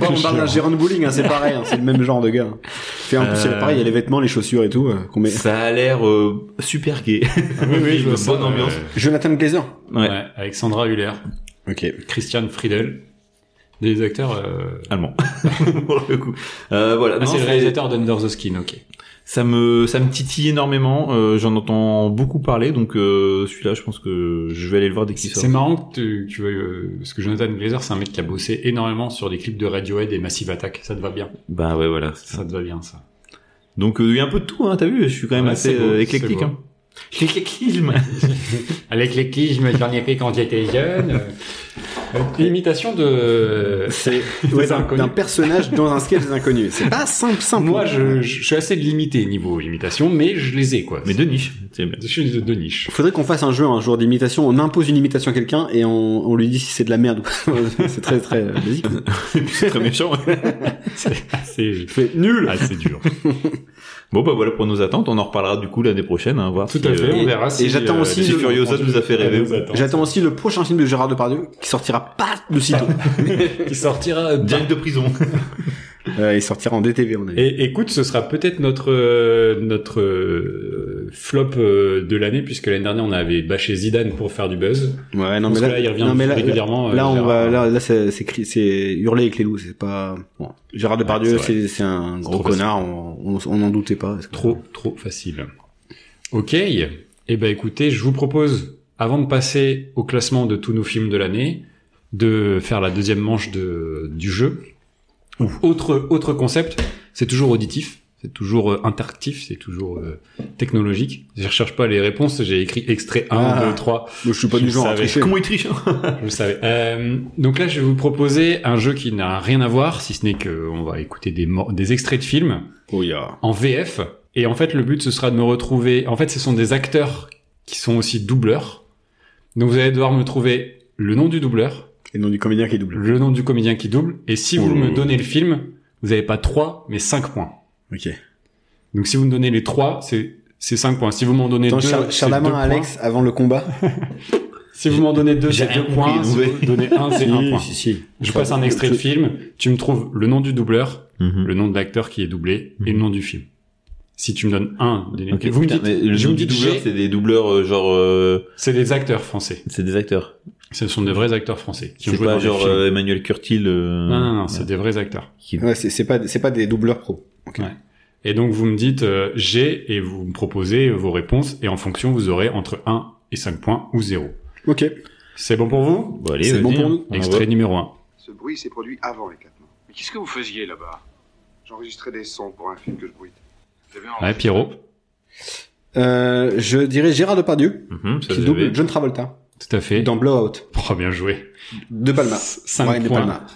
A: Bon, on parle d'un gérant de bowling, hein, c'est pareil, hein, c'est le même genre de gars. Fait, en plus, c'est
B: Euh,
A: pareil, il y a les vêtements, les chaussures et tout. euh, qu'on met.
B: Ça a l'air euh, super gay.
C: oui, oui, je vois
B: bonne
C: ça, ouais.
B: ambiance.
A: Jonathan Glazer.
B: Ouais.
C: Ouais, Alexandra Huller,
A: Ok.
C: Christian Friedel, des acteurs. euh,
B: Allemand. Pour le coup. Euh, voilà.
C: Ah,
B: Non,
C: c'est le
B: c'est-
C: réalisateur d'Under the Skin, ok.
B: Ça me ça me titille énormément. euh, J'en entends beaucoup parler, donc euh, celui-là, je pense que je vais aller le voir dès qu'il sort.
C: C'est marrant que tu, tu veuilles, euh, parce que Jonathan Glazer, c'est un mec qui a bossé énormément sur des clips de Radiohead et Massive Attack. Ça te va bien.
B: Bah ouais, voilà. c'est ça.
C: Ça te va bien, ça.
B: Donc euh, il y a un peu de tout, hein, t'as vu, je suis quand même
C: Ouais,
B: assez
C: c'est beau,
B: euh,
C: c'est
B: éclectique.
C: beau.
B: Hein. L'éclectisme.
C: Avec les clips, j'en ai fait quand j'étais jeune. Imitation de.
A: C'est ouais, d'un
C: inconnus.
A: d'un personnage dans un sketch des inconnus. C'est pas simple, simple.
C: Moi, je, je suis assez limité niveau imitation, mais je les ai, quoi.
B: Mais de niche, c'est bien.
C: Je suis de, de niche.
A: Faudrait qu'on fasse un jeu, un jour d'imitation. On impose une imitation à quelqu'un et on, on lui dit si c'est de la merde. ou pas. c'est très très euh, basique.
B: C'est très méchant. Ah,
C: C'est Ah,
A: Fait nul.
C: assez dur.
B: bon bah voilà pour nos attentes, on en reparlera du coup l'année prochaine, hein, voir
C: Tout
B: si,
C: à fait,
B: euh,
C: on verra si.
A: et j'attends aussi
B: si
A: le-
B: Furiosa nous a fait rêver.
A: J'attends aussi le prochain film de Gérard Depardieu qui sortira pas de sitôt.
C: qui sortira.
B: Direct de prison.
A: Euh, il sortira en DTV, on a dit.
C: Et écoute, ce sera peut-être notre euh, notre euh, flop euh, de l'année puisque l'année dernière on avait bâché Zidane pour faire du buzz.
A: Ouais, non,
C: Parce
A: mais là,
C: que là, il revient
A: non, mais là,
C: régulièrement,
A: Là,
C: euh,
A: on
C: Gérard.
A: va, là, là, c'est, c'est, cri- c'est hurler avec les loups, c'est pas, bon. Gérard Depardieu,
C: Ouais, c'est
A: c'est, c'est un gros
C: trop facile.
A: connard, on, on, on en doutait pas. Est-ce que-
C: Trop trop facile. Ok. Eh ben écoutez, je vous propose avant de passer au classement de tous nos films de l'année de faire la deuxième manche de du jeu. Autre autre concept, c'est toujours auditif, c'est toujours euh, interactif, c'est toujours euh, technologique. Je recherche pas les réponses, j'ai écrit extrait 1
A: Ah.
C: 2 3
A: Moi, je suis pas
C: Je
A: du genre à
C: savais.
A: tricher.
B: Comment il triche hein
C: Je le savais. Euh, donc là, je vais vous proposer un jeu qui n'a rien à voir, si ce n'est qu'on va écouter des, mor- des extraits de films
A: Oh, yeah.
C: en VF. Et en fait, le but, ce sera de me retrouver... En fait, ce sont des acteurs qui sont aussi doubleurs. Donc vous allez devoir me trouver le nom du doubleur,
A: Et non du comédien qui double.
C: le nom du comédien qui double, et si vous
A: Ouh.
C: me donnez le film, vous n'avez pas 3, mais 5 points.
A: Ok.
C: Donc si vous me donnez les 3, c'est... C'est 5 points. Si vous m'en donnez
A: Attends,
C: deux,
A: Char-
C: c'est
A: Charles Lamin
C: deux
A: à
C: points.
A: Alex avant le combat.
C: Si vous m'en donnez deux,
B: J'ai
C: c'est
B: rien
C: deux
B: compris,
C: points. Si vous
B: ouais.
C: me donnez un, c'est un point.
A: Si, si.
C: Je passe un extrait de film, tu me trouves le nom du doubleur,
B: Mhm.
C: le nom de l'acteur qui est doublé et le nom du film. Si tu me donnes un, des-
B: Ok,
C: vous me
B: putain,
C: dites,
B: mais le
C: je
B: nom
C: me
B: du
C: dis
B: doubleur,
C: j'ai-
B: c'est des doubleurs euh, genre, euh,
C: c'est des acteurs français.
B: c'est des acteurs.
C: Ce sont des vrais acteurs français qui ont
B: C'est
C: joué
B: pas
C: dans des
B: genre
C: films.
B: euh, Emmanuel Curtil. euh,
C: non, non, non, c'est des vrais acteurs.
B: qui-
A: Ouais, c'est, c'est pas, c'est pas des doubleurs pro.
C: Et donc vous me dites euh, j'ai et vous me proposez vos réponses et en fonction vous aurez entre 1 et 5 points ou 0.
A: Ok.
C: C'est bon pour vous
B: Bon, allez,
A: C'est
B: vas-y,
A: bon pour
B: hein,
A: nous.
B: on
C: Extrait numéro 1.
G: Ce bruit s'est produit avant l'éclatement. Mais qu'est-ce que vous faisiez là-bas J'enregistrais des sons pour un film que je bruite. Vous avez
C: Ouais, Pierrot,
A: Euh, je dirais Gérard Depardieu,
B: voit. Mhm, ça,
A: qui
B: j'avais.
A: double John Travolta,
C: tout à fait.
A: dans Blowout,
C: Oh, bien joué.
A: de Palma.
C: 5
A: Ouais, de
C: points.
A: Palma.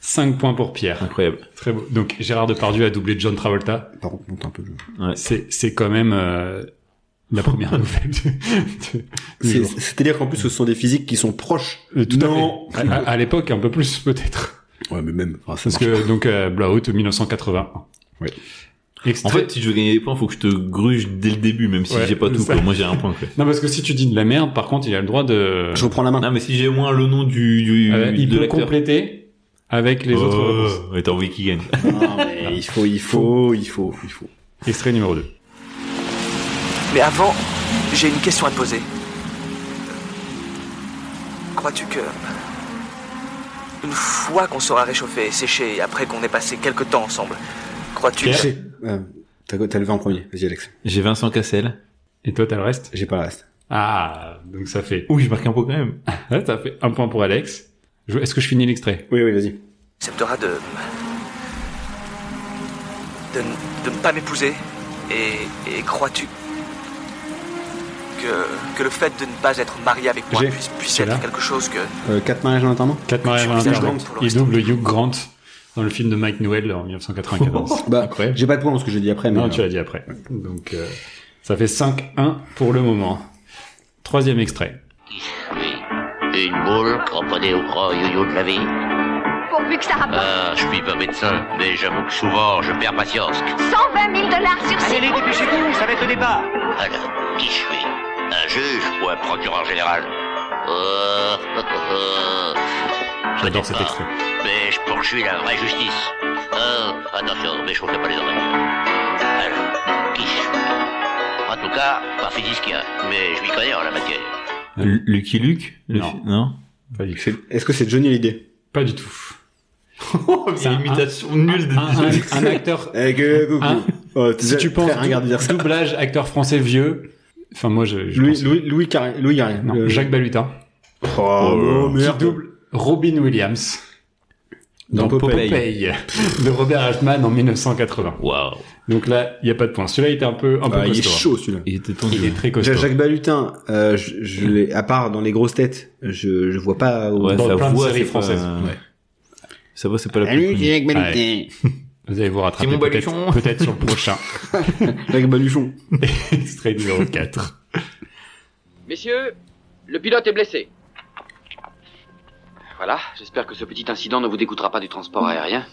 C: 5 points pour Pierre.
B: Incroyable.
C: Très beau. Donc Gérard Depardieu a doublé John Travolta.
A: Pardon, monte un peu. je-
C: C'est, c'est quand même euh, la première nouvelle. de- de- du
A: C'est,
C: jour.
A: c'est-à-dire qu'en plus, ce sont des physiques qui sont proches.
C: Euh, tout à
A: Non.
C: fait. à à- à l'époque, un peu plus peut-être.
A: Ouais, mais même. enfin, ça
C: Parce
A: marche
C: que donc euh, Blowout 1981.
A: Ouais.
B: En
C: Extrait-
B: fait, si je veux gagner des points, faut que je te gruge dès le début, même si
C: Ouais,
B: j'ai pas
C: c'est
B: tout.
C: ça.
B: quoi. Moi, j'ai un point. quoi.
C: non parce que si tu dis de la merde, par contre, il a le droit de.
A: pas. Je reprends la main.
B: Non, mais si j'ai au moins le nom du, du
C: Euh, il
B: de
C: peut
B: l'acteur.
C: compléter avec les autres. réponses.
B: Oh, mais t'as envie qu'il gagne.
A: Non, mais il faut, il faut, il faut, il faut.
C: Extrait numéro 2.
I: Mais avant, j'ai une question à te poser. Crois-tu que. Une fois qu'on sera réchauffé et séché, et après qu'on ait passé quelques temps ensemble, crois-tu que.
A: J'ai- euh, T'as t'as levé en premier. Vas-y, Alex.
B: J'ai Vincent Cassel.
C: Et toi, t'as le reste.
A: J'ai pas le reste.
C: Ah, donc ça fait.
B: Oui, je marque un point quand même.
C: Ah, ça fait un point pour Alex. Je- Est-ce que je finis l'extrait
A: Oui, oui, vas-y.
I: acceptera de. de, de ne pas m'épouser
G: Et, et crois-tu que, que le fait de ne pas être marié avec moi
A: J'ai.
G: puisse, puisse
A: C'est là.
G: être quelque chose que...
A: Euh, quatre mariages en attendant
C: Quatre mariages en
A: Hugh
C: attendant.
A: Grant.
C: Il double Hugh Grant dans le film de Mike Newell en 1994.
A: bah, j'ai pas de point dans ce que j'ai dit après. Mais
C: non,
A: euh,
C: tu l'as dit après. Donc, euh, ça fait 5-1 pour le moment. Troisième extrait.
M: Une boule cramponnée au gros yoyo de la vie.
N: Pourvu que ça rapporte
M: Ah, je suis pas médecin, mais j'avoue que souvent je perds patience.
N: 120 000 dollars sur six mois.
M: dépêchez-vous, ça va être le départ. Alors, qui je suis Un juge ou un procureur général Oh, oh, oh, oh.
C: J'adore cet extrait.
M: Mais je poursuis la vraie justice. Oh, attention, mais je pas les oreilles. Alors, qui je suis En tout cas, pas physicien, mais je m'y connais en la matière.
B: L- Lucky Luke le
C: Non.
B: fi- non
C: Pas du tout.
A: Est-ce que c'est Johnny Hallyday
C: Pas du tout.
B: C'est une imitation nulle de
C: un- un- un acteur- Un- Ah.
A: Oh,
C: si tu penses dou- doublage acteur français vieux, enfin moi je, je
A: Louis,
C: pense-
A: Louis, Louis, Carré- Louis Garret.
C: non,
A: Le-
C: Jacques Balutin
A: Oh, non,
C: qui
A: merde.
C: double Robin Williams
A: Dans
C: dans,
A: Popeye.
C: Popeye, de Robert Altman en 1980.
B: Waouh.
C: Donc là, il y a pas de point. Celui-là il était un peu un peu
A: Ah, il est
C: costaud, hein.
A: chaud, celui-là.
B: Il était hein.
C: Il est très costaud.
A: Ja- Jacques Balutin, euh, je, je l'ai- à part dans les grosses têtes, je, je vois pas. Où...
B: Ouais,
C: Dans
B: sa
C: plein de
B: voix,
C: séries
B: c'est pas-
C: françaises. Ouais.
B: Sa voix, c'est pas la
A: Salut,
B: plus
A: c'est Jacques
B: connue. Ouais.
A: Balutin.
C: Vous allez vous rattraper
B: Simon
C: peut-être
B: Baluchon.
C: peut-être sur le prochain.
A: Jacques Baluchon.
C: Extrait numéro 4.
O: Messieurs, le pilote est blessé. Voilà, j'espère que ce petit incident ne vous dégoûtera pas du transport aérien.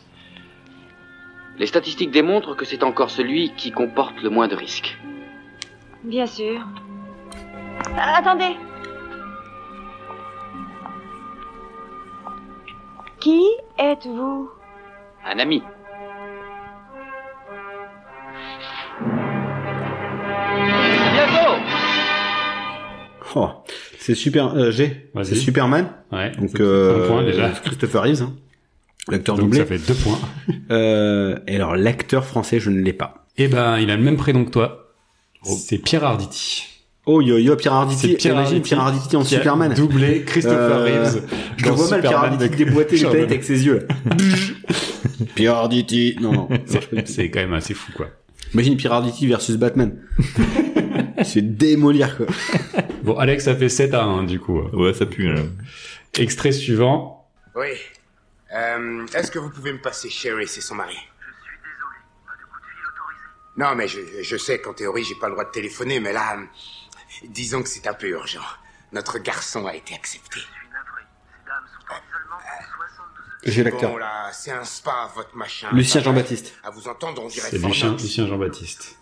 O: Les statistiques démontrent que c'est encore celui qui comporte le moins de risques.
N: Bien sûr. Ah, attendez. Qui êtes-vous
O: Un ami.
A: Oh, c'est super. Euh, G.
C: Vas-y.
A: C'est Superman.
C: Ouais.
A: Donc
C: c'est
A: euh,
C: un point, déjà.
A: Christopher Reeves, hein, l'acteur
C: Donc
A: doublé.
C: ça fait deux points.
A: Euh, et alors l'acteur français, je ne l'ai pas.
C: Eh ben, il a le même prénom que toi. C'est Pierre Arditi.
A: Oh yo yo Pierre Arditi,
C: C'est Pierre
A: imagine
C: Arditi
A: Pierre Arditi en
C: qui a
A: Superman. Euh,
C: doublé Christopher Reeves
A: Je le
C: dans
A: vois mal Pierre
C: Superman
A: Arditi
C: de-
A: déboîter les
C: Charles
A: planètes avec ses yeux. là. Pierre Arditi, non non.
C: C'est- C'est quand même assez fou, quoi.
A: Imagine Pierre Arditi versus Batman. C'est démolir quoi.
C: Bon, Alex, ça fait 7 à 1, du coup.
B: Ouais, ça pue, hein. là.
C: Extrait suivant.
P: Oui. Euh, Est-ce que vous pouvez me passer Sherry, c'est son mari Je suis désolé, pas de coup de fil autorisé. Non, mais je, je sais qu'en théorie, j'ai pas le droit de téléphoner, mais là, hum, disons que c'est un peu urgent. Notre garçon a été accepté.
A: J'ai l'acteur.
P: Bon, là, c'est un spa, votre machin.
A: Lucien
P: Enfin, bref,
A: Jean-Baptiste.
P: À vous entendre, on dirait
C: C'est
P: Fort
C: Lucien,
P: Knox.
C: Lucien Jean-Baptiste.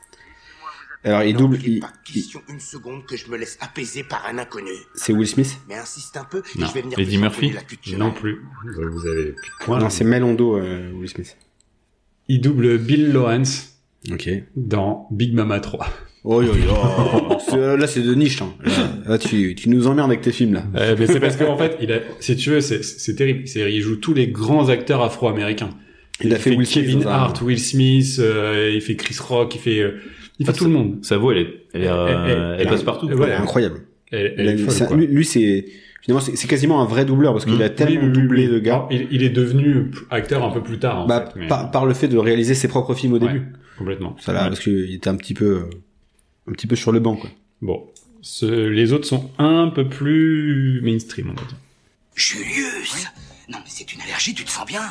A: Alors il double, il-
P: Question une seconde que je me laisse apaiser par un inconnu.
A: c'est Will Smith.
P: Mais insiste un peu, et
A: Non.
P: je vais venir
A: Eddie
P: vous
A: Murphy
P: enlever la queue de cheval.
C: Non plus. Vous- Vous avez plus de points.
A: Non, c'est Melondo euh, Will Smith.
C: Il double Bill Lawrence
A: Ok.
C: dans Big Mama 3.
A: Oh yo yo. C'est- euh, là c'est de niche. Hein. Là, là, tu, tu nous emmerdes avec tes films là.
C: Euh, mais c'est parce qu'en fait, il a, si tu veux, c'est- c'est terrible. C'est- Il joue tous les grands acteurs afro-américains.
A: Il a fait Will Smith
C: Kevin
A: dans un-
C: Hart, Will Smith, euh, il fait Chris Rock, il fait, euh, il fait
A: Ah,
C: tout le monde.
B: Sa voix, elle est, elle, est, euh, elle passe partout.
C: Elle, voilà.
A: Incroyable.
C: elle, elle est
A: Lui,
C: folle,
A: ça-
C: quoi. Mmh.
A: lui, lui, c'est finalement c'est c'est quasiment un vrai doubleur parce qu'il a tellement
C: Oui, oui, oui,
A: doublé
C: oui.
A: de gars.
C: Alors, Il, il est devenu p- acteur un peu plus tard, en
A: bah,
C: fait. mais-
A: par, par le fait de réaliser ses propres films au
C: Ouais,
A: début.
C: Complètement.
A: Ça là, parce qu'il était un petit peu, euh, un petit peu sur le banc, quoi.
C: Bon. Ce- les autres sont un peu plus mainstream, on va dire.
Q: Julius Non mais c'est une allergie, tu te sens bien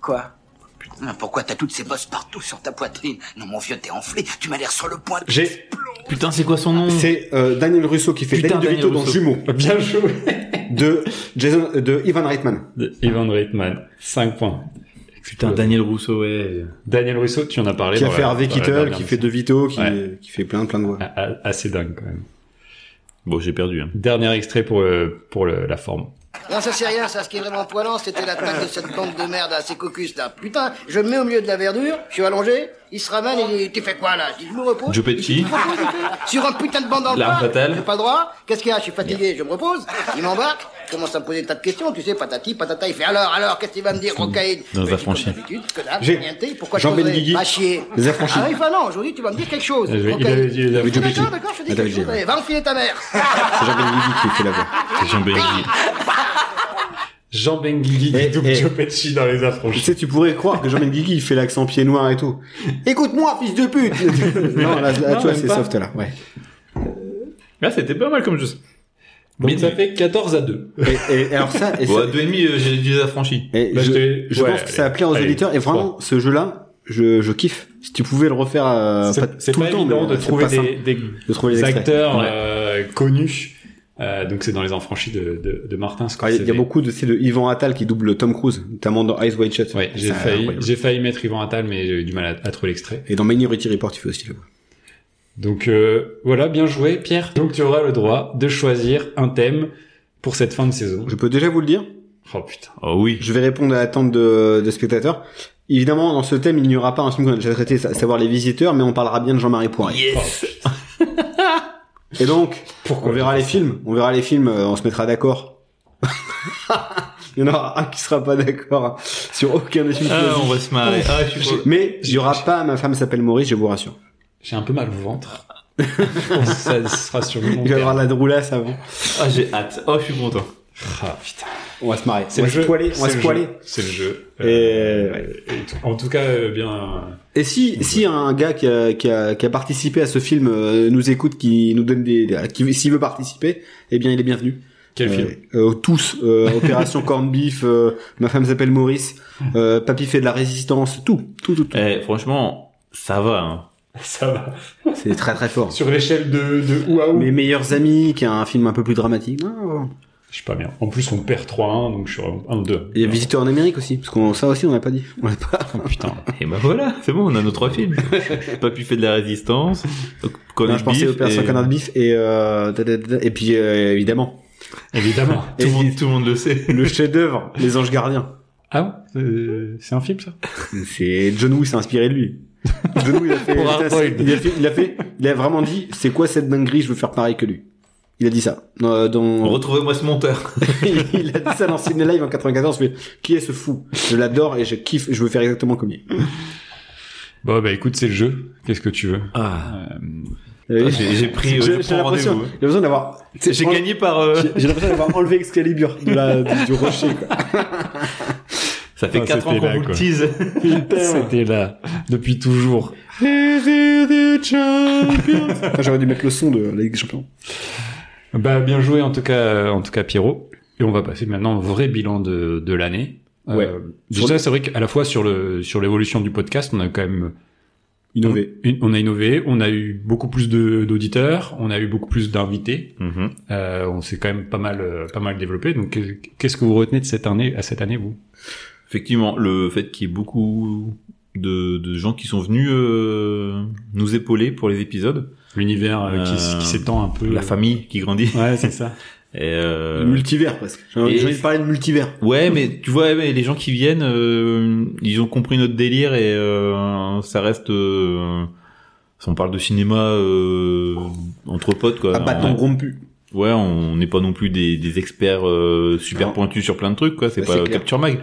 Q: Quoi Putain, pourquoi t'as toutes ces bosses partout sur ta poitrine Non mon vieux, t'es enflé, tu m'as l'air sur le point de...
A: J'ai.
B: Putain, c'est quoi son nom
A: C'est euh, Daniel Russo qui fait
B: Putain,
A: Danny DeVito
B: Daniel
A: dans
B: Russo.
A: Jumeaux
C: Bien joué.
A: de Jason, euh, de Ivan Reitman.
C: De Ivan Reitman. 5 points.
B: Putain, Daniel Rousseau, ouais.
C: Daniel Russo, tu en as parlé.
A: Qui a
C: dans
A: fait
C: la-
A: Harvey
C: bah dans la
A: Keitel,
C: dernière
A: qui fait
C: émission.
A: DeVito, qui,
C: Ouais.
A: qui fait plein, plein de voix.
C: A- a- Assez dingue, quand même.
B: Bon, j'ai perdu. Hein.
C: Dernier extrait pour, euh, pour le- la forme.
R: Non, ça c'est rien, ça. Ce qui est vraiment poilant, c'était l'attaque de cette bande de merde à ces caucus là. Putain, je me mets au milieu de la verdure, je suis allongé, il se ramène et il dit Tu fais quoi là Je dis, Je me repose.
B: Joe Pesci.
R: Il dit, Tu te reposes, il fait Sur un putain de bande en
B: L'arme fatale.
R: J'ai pas le droit. Qu'est-ce qu'il y a Je suis fatigué, je me repose. Il m'embarque, il commence à me poser des tas de questions, tu sais, patati, patata. Il fait Alors, alors, qu'est-ce qu'il va me dire Rocaïne
B: Dans
R: Mais
B: un franchi.
R: comme d'habitude, que dalle,
A: J'ai-
R: rien t'es, Pourquoi
A: Jean
R: je
A: Benguigui.
R: Va chier.
A: Les affranchis.
R: Ah oui, enfin non, aujourd'hui tu vas me dire quelque chose.
C: Euh,
A: Il avait- il
R: Rocaïne.
A: avait dit les affranchis.
R: D'accord, oh, d'accord, je te dis
A: Attends,
R: quelque chose.
A: j'ai-
R: Allez, va enfiler ta mère.
A: C'est Jean Benguigui qui fait la voix.
B: C'est Jean Benguigui.
C: Jean Benguigui
A: Eh,
C: qui double Joe Pesci dans les affranchis.
A: Tu sais, tu pourrais croire que Jean Benguigui, il fait l'accent pied noir et tout. Écoute-moi, fils de pute Non, là, là,
C: Non,
A: tu vois,
C: même
A: c'est
C: pas.
A: soft, là, ouais.
B: Là, Ah, c'était pas mal comme jeu.
C: Donc ça fait 14 à 2.
A: Et, et alors ça, et
B: Bon,
A: ça-
B: à deux et demi, euh, j'ai des affranchis.
A: Et
C: Bah,
A: je je pense que ça va plaire aux auditeurs. Et vraiment, ce jeu-là, je, je kiffe. Si tu pouvais le refaire euh, pas
C: C'est
A: tout
C: pas
A: le temps,
C: évident
A: mais,
C: de
A: euh, c'est
C: trouver
A: pas
C: des,
A: simple
C: des-
A: de trouver les
C: des
A: extraits.
C: acteurs
A: Ouais.
C: euh, connus. Euh, donc c'est dans les enfranchis de, de, de Martin
A: Ah, Il
C: Scorsese.
A: y a beaucoup de, c'est de Yvan Attal qui double Tom Cruise, notamment dans Eyes Wide Shut.
C: Ouais, J'ai
A: Ça,
C: failli,
A: incroyable.
C: j'ai failli mettre Yvan Attal, mais j'ai eu du mal à, à trouver l'extrait.
A: Et dans Minority Report, il fait aussi le
C: Donc euh, voilà, bien joué, Pierre. Donc tu auras le droit de choisir un thème pour cette fin de saison.
A: Je peux déjà vous le dire
C: Oh putain.
B: Oh oui.
A: Je vais répondre à l'attente de, de spectateurs. Évidemment, dans ce thème, il n'y aura pas un film qu'on a déjà traité, sa- savoir les visiteurs, mais on parlera bien de Jean-Marie Poiré. Et donc, on verra les films, on verra les films, euh, on se mettra d'accord. il y en aura un qui sera pas d'accord hein, sur aucun des films.
B: Ah,
A: choisis.
B: on va se marrer. Ah, je suis-
A: Mais il y aura pas ma femme s'appelle Maurice, je vous rassure.
C: J'ai un peu mal au ventre. Je pense que ça sera sur le long
A: Il va y
C: terme.
A: avoir de la droulasse avant.
B: Ah, j'ai hâte. Oh, je suis content.
C: Ah putain.
A: On va se marrer.
C: C'est
A: on
C: le
A: va se
C: jeu.
A: poiler, on va
C: C'est
A: se
C: le
A: poiler.
C: jeu. C'est le jeu. Euh,
A: Et,
C: Et- En tout cas, euh, bien.
A: Et si, si un gars qui a, qui, a, qui a participé à ce film euh, nous écoute, qui nous donne des, des- qui s'il veut participer, eh bien il est bienvenu.
C: Quel
A: Euh,
C: film
A: euh, Tous, euh, Opération Corn Beef, euh, Ma femme s'appelle Maurice, euh, Papy fait de la résistance, tout, tout, tout. tout.
B: Eh, franchement, ça va. Hein.
C: Ça va.
A: C'est très très fort.
C: Sur l'échelle de, de ou à ou.
A: Mes meilleurs amis, qui est un film un peu plus dramatique. Ah, voilà.
C: Je suis pas bien. En plus, on perd 3-1, donc je suis en 1-2.
A: Il y a Visiteur en Amérique aussi, parce qu'on ça aussi on l'a pas dit. On l'a pas.
B: Putain. Et bah voilà, c'est bon, on a nos trois films. Papy fait de la résistance.
A: Non, je pensais Opération Corned Beef et euh, da, da, da, da. et puis euh, évidemment.
C: Évidemment.
B: tout, le monde, tout le monde le sait.
A: Le chef-d'œuvre, Les Anges Gardiens.
C: Ah ouais Euh, C'est un film, ça
A: C'est John Woo s'est inspiré de lui. John Woo il a fait,
C: Pour Hardboiled.
A: il a fait, il a fait, il a vraiment dit, c'est quoi cette dinguerie, je veux faire pareil que lui. Il a dit ça. euh, Dans, dans-
B: Retrouvez-moi ce monteur.
A: il a dit ça dans Sydney Live en 94. Je fais, qui est ce fou Je l'adore et je kiffe. Je veux faire exactement comme lui.
C: Bon, bah écoute, c'est le jeu. Qu'est-ce que tu veux
B: Ah.
A: Euh,
B: j'ai- j'ai pris, euh, je
A: J'ai
B: prends
A: j'ai l'impression,
B: rendez-vous.
A: j'ai l'impression d'avoir.
B: J'ai gagné par, euh,
A: J'ai j'ai l'impression d'avoir enlevé Excalibur de la, du, du rocher. Quoi.
B: Ça fait
C: Ah,
B: quatre ans
C: c'était
B: qu'on
C: là,
B: vous le
C: quoi.
B: tease.
C: C'était là. Depuis toujours.
A: Enfin, J'aurais dû mettre le son de la Ligue des Champions.
C: Bah bien joué en tout cas, euh, en tout cas Pierrot. Et on va passer maintenant au vrai bilan de, de l'année. Euh,
A: Ouais.
C: déjà, c'est vrai qu'à la fois sur le sur l'évolution du podcast, on a quand même
A: Innové.
C: On, on a innové, on a eu beaucoup plus de- d'auditeurs, on a eu beaucoup plus d'invités.
B: Mhm.
C: Euh, on s'est quand même pas mal euh, pas mal développé. Donc euh, qu'est-ce que vous retenez de cette année à cette année vous
B: Effectivement, le fait qu'il y ait beaucoup de, de gens qui sont venus euh, nous épauler pour les épisodes.
C: L'univers euh, qui,
B: Euh,
C: qui s'étend un peu.
B: La famille qui grandit.
C: Ouais, c'est ça.
B: Et, euh,
A: Le multivers presque. J'ai envie
B: et-
A: j'ai envie de parler de
C: Euh,
A: multivers.
B: Ouais, mais tu vois, ouais, les gens qui viennent, euh, ils ont compris notre délire et euh, ça reste. euh, si on parle de cinéma euh, entre potes, quoi.
A: À bâton
B: On-
A: rompu.
B: Ouais, on n'est pas non plus des, des experts euh, super
A: Non.
B: pointus sur plein de trucs, quoi. C'est
A: Bah,
B: pas
A: c'est
B: euh,
A: clair.
B: Capture Mag.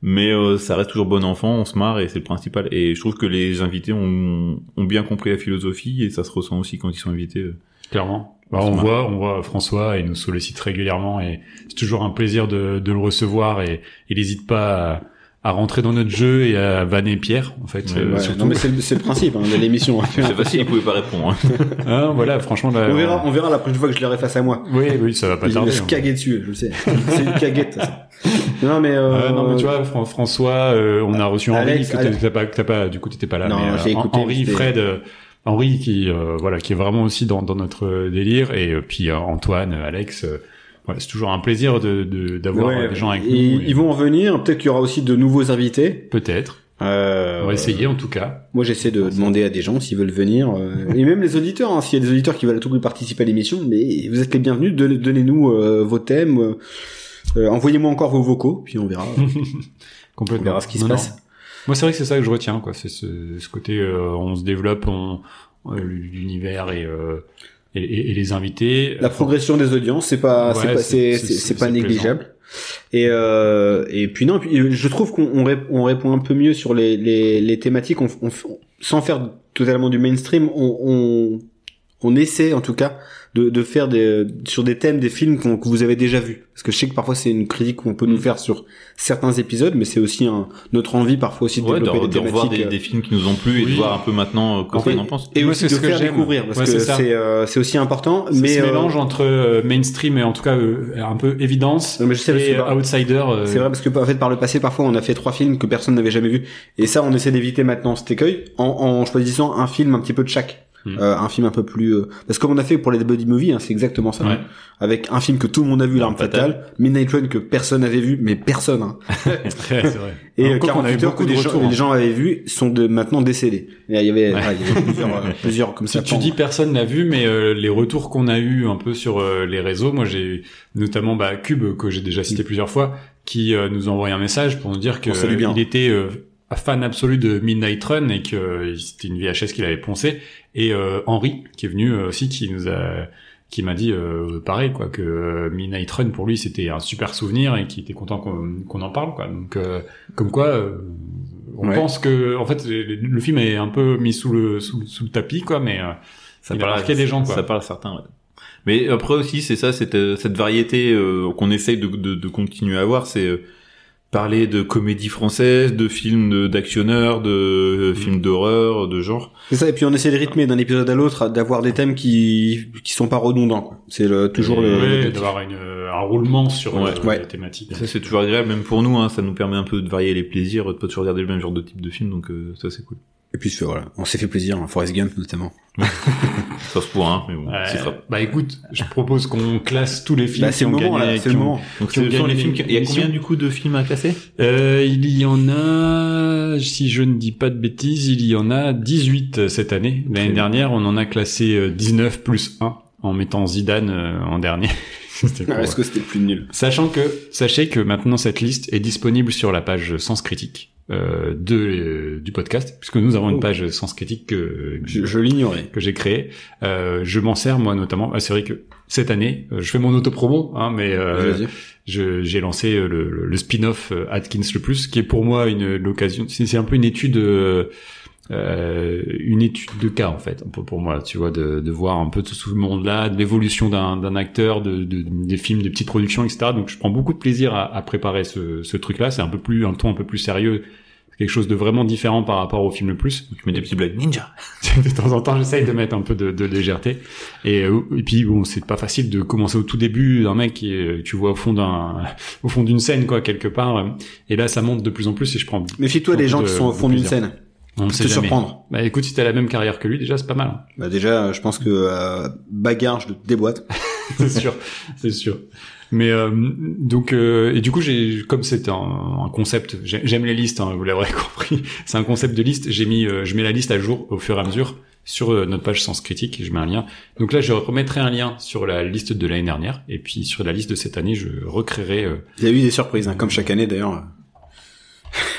B: Mais euh, ça reste toujours bon enfant, on se marre et c'est le principal. Et je trouve que les invités ont, ont bien compris la philosophie et ça se ressent aussi quand ils sont invités. euh.
C: Clairement. Bah, on
B: Smart.
C: voit, on voit François, il nous sollicite régulièrement et c'est toujours un plaisir de, de le recevoir et il n'hésite pas à, à rentrer dans notre jeu et à vanner Pierre, en fait. euh,
A: Ouais,
C: surtout.
A: non mais c'est le, c'est le principe hein, de l'émission.
B: C'est facile, ils pouvaient pas répondre. hein.
C: Hein, voilà, franchement, là,
A: On verra, on verra la prochaine fois que je l'aurai face à moi.
C: Oui, oui, ça va pas
A: Il va
C: tarder.
A: se
C: hein.
A: caguer dessus, je le sais. C'est une caguette. ça. Non mais
C: Euh,
A: euh,
C: non, mais tu vois, Fran- François, euh, on a reçu Henri,
A: Alex,
C: que t'as-
A: Alex.
C: que t'as pas, que t'as pas, du coup, t'étais pas là.
A: Non,
C: mais, euh,
A: j'ai écouté,
C: Henri,
A: c'était-
C: Fred, euh, Henri qui, euh, voilà, qui est vraiment aussi dans, dans notre euh, délire et euh, puis euh, Antoine, euh, Alex, euh, voilà, c'est toujours un plaisir de, de- d'avoir
A: ouais,
C: euh, des gens avec
A: et
C: nous. et-
A: Ils vont en venir. Peut-être qu'il y aura aussi de nouveaux invités.
C: Peut-être.
A: Euh,
C: On va essayer en tout cas.
A: Moi, j'essaie de demander à des gens s'ils veulent venir, euh, et même les auditeurs. hein, S'il y a des auditeurs qui veulent à tout prix participer à l'émission, mais vous êtes les bienvenus. Donne- Donnez-nous euh, vos thèmes. euh, euh, Envoyez-moi encore vos vocaux, puis on verra.
C: Complètement.
A: On verra ce qui se passe.
C: Moi, c'est vrai que c'est ça que je retiens, quoi. C'est ce, ce côté, euh, on se développe, on, euh, l'univers et, euh, et, et- et les invités.
A: La progression des audiences, c'est pas, c'est
C: Ouais,
A: pas,
C: c'est-
A: c'est,
C: c'est-
A: c'est-
C: c'est
A: c'est pas
C: plaisant.
A: négligeable. Et euh, et puis non, et puis je trouve qu'on on rép- on répond un peu mieux sur les les, les thématiques. On, f- on f- sans faire totalement du mainstream, on, on on essaie en tout cas de, de faire des, sur des thèmes des films qu'on- que vous avez déjà vus. Parce que je sais que parfois c'est une critique qu'on
C: Mm.
A: peut nous faire sur certains épisodes, mais c'est aussi un, notre envie parfois aussi de
B: Ouais, de,
A: développer
B: de
A: des thématiques.
B: revoir des,
A: euh,
B: des films qui nous ont plu et de
A: oui.
B: voir un peu maintenant euh,
A: en
B: qu'est-ce
A: fait,
B: qu'on en pense.
A: Et aussi de faire découvrir, parce
C: Ouais,
A: que
C: c'est ça.
A: c'est euh, c'est aussi important.
C: C'est
A: mais
C: ce
A: euh,
C: mélange entre euh, mainstream et en tout cas euh, un peu évidence et euh, outsider. euh,
A: bah, C'est vrai parce que en fait par le passé parfois on a fait trois films que personne n'avait jamais vu et ça on essaie d'éviter maintenant cet écueil en, en choisissant un film un petit peu de chaque.
C: Hmm.
A: Euh, un film un peu plus euh, parce que comme on a fait pour les buddy movies hein, c'est exactement ça
B: Ouais.
A: avec un film que tout le monde a vu l'arme fatale, Midnight Run que personne n'avait vu mais personne hein.
C: c'est vrai.
A: et
C: Alors,
A: euh,
C: quoi qu'on a eu
A: 48 heures
C: beaucoup
A: que
C: de
A: des gens,
C: retours, hein.
A: les gens avaient vu sont de, maintenant décédés Et euh, il y avait, ouais, il y avait plusieurs, euh, plusieurs comme
C: tu,
A: ça
C: Tu dis personne n'a vu, mais euh, les retours qu'on a eu un peu sur euh, les réseaux, moi j'ai eu notamment bah, Cube que j'ai déjà
A: Mm.
C: cité plusieurs fois, qui euh, nous envoyait un message pour nous dire que
A: On salue Oh, bien.
C: il était euh, fan absolu de Midnight Run et que euh, c'était une VHS qu'il avait poncée. Et euh, Henri qui est venu euh, aussi, qui nous a qui m'a dit euh, pareil quoi que euh, Midnight Run pour lui c'était un super souvenir et qu'il était content qu'on qu'on en parle quoi donc euh, comme quoi euh, on
B: Ouais.
C: pense que en fait le film est un peu mis sous le sous, le- sous le tapis quoi mais euh,
B: ça
C: il
B: parle
C: a
B: à-
C: marqué des gens quoi
B: Ça parle à certains. ouais. Mais après aussi, c'est ça, cette, euh, cette variété euh, qu'on essaye de, de, de continuer à avoir, c'est euh, parler de comédie française, de films de- d'actionneurs, de, euh, films d'horreur, de genre.
A: C'est ça, et puis on essaie de rythmer d'un épisode à l'autre, d'avoir des thèmes qui qui sont pas redondants. quoi. C'est le, toujours le.
C: Ouais,
A: l'objectif.
C: d'avoir une, euh, un roulement sur euh,
B: Ouais.
C: la thématique
B: Ça c'est toujours agréable, même pour nous, hein, ça nous permet un peu de varier les plaisirs, de pas toujours regarder le même genre de type de film, donc euh, ça c'est cool.
A: Et puis voilà, on s'est fait plaisir, hein, Forrest Gump notamment.
B: Sauf pour un, mais bon,
C: Ouais.
B: c'est frappe.
C: bah écoute je propose qu'on classe tous les films
B: Bah, c'est
C: qui
B: le
C: ont
B: moment,
C: gagné
B: là, c'est
C: qui
B: le
C: ont-
B: moment. Donc,
C: qui ont
B: ce sont
C: gagné
B: les films qui- il y a
C: l'émission.
B: combien, du coup, de films à classer
C: Euh, il y en a, si je ne dis pas de bêtises, il y en a 18 cette année. L'année dernière, on en a classé euh, 19 plus 1 en mettant Zidane euh, en dernier. C'était pour,
A: Ah,
C: euh,
A: Est-ce que c'était le plus nul
C: Sachant que, sachez que maintenant cette liste est disponible sur la page Sens Critique euh, de, euh, du podcast, puisque nous avons
A: Oh.
C: une page Sens Critique que
A: je, l'ignorais,
C: que j'ai créée. Euh, je m'en sers moi notamment. Ah, c'est vrai que cette année, euh, je fais mon autopromo, hein, mais euh,
A: Vas-y, vas-y.
C: je- j'ai lancé euh, le, le- le spin-off euh, Atkins le plus, qui est pour moi une l'occasion. C'est c'est un peu une étude. euh, euh, une étude de cas en fait un peu pour moi tu vois de, de voir un peu tout ce monde là de l'évolution d'un d'un acteur de, de- des films des petites productions etc donc je prends beaucoup de plaisir à, à préparer ce, ce truc là c'est un peu plus un ton un peu plus sérieux C'est quelque chose de vraiment différent par rapport au film le plus
B: tu mets des petits blagues ninja
C: de temps en temps j'essaye de mettre un peu de, de légèreté et, euh, et puis bon c'est pas facile de commencer au tout début d'un mec qui est, tu vois au fond d'un au fond d'une scène quoi quelque part euh. et là ça monte de plus en plus et je prends
A: Méfie-toi des
C: beaucoup
A: gens
C: de-
A: qui sont au
C: de
A: fond d'une
C: plaisir.
A: scène.
C: on ne
A: Te
C: sait jamais.
A: surprendre.
C: bah écoute si t'as la même carrière que lui déjà c'est pas mal hein.
A: Bah déjà, je pense que euh, bagarre, je te déboîte.
C: c'est sûr, c'est sûr. Mais euh, donc euh, et du coup j'ai comme c'est un, un concept j'ai- j'aime les listes hein, vous l'aurez compris c'est un concept de liste j'ai mis euh, je mets la liste à jour au fur et à mesure sur euh, notre page Sens Critique et je mets un lien donc là je remettrai un lien sur la liste de l'année dernière et puis sur la liste de cette année je recréerai euh,
A: Il y a eu des surprises, hein, comme chaque année d'ailleurs.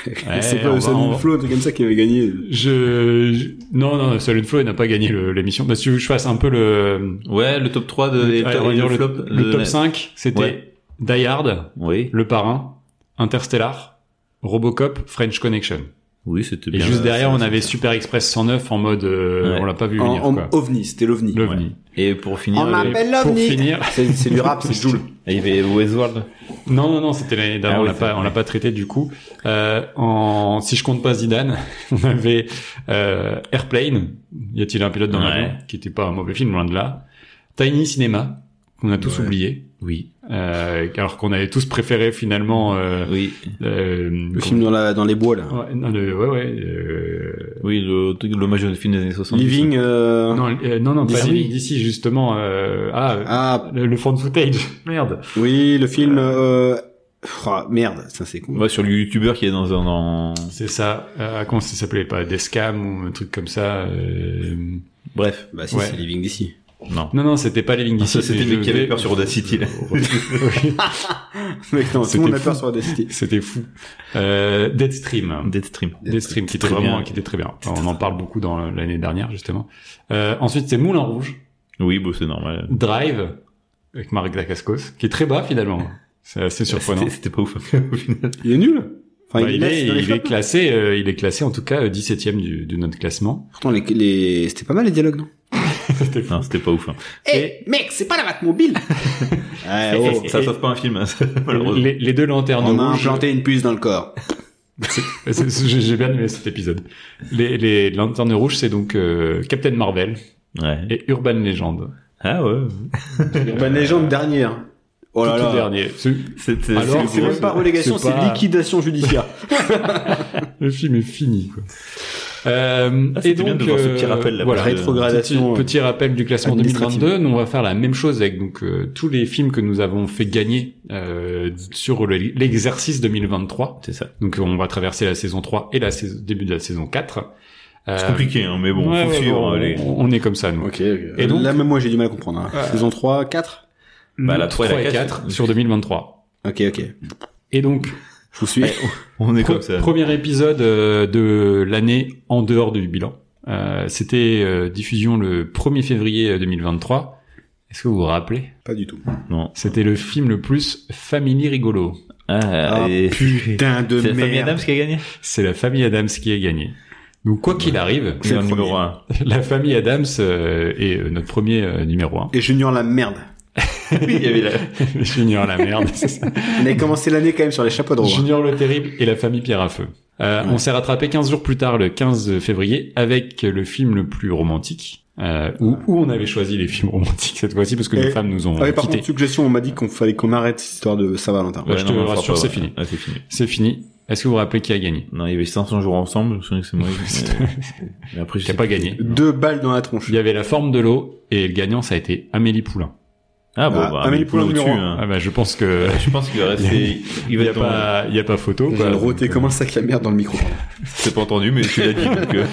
C: Ouais,
A: c'est
C: on
A: pas
C: va- on
A: Salon
C: va-
A: Flo, un truc comme ça qui avait gagné.
C: je, je- non non Solid Flow il n'a pas gagné le- l'émission bah, si tu veux que je fasse un peu le
B: Ouais, le top 3 de
C: Le-
B: et
C: ouais,
B: le-
C: on va
B: et
C: dire
B: le
C: le,
B: flop
C: le
B: de-
C: top 5, c'était
B: Ouais.
C: Die Hard,
B: Oui.
C: Le Parrain, Interstellar, Robocop, French Connection.
B: Oui, c'était
C: Et
B: bien,
C: juste derrière,
B: ça,
C: on
B: ça,
C: avait Super Express 109 en mode euh,
B: Ouais.
C: on l'a pas vu
B: En-
C: venir
B: en
C: quoi.
A: OVNI, c'était l'OVNI.
C: L'OVNI.
B: Et pour finir, euh,
C: On m'appelle
B: pour
C: l'OVNI.
B: finir-
A: C'est c'est du rap, c'est Joule.
B: Et il y avait Westworld.
C: Non, non, non, c'était l'année d'avant.
B: Ah oui,
C: on l'a
B: c'est
C: pas, on l'a pas traité du coup. Euh, en, si je compte pas Zidane, on avait euh, Airplane. Y a-t-il un pilote dans
B: Ouais.
C: l'avion Qui était pas un mauvais film, loin de là. Tiny Cinema, qu'on a tous
B: Ouais.
C: oublié.
B: Oui.
C: Euh, alors qu'on avait tous préféré finalement. Euh,
B: oui.
A: Le film dans la dans les bois là.
C: Ouais, non, le- ouais, ouais,
B: Oui, le- l'hommage au film des années 60.
A: Living. euh,
C: Non, euh, non, non, pas
A: D'ici.
C: Living d'ici justement. euh, ah,
A: Ah.
C: le, le fan footage. Merde.
A: Oui, le film. Euh... ah, merde, ça c'est con.
B: Ouais, sur le youtubeur qui est dans un... dans-
C: C'est ça. Euh, comment ça s'appelait pas Des scams ou un truc comme ça. euh,
B: Bref.
A: Bah si,
C: Ouais.
A: c'est Living d'ici.
B: Non.
C: Non, non, c'était pas Living
B: Ah,
C: d'ici.
B: ça, c'était
C: mais
B: le mec
C: je
B: qui avait
C: vais-
B: peur sur Audacity, là.
C: Oui.
A: Mec, non, tout
C: C'était
A: le monde a
C: fou.
A: peur sur Audacity.
C: C'était fou. Euh, Deadstream.
B: Deadstream.
C: Deadstream, qui était
B: Très
C: vraiment,
B: bien.
C: qui était très bien. On en parle beaucoup dans l'année dernière, justement. Euh, ensuite, c'est Moulin Rouge,
B: Oui, bon, c'est normal.
C: Drive, avec Marc Dacascos, qui est très bas, finalement. C'est assez surprenant.
B: C'était- C'était pas ouf, au final.
A: Il est nul. Enfin,
C: Bah, il,
A: laisse
C: est,
A: dans les
C: il est
A: flops.
C: classé, euh, il est classé en tout cas euh, 17e du, de notre classement.
A: Pourtant, les, les... c'était pas mal les dialogues, non
B: non, c'était pas ouf. hein.
A: Eh, mec, c'est pas la Batmobile
B: Ça-
A: Oh.
B: ça, ça sauve pas un film, hein, malheureusement.
C: Les, les deux lanternes
B: On m'a
C: rouges.
B: implanté
A: une puce dans le corps.
C: J'ai j'ai bien aimé cet épisode. Les, les lanternes rouges, c'est donc euh, Captain Marvel et Urban Legend.
B: Ah ouais.
A: Urban Legend dernière. Oh là
C: Tout
A: là.
C: dernier. C'est
A: C'est-
C: Alors,
A: c'est même pas relégation, c'est
C: pas-
A: liquidation judiciaire.
C: Le film est fini. Quoi. Euh,
A: Ah, c'était
C: et donc,
A: bien de voir ce petit rappel, là,
C: voilà,
A: parce que- Rétrogradation,
C: Petit, petit rappel du classement
A: administrative.
C: 2022. Nous, on va faire la même chose avec donc euh, tous les films que nous avons fait gagner euh, sur le- l'exercice 2023.
B: C'est ça.
C: Donc, on va traverser la saison 3 et la saison, début de la saison 4.
B: C'est
C: Euh,
B: compliqué, hein, mais bon,
C: ouais,
B: faut
C: ouais,
B: suivre.
C: bon,
B: allez.
C: on, on est comme ça, nous.
A: Et
C: Et donc,
A: là, même moi, j'ai du mal à comprendre. hein.
C: Ah.
A: Saison 3, 4
B: Bah, la 3 et la
C: 4,
B: 4,
C: sur 2023.
A: Ok, ok.
C: Et donc,
A: je vous suis.
B: On est
C: Pre-
B: comme ça.
C: Premier épisode euh, de l'année en dehors du bilan. Euh, C'était euh, diffusion le 1er février euh, 2023. Est-ce que vous vous rappelez
A: Pas du tout.
B: Non.
C: C'était le film le plus family rigolo.
B: Ah, et-
A: putain de
B: C'est la famille
A: merde.
B: Adams qui a gagné
C: C'est la famille Adams qui a gagné. Donc quoi qu'il arrive,
B: C'est le numéro 1.
C: La famille Adams euh, est euh, notre premier euh, numéro 1.
A: Et Junior la merde.
B: oui, il y avait la...
C: Junior la merde. c'est ça.
A: On a commencé l'année quand même sur les chapeaux de roue. hein.
C: Junior le Terrible et la famille Pierre à Feu. Euh, On s'est rattrapé 15 jours plus tard, le 15 février, avec le film le plus romantique, euh, où, où on avait choisi les films romantiques cette fois-ci, parce que
A: Et-
C: les femmes nous ont
A: Ah oui, par
C: quittés.
A: contre, suggestion, on m'a dit qu'on fallait qu'on arrête cette histoire de Saint-Valentin.
C: Ouais, je te rassure, c'est fini.
B: Ah, c'est fini.
C: C'est fini. Est-ce que vous vous rappelez qui a gagné
B: Non, il y avait 500 jours ensemble, je me souviens que c'est moi. mais- mais après, je
C: Qui a
B: sais
C: pas
B: plus.
C: gagné.
A: Deux balles dans la tronche.
C: Il y avait la forme de l'eau, et le gagnant, ça a été Amélie Poulain.
B: Ah bon, Ah, bah, Amélie Amélie Poulain Poulain numéro au-dessus, un. hein.
C: Ah bah, je pense que...
B: Je pense qu'il va rester... Il
C: Il
B: va
C: n'y a,
B: être dans-
C: pas- il y a pas photo.
A: J'ai le roté comme un sac à merde dans le micro.
B: C'est pas entendu, mais tu l'as dit, donc... euh,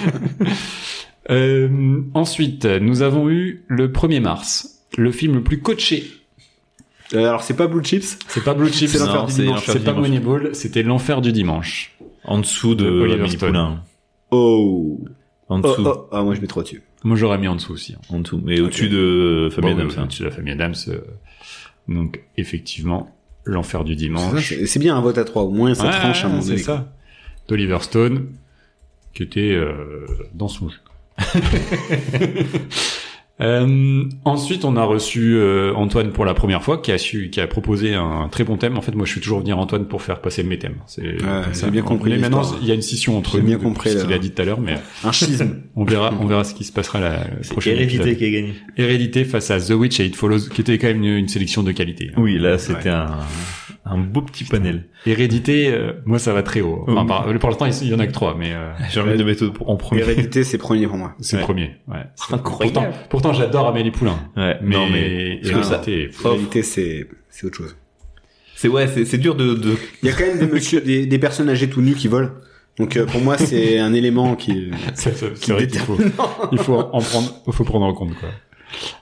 C: Euh, ensuite, nous avons eu le 1er mars, le film le plus coaché.
A: Euh, alors, c'est pas Blue Chips
C: C'est pas Blue Chips,
B: C'est l'enfer
C: non,
B: du
C: c'est
B: dimanche.
C: c'est pas
B: L'enfer du dimanche.
C: Moneyball, c'était l'enfer du dimanche.
B: En dessous de,
C: De Oliver
B: Amélie
C: Stone.
B: Poulain.
A: Oh.
B: En dessous.
A: Oh, oh. Ah, moi, je mets trop dessus.
C: Moi j'aurais mis en dessous aussi. hein.
B: En dessous. Mais au-dessus de
C: Bon,
B: Famille
C: oui,
B: Adams. hein.
C: oui, au-dessus de la famille Adams. euh, donc effectivement, l'enfer du dimanche.
A: C'est c'est bien un vote à trois. Au moins, ça
C: Ouais,
A: tranche à mon
C: c'est
A: donné.
C: ça. D'Oliver Stone, qui était euh, dans son jeu. Euh, ensuite, on a reçu euh, Antoine pour la première fois, qui a su, qui a proposé un très bon thème. En fait, moi, je suis toujours venir Antoine pour faire passer mes thèmes. C'est comme ça.
A: j'ai bien
C: On-
A: compris
C: mais maintenant,
A: l'histoire.
C: il y a une scission entre
A: J'ai
C: nous,
A: bien
C: depuis
A: compris,
C: ce
A: là.
C: qu'il a dit tout à l'heure, mais
A: Un schisme.
C: on verra, on verra ce qui se passera la prochaine.
B: Hérédité
C: épisode.
B: qui a gagné.
C: Hérédité face à The Witch et It Follows, qui était quand même une, une sélection de qualité. hein.
B: Oui, là, c'était un, un beau petit panel.
C: Hérédité, euh, moi, ça va très haut. Enfin,
B: Oui.
C: par- euh, pour l'instant, il y en a que trois, mais euh,
B: J'ai envie de mettre en premier.
A: Hérédité, c'est premier pour moi.
C: c'est le premier. Ouais. Pourtant,
B: Incroyable.
C: pourtant j'adore Amélie Poulain.
B: Ouais,
C: Mais,
B: non, mais,
C: Hérédité, pff,
A: Hérédité, c'est c'est autre chose.
B: c'est, ouais, c'est, c'est dur de, de,
A: Il y a quand même des, monsieur, des, des personnes âgées tout nues qui volent. Donc, euh, pour moi, c'est un élément qui...
C: c'est- c'est- c'est vrai qu'il faut, il faut en prendre, faut prendre en compte, quoi.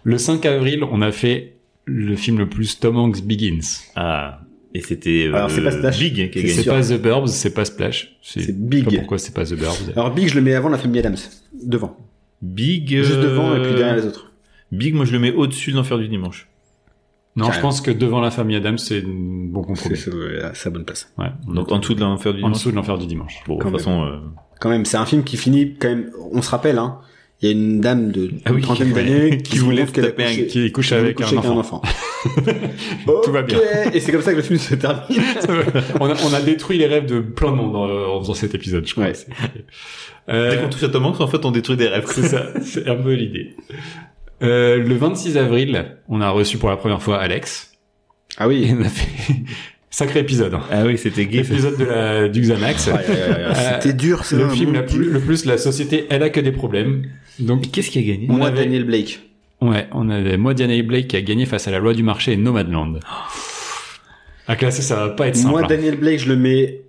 C: Le 5 avril, on a fait le film le plus Tom Hanks Begins.
B: Ah, et c'était euh,
A: Alors, c'est pas Slash.
B: Big qui a
A: C'est
B: gagné.
C: C'est
A: sûr.
C: pas The Burbs, c'est pas Splash.
A: C'est
C: je sais pas
A: Big.
C: Pourquoi c'est pas The Burbs
A: Alors, Big, je le mets avant la famille Adams. Devant.
B: Big.
A: Juste
B: euh,
A: devant et puis derrière les autres.
B: Big, moi je le mets au-dessus de l'enfer du dimanche.
C: Non, je
A: Carrément.
C: pense que devant la famille Adams, c'est un bon
A: C'est
C: compromis.
A: c'est- ouais, c'est la bonne place.
C: Ouais.
B: Donc en dessous de l'enfer du
C: En
B: dimanche.
C: dessous de l'enfer du dimanche.
B: Bon, de
A: Quand
B: toute façon, euh,
A: Quand même, c'est un film qui finit quand même... On se rappelle, hein. Il y a une dame de
B: Ah oui,
A: trentaine
B: qui-
A: d'années
B: qui voulait
A: se rend compte qu'elle a
B: taper un-
A: couché-
C: qui couche
A: qu'elle a
C: avec
A: couché
C: un
A: avec enfant.
C: Tout va bien.
A: Ok, Et c'est comme ça que le film se termine.
C: on, a, on a détruit les rêves de plein de monde euh, en faisant cet épisode, je crois.
A: Ouais.
C: C'est-
B: dès
C: Euh,
B: qu'on touche à Tom Hanks, en fait on détruit des rêves.
C: c'est ça, c'est un peu l'idée. Euh, le 26 avril, on a reçu pour la première fois Alex.
A: Ah
C: Et
A: oui.
C: on a fait sacré épisode. hein.
B: Ah oui, c'était gay. ça.
C: L'épisode de la, du Xanax.
A: Aïe, aïe, aïe, aïe.
C: Euh,
A: C'était dur, hein, c'est
C: le film la plus, le plus, la société, elle a que des problèmes. Donc,
B: Et Qu'est-ce qui a gagné
C: on
A: Moi,
C: avait-
A: Daniel Blake.
C: Ouais, on a moi Diana et Blake qui a gagné face à la loi du marché et Nomadland.
A: Oh.
C: À classer, ça va pas être simple.
A: Moi,
C: hein.
A: Daniel Blake, je le mets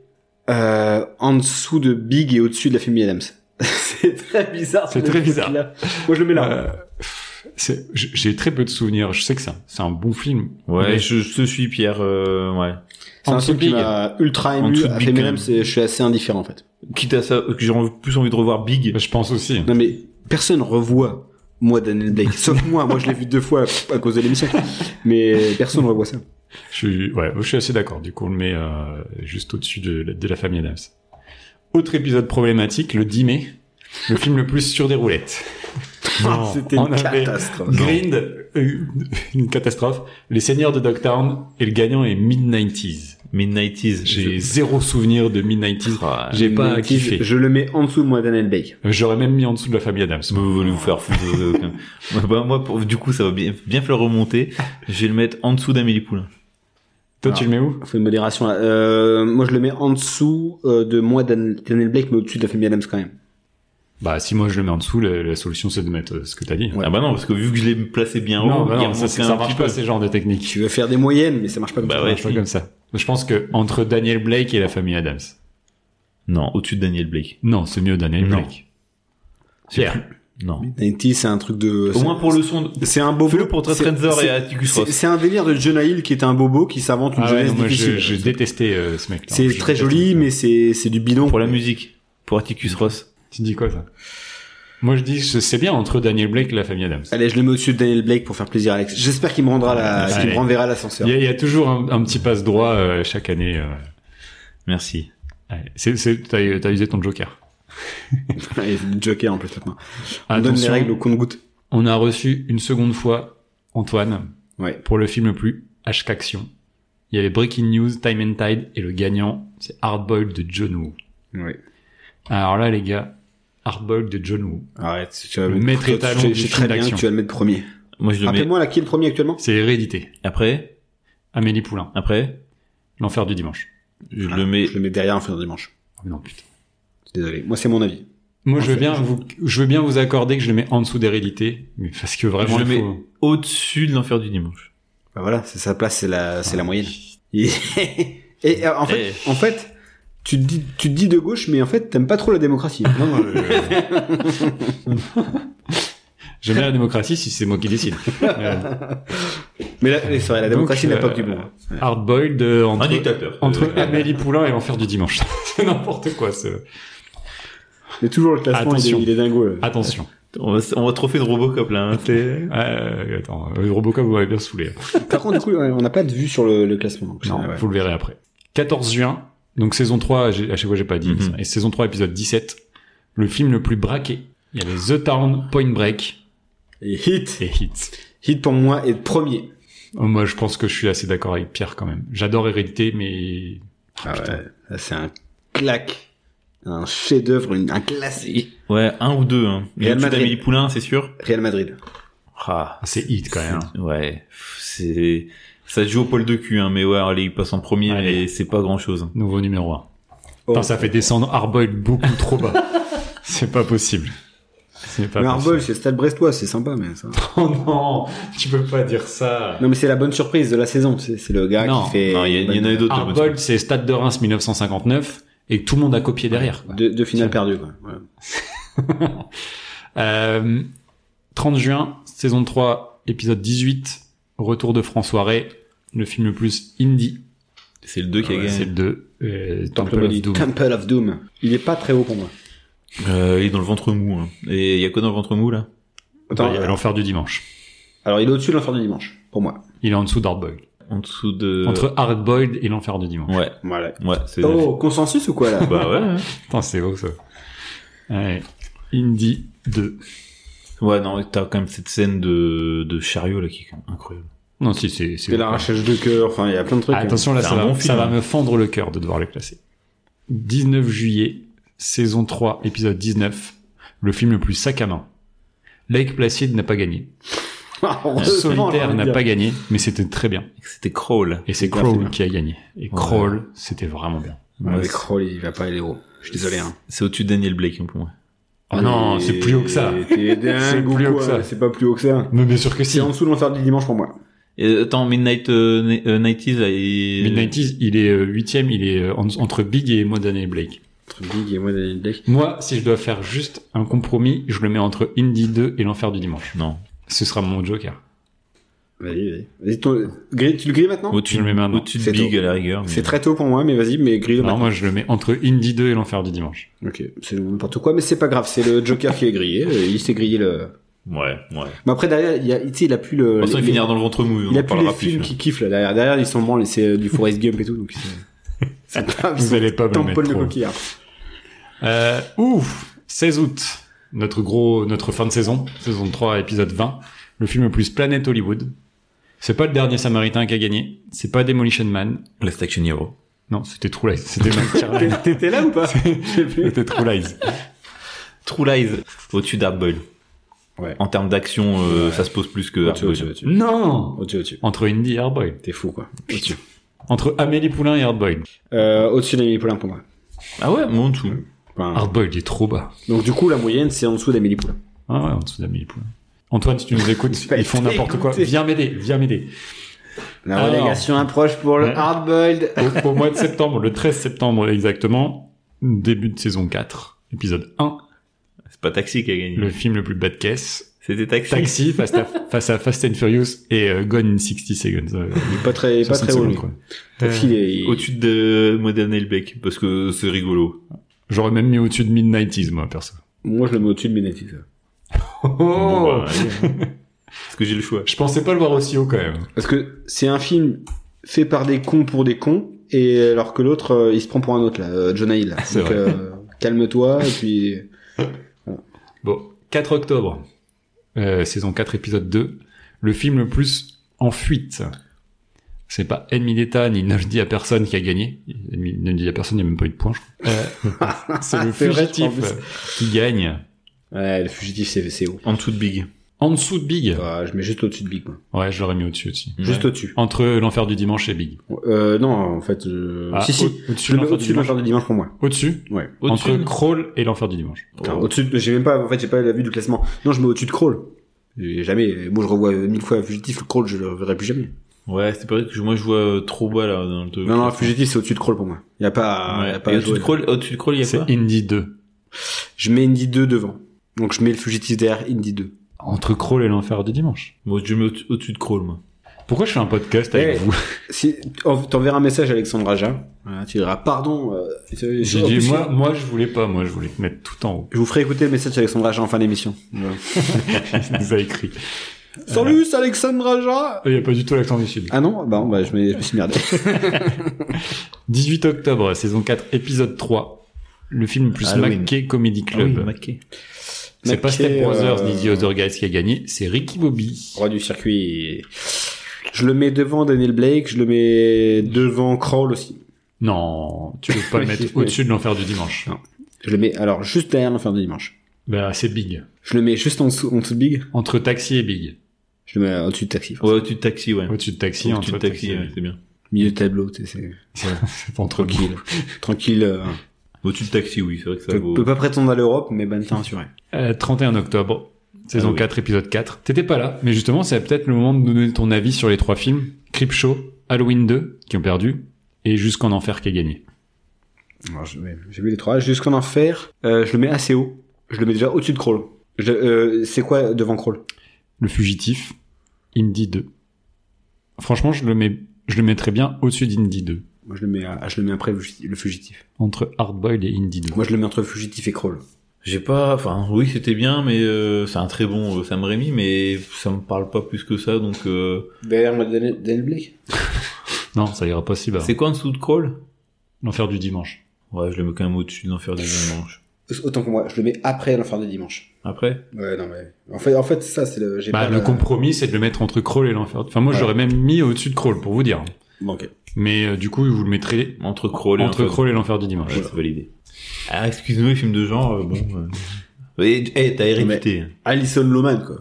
A: euh, en dessous de Big et au-dessus de la famille Adams. c'est très bizarre.
C: C'est
A: ce
C: très
A: truc-là.
C: bizarre.
A: Moi, je le mets là.
C: Euh, c'est- j- J'ai très peu de souvenirs. Je sais que c'est un, c'est un bon film.
B: Ouais,
C: Mais
B: je, je te suis Pierre. euh, ouais.
A: c'est
C: en
A: un
C: dessous de
A: truc qui
C: Big.
A: m'a ultra
B: En
A: ému.
B: dessous de
A: La
B: Big,
A: famille
B: quand
A: Adams,
C: euh.
A: je suis assez indifférent en fait.
B: Quitte à ça, euh, que j'ai en- plus envie de revoir Big.
C: Je pense aussi.
A: Non mais personne revoit moi Daniel Blake, sauf moi. Moi, je l'ai vu deux fois à cause de l'émission. Mais personne revoit ça.
C: Je suis, ouais, je suis assez d'accord. Du coup, on le met euh, juste au-dessus de, la- de la famille Adams. Autre épisode problématique, le 10 mai, le film le plus sur des roulettes. Non,
A: C'était une
C: on avait
A: catastrophe.
C: Grind, euh, une catastrophe. Les seigneurs de Dogtown et le gagnant est Mid-90s.
B: Mid-90s.
C: J'ai zéro souvenir de Mid-90s. J'ai pas
A: Mid-90s,
C: kiffé.
A: je le mets en dessous de moi Daniel Bay.
C: J'aurais même mis en dessous de la famille Adams.
B: Vous voulez vous faire foutre. euh, aucun. Ouais, bah, moi, pour- du coup, ça va bien, bien falloir remonter. Je vais le mettre en dessous d'Amélie Poulain.
C: Toi, tu le mets où
A: Faut une modération là. Euh, moi, je le mets en dessous euh, de moi Dan- Daniel Blake, mais au-dessus de la famille Adams quand même.
C: Bah, si moi je le mets en dessous, la, la solution c'est de mettre euh, ce que t'as dit.
B: Ah bah non, parce que vu que je l'ai placé bien
C: Non,
B: haut,
C: bah
B: il
C: non, ça,
B: remontait
C: c'est-
B: un
C: ça
B: petit
C: marche
B: peu. Bah
C: pas ces genres de techniques.
A: Tu veux faire des moyennes, mais ça marche pas comme ça.
C: ça marche pas comme ça. Je pense que entre Daniel Blake et la famille Adams.
B: Non, au-dessus de Daniel Blake.
C: Non, c'est mieux Daniel Blake.
B: Pierre. Non.
A: 90, c'est un truc de.
B: Au moins pour le son.
A: C'est un bobo.
B: Fais-le pour Trent
A: C'est-
B: Reznor et
A: c'est-
B: Atticus
A: c'est-
B: Ross.
A: C'est un délire de John Hill qui est un bobo qui s'invente une
C: Ah ouais,
A: jeunesse
C: non, moi
A: difficile.
C: j'ai j'ai détesté euh, ce mec.
A: C'est très joli, mais c'est c'est du bidon.
B: Pour la musique. Pour Atticus Ross.
C: Tu dis quoi ça Moi je dis c'est c'est bien entre Daniel Blake et la famille Adams.
A: Allez, je le mets au-dessus de Daniel Blake pour faire plaisir à Alex. J'espère qu'il me rendra la,
C: Allez.
A: qu'il me renverra l'ascenseur.
C: Il y, a- il y a toujours un, un petit passe droit euh, chaque année. euh.
B: Merci.
C: Allez, c'est- c'est- T'as t'as usé ton joker.
A: Et Joker en plus maintenant. On
C: Attention.
A: donne les règles au compte-goutte.
C: On a reçu une seconde fois Antoine
A: Ouais.
C: pour le film le plus HKaction. Il y avait Breaking News, Time and Tide et le gagnant, c'est Hardboiled de John Woo.
A: Ouais.
C: Alors là, les gars, Hardboiled de John Woo.
A: Arrête, tu vas
C: Le
A: mettre-
C: maître
A: toi,
C: étalon
A: tu-
C: du
A: je sais
C: film
A: très bien
C: d'action.
A: que tu vas le mettre premier.
B: Moi, je le mets.
A: Rappelle-moi là qui est le premier actuellement.
C: C'est Hérédité.
B: Après,
C: Amélie Poulain.
B: après,
C: L'enfer du dimanche.
B: je le mets.
A: Ah, Je le mets derrière Enfer du dimanche.
C: Oh, non, putain.
A: Désolé. Moi c'est mon avis.
C: Moi, je veux bien vous, je veux bien vous accorder que je le mets en dessous d'Hérédité, mais parce que vraiment,
B: Je le
C: il
B: mets
C: faut-
B: au-dessus de l'enfer du dimanche.
A: Bah voilà, c'est sa place, c'est la c'est la moyenne. Et et, euh, en fait
B: Eh.
A: en fait tu te dis tu te dis de gauche mais en fait t'aimes pas trop la démocratie. Non, non, euh,
C: j'aime bien la démocratie si c'est moi qui décide. Euh,
A: mais la, eh, c'est vrai, la démocratie
C: donc,
A: n'a pas
C: euh,
A: que du bon.
C: Hardboiled euh, entre,
B: Un dictateur.
C: entre
B: Euh,
C: Amélie Poulain et l'enfer du dimanche. c'est n'importe quoi, ce...
A: Mais toujours le classement il
C: attention.
A: est, il est dingo. euh. là.
C: Attention.
B: On va, on va trop faire de Robocop là. hein. C'est-
C: Euh, attends, euh, Robocop, vous m'avez bien saoulé.
A: Par contre du coup on n'a pas de vue sur le, le classement. donc
C: Non,
A: c'est- Ah ouais.
C: vous le verrez après. 14 juin, donc saison 3, j'ai- à chaque fois j'ai pas dit
B: Mhm.
C: ça, et saison 3 épisode 17, le film le plus braqué. Il y avait The Town, Point Break
A: Et hit
C: et Hit.
A: hit pour moi est premier.
C: Oh, moi je pense que je suis assez d'accord avec Pierre quand même. J'adore Hérédité, mais...
A: Ah ouais, là, c'est un claque, un chef-d'œuvre, une- un classique.
B: Ouais, un ou deux. Hein. Et
A: Real
B: au-dessus
A: Madrid.
B: d'Amélie Poulain, c'est sûr.
A: Real Madrid.
B: Ah,
C: C'est Hit quand même. hein.
B: C'est- Ouais, pff, c'est ça se joue au poil de cul, hein, mais ouais, allez, il passe en premier
C: Allez.
B: et c'est pas grand chose.
C: Nouveau numéro 1.
A: Oh.
C: Putain, ça fait descendre Arboil beaucoup trop bas. c'est pas possible. C'est pas possible.
A: Mais Arbol, c'est Stade Brestois, c'est sympa, mais ça.
C: Oh non, tu peux pas dire ça.
A: Non, mais c'est la bonne surprise de la saison. C'est c'est le gars
C: Non,
A: qui fait.
B: non, il y a- il y en a eu d'autres. de bonnes
C: Arboil, c'est Stade de Reims 1959, et tout le monde a copié derrière. quoi.
A: Deux, deux finales perdues, quoi. Voilà.
C: Euh, 30 juin, saison 3, épisode 18, Retour de François Ray, le film le plus indie.
B: C'est le 2
A: Ah
B: qui a
C: C'est
B: gagné.
C: le 2. Euh,
A: Temple,
C: Temple of
A: maudit.
C: Doom.
A: Temple of Doom. Il est pas très haut pour moi.
B: Euh, il est dans le ventre mou. hein. Et il y a quoi dans le ventre mou là
A: Attends,
C: Bah, il y a L'enfer du dimanche.
A: alors il est au-dessus de l'enfer du dimanche, pour moi.
C: Il est en dessous d'Hardboiled.
B: En dessous de.
C: Entre Hardboiled et l'enfer du dimanche.
B: Ouais,
A: Voilà.
B: ouais, c'est.
A: Oh, consensus ou quoi là
B: Bah ouais. hein.
C: Putain, c'est beau ça. Ouais. Indie 2.
B: Ouais, non, t'as quand même cette scène de de chariot là qui est quand même incroyable.
C: Non, si, c'est. c'est
A: C'est l'arrachage de cœur. Enfin, il y a plein de trucs.
C: Attention, là,
B: C'est
C: ça,
B: un
C: va,
B: bon
C: ça
B: film,
C: va
B: hein.
C: me fendre le cœur de devoir le classer. 19 juillet, saison 3, épisode 19, le film le plus sac à main. Lake Placid n'a pas gagné. Solitaire n'a pas gagné, mais c'était très bien.
B: C'était Crawl.
C: Et c'est
A: Bien, c'est
C: Crawl
A: bien.
C: qui a gagné. Et Crawl, c'était vraiment bien.
A: Ouais, Ah, mais Kroll, il va pas aller haut. Je suis désolé. Hein.
B: C'est au-dessus de Daniel Blake hein, pour moi.
C: Oh non, c'est plus haut que ça.
A: T'es dingue ou
C: plus haut
A: quoi
C: que ça.
A: C'est pas plus haut que ça.
C: Mais bien sûr que si.
A: C'est en dessous de l'enfer du dimanche pour moi.
B: Et, attends, Midnight euh, ni- euh, 90s là. il-
C: Midnight Is, il est euh, huitième, il est euh, en- entre Big et moi Daniel Blake.
A: Entre Big et moi, Daniel Blake.
C: Moi, si je dois faire juste un compromis, je le mets entre Indie 2 et l'enfer du dimanche.
B: Non.
C: Ce sera mon Joker.
A: Vas-y, vas-y. Vas-y, ton- gris- Tu le grilles maintenant
B: Au-dessus
C: Je le mets maintenant.
B: au-dessus de
A: C'est
B: Big
A: tôt.
B: à la rigueur. mais-
A: C'est très tôt pour moi, mais vas-y, mais grille-le
C: Alors
A: maintenant.
C: moi, je le mets entre Indie 2 et l'enfer du dimanche.
A: Ok, c'est n'importe quoi, mais c'est pas grave, c'est le Joker qui est grillé, euh, il s'est grillé le...
B: Ouais, ouais.
A: Mais après, derrière, il, y a, tu sais, il a plus le...
B: De toute façon, il
A: Euh, les-
B: finira dans le ventre mou. on
A: il a
B: en
A: plus
B: parlera
A: les
B: plus. hein.
A: films
B: là.
A: qui kiffent, là, derrière, derrière ils s'en branlent, et c'est euh, du Forrest Gump et tout, donc c'est...
C: Vous allez pas me le mettre
A: Tampon de
C: trop.
A: coquillard.
C: Euh, ouf 16 août, notre gros, notre fin de saison, saison 3, épisode 20, le film le plus planète Hollywood. C'est pas le dernier Samaritain qui a gagné, c'est pas Demolition Man.
B: Last Action Hero.
C: Non, c'était True Lies, c'était Mike Carlyle.
A: T'étais là ou pas
C: C'était True Lies.
B: True Lies au-dessus d'Hardboil.
A: Ouais.
B: En termes d'action, euh, ça se pose plus que
C: Au-dessus,
B: Hardboiled.
C: au-dessus, au-dessus. Non
A: Au-dessus, au-dessus.
C: Entre Indy et Hardboiled.
A: T'es fou, quoi.
C: Putain. Entre Amélie Poulain et Hardboiled.
A: Euh, Au-dessus d'Amélie Poulain pour moi.
B: Ah ouais, mon dessous.
A: Mm.
B: Ah.
C: Hardboiled est trop bas.
A: Donc du coup, la moyenne, c'est en dessous d'Amélie Poulain.
C: Ah ouais, en dessous d'Amélie Poulain. Antoine, si tu nous écoutes, ils font n'importe quoi. Viens m'aider, viens m'aider.
A: La relégation approche pour le Hardboiled.
C: Au, au mois de septembre, le 13 septembre exactement, début de saison 4, épisode 1.
B: C'est pas Taxi qui a gagné.
C: Le film le plus bas de caisse.
B: C'était Taxi.
C: Taxi face à, face à Fast and Furious et euh, Gone in 60 Seconds. euh,
A: Pas très, pas
C: 60
A: très haut,
C: secondes,
A: lui.
C: quoi.
A: Taxi, il est- il-
B: Euh, Au-dessus de Modern Hellbeck, parce que c'est rigolo.
C: J'aurais même mis au-dessus de Mid-90s, moi, perso.
A: Moi, je le mets au-dessus de Benetti.
C: Oh
B: Parce que j'ai le choix.
C: Je pensais pas le voir aussi haut, quand même.
A: Parce que c'est un film fait par des cons pour des cons, et alors que l'autre, euh, il se prend pour un autre, là, euh, Jonah Hill. là.
C: C'est
A: Donc,
C: vrai.
A: euh, calme-toi, et puis...
C: Bon, 4 octobre, euh, saison 4, épisode 2, le film le plus en fuite. C'est pas Ennemi d'État ni Ne le dis à personne qui a gagné. Ennemi- Ne le dis à personne, il n'y a même pas eu de points, je crois. Euh, c'est le
A: C'est vrai, je
C: fugitif euh,
A: crois, en
C: qui gagne.
A: Ouais, le fugitif, c'est c'est haut.
B: En dessous de Big.
C: En dessous de Big
A: Ouais, Ah, je mets juste au-dessus de Big, moi.
C: Ouais, je l'aurais mis au-dessus aussi.
A: Juste
C: Ouais.
A: au-dessus.
C: Entre L'Enfer du Dimanche et Big.
A: Euh, non, en fait... euh,
C: Ah,
A: si, si,
C: au- au-dessus de
A: je le mets
C: l'enfer
A: au-dessus
C: du
A: de l'enfer du dimanche pour moi.
C: Au-dessus
A: Ouais.
C: Entre Crawl et L'Enfer du Dimanche.
A: Putain, au-dessus de- j'ai même pas, en fait, j'ai pas la vue du classement. Non, je mets au-dessus de Crawl. J'ai Jamais, moi je revois mille fois Fugitif, le Crawl, je le verrai plus jamais.
B: Ouais, c'est pas vrai que moi je vois euh, trop bas là dans le truc.
A: Non, non, Fugitif, c'est au-dessus de Crawl pour moi. Y a pas, y a pas
B: Et
A: à
B: au-dessus de
A: jouer.
B: Crawl, au-dessus de Crawl, il y a quoi
C: C'est Indy 2.
A: Je mets Indy 2 devant. Donc je mets le fugitif derrière Indy 2.
C: Entre Crawl et L'Enfer du Dimanche.
B: Moi, je mets au- au-dessus de Crawl, moi.
C: Pourquoi je fais un podcast avec
A: Eh,
C: vous
A: Si, en- t'enverras un message à Alexandre Aja. Voilà, tu diras pardon. euh, c'est-
C: J'ai
A: en
C: dit,
A: plus,
C: moi, moi, je voulais pas. Moi, je voulais te mettre tout en haut.
A: Je vous ferai écouter le message d'Alexandre Aja en fin d'émission.
C: Il nous a écrit.
A: Salut, c'est Alexandre Aja
C: Il n'y a pas du tout l'accent du Sud.
A: Ah non Bah, non, bah je, me, je me suis merdé.
C: 18 octobre, saison 4, épisode 3. Le film plus
B: Halloween.
C: maqué Comedy Club.
B: Ah oui, Mackay.
C: c'est pas
A: Mackay,
C: Step Brothers
A: euh,
C: ni The Other Guys qui a gagné, c'est Ricky Bobby.
A: Roi du circuit. Je le mets devant Daniel Blake, je le mets devant Crawl aussi.
C: Non, tu peux pas le
A: Oui,
C: mettre
A: si,
C: au-dessus de l'enfer du dimanche.
A: Non. Je le mets alors juste derrière l'enfer du dimanche.
C: Bah, c'est Big.
A: Je le mets juste en dessous, en dessous de Big.
C: Entre Taxi et Big.
A: Je le mets au-dessus de Taxi.
B: Ouais, au-dessus de Taxi, ouais.
C: Au-dessus de Taxi,
B: Au-dessus de
C: entre
B: Taxi,
C: et
B: ouais, c'est bien.
A: Milieu de tableau, tu sais, c'est
C: C'est entre Guy.
A: tranquille. tranquille. euh,
B: Au-dessus de Taxi, oui, c'est vrai que ça
A: peut,
B: vaut.
A: peut pas prétendre à l'Europe, mais ben t'es assuré.
C: Euh, 31 octobre, saison
B: Ah oui.
C: 4, épisode 4. T'étais pas là, mais justement, c'est peut-être le moment de nous donner ton avis sur les trois films. Creepshow, Halloween 2, qui ont perdu, et Jusqu'en Enfer qui a gagné.
A: Alors, je- ouais, J'ai vu les trois. Jusqu'en enfer, euh, je le mets assez haut. Je le mets déjà au-dessus de Crawl. Je- euh, c'est quoi devant Crawl
C: Le Fugitif, Indy 2. Franchement, je le mets, je le mettrais bien au-dessus d'Indy 2.
A: Moi, je le mets, à- je le mets après le fugitif- le fugitif.
C: Entre Hardboiled et Indy 2.
A: Moi, je le mets entre fugitif et Crawl.
B: J'ai pas, enfin, oui, c'était bien, mais euh, c'est un très bon euh, Sam Raimi, mais ça me parle pas plus que ça, donc. euh,
A: Derrière moi, Daniel, Daniel Blake.
C: Non, ça ira pas si bas.
B: C'est quoi en dessous de Crawl
C: L'enfer du dimanche.
B: Ouais, je le mets quand même au-dessus de l'enfer des dimanches.
A: Autant que moi, je le mets après l'enfer de dimanche.
B: Après
A: Ouais, non mais en fait, en fait, c'est ça, c'est le. j'ai
C: Bah,
A: pas
C: le
A: la-
C: compromis, c'est de le mettre entre Crawl et l'enfer. Enfin, moi,
A: Ouais.
C: j'aurais même mis au-dessus de Crawl, pour vous dire.
A: Bon, ok.
C: Mais euh, du coup, vous le mettrez
B: Entre Crawl et
C: entre
B: l'enfer-
C: Crawl et l'enfer du dimanche.
B: Ouais, c'est validé. Ah, excuse-moi, film de genre, euh, bon. Euh... Et- Eh, t'as hérité.
A: Alison Loman, quoi.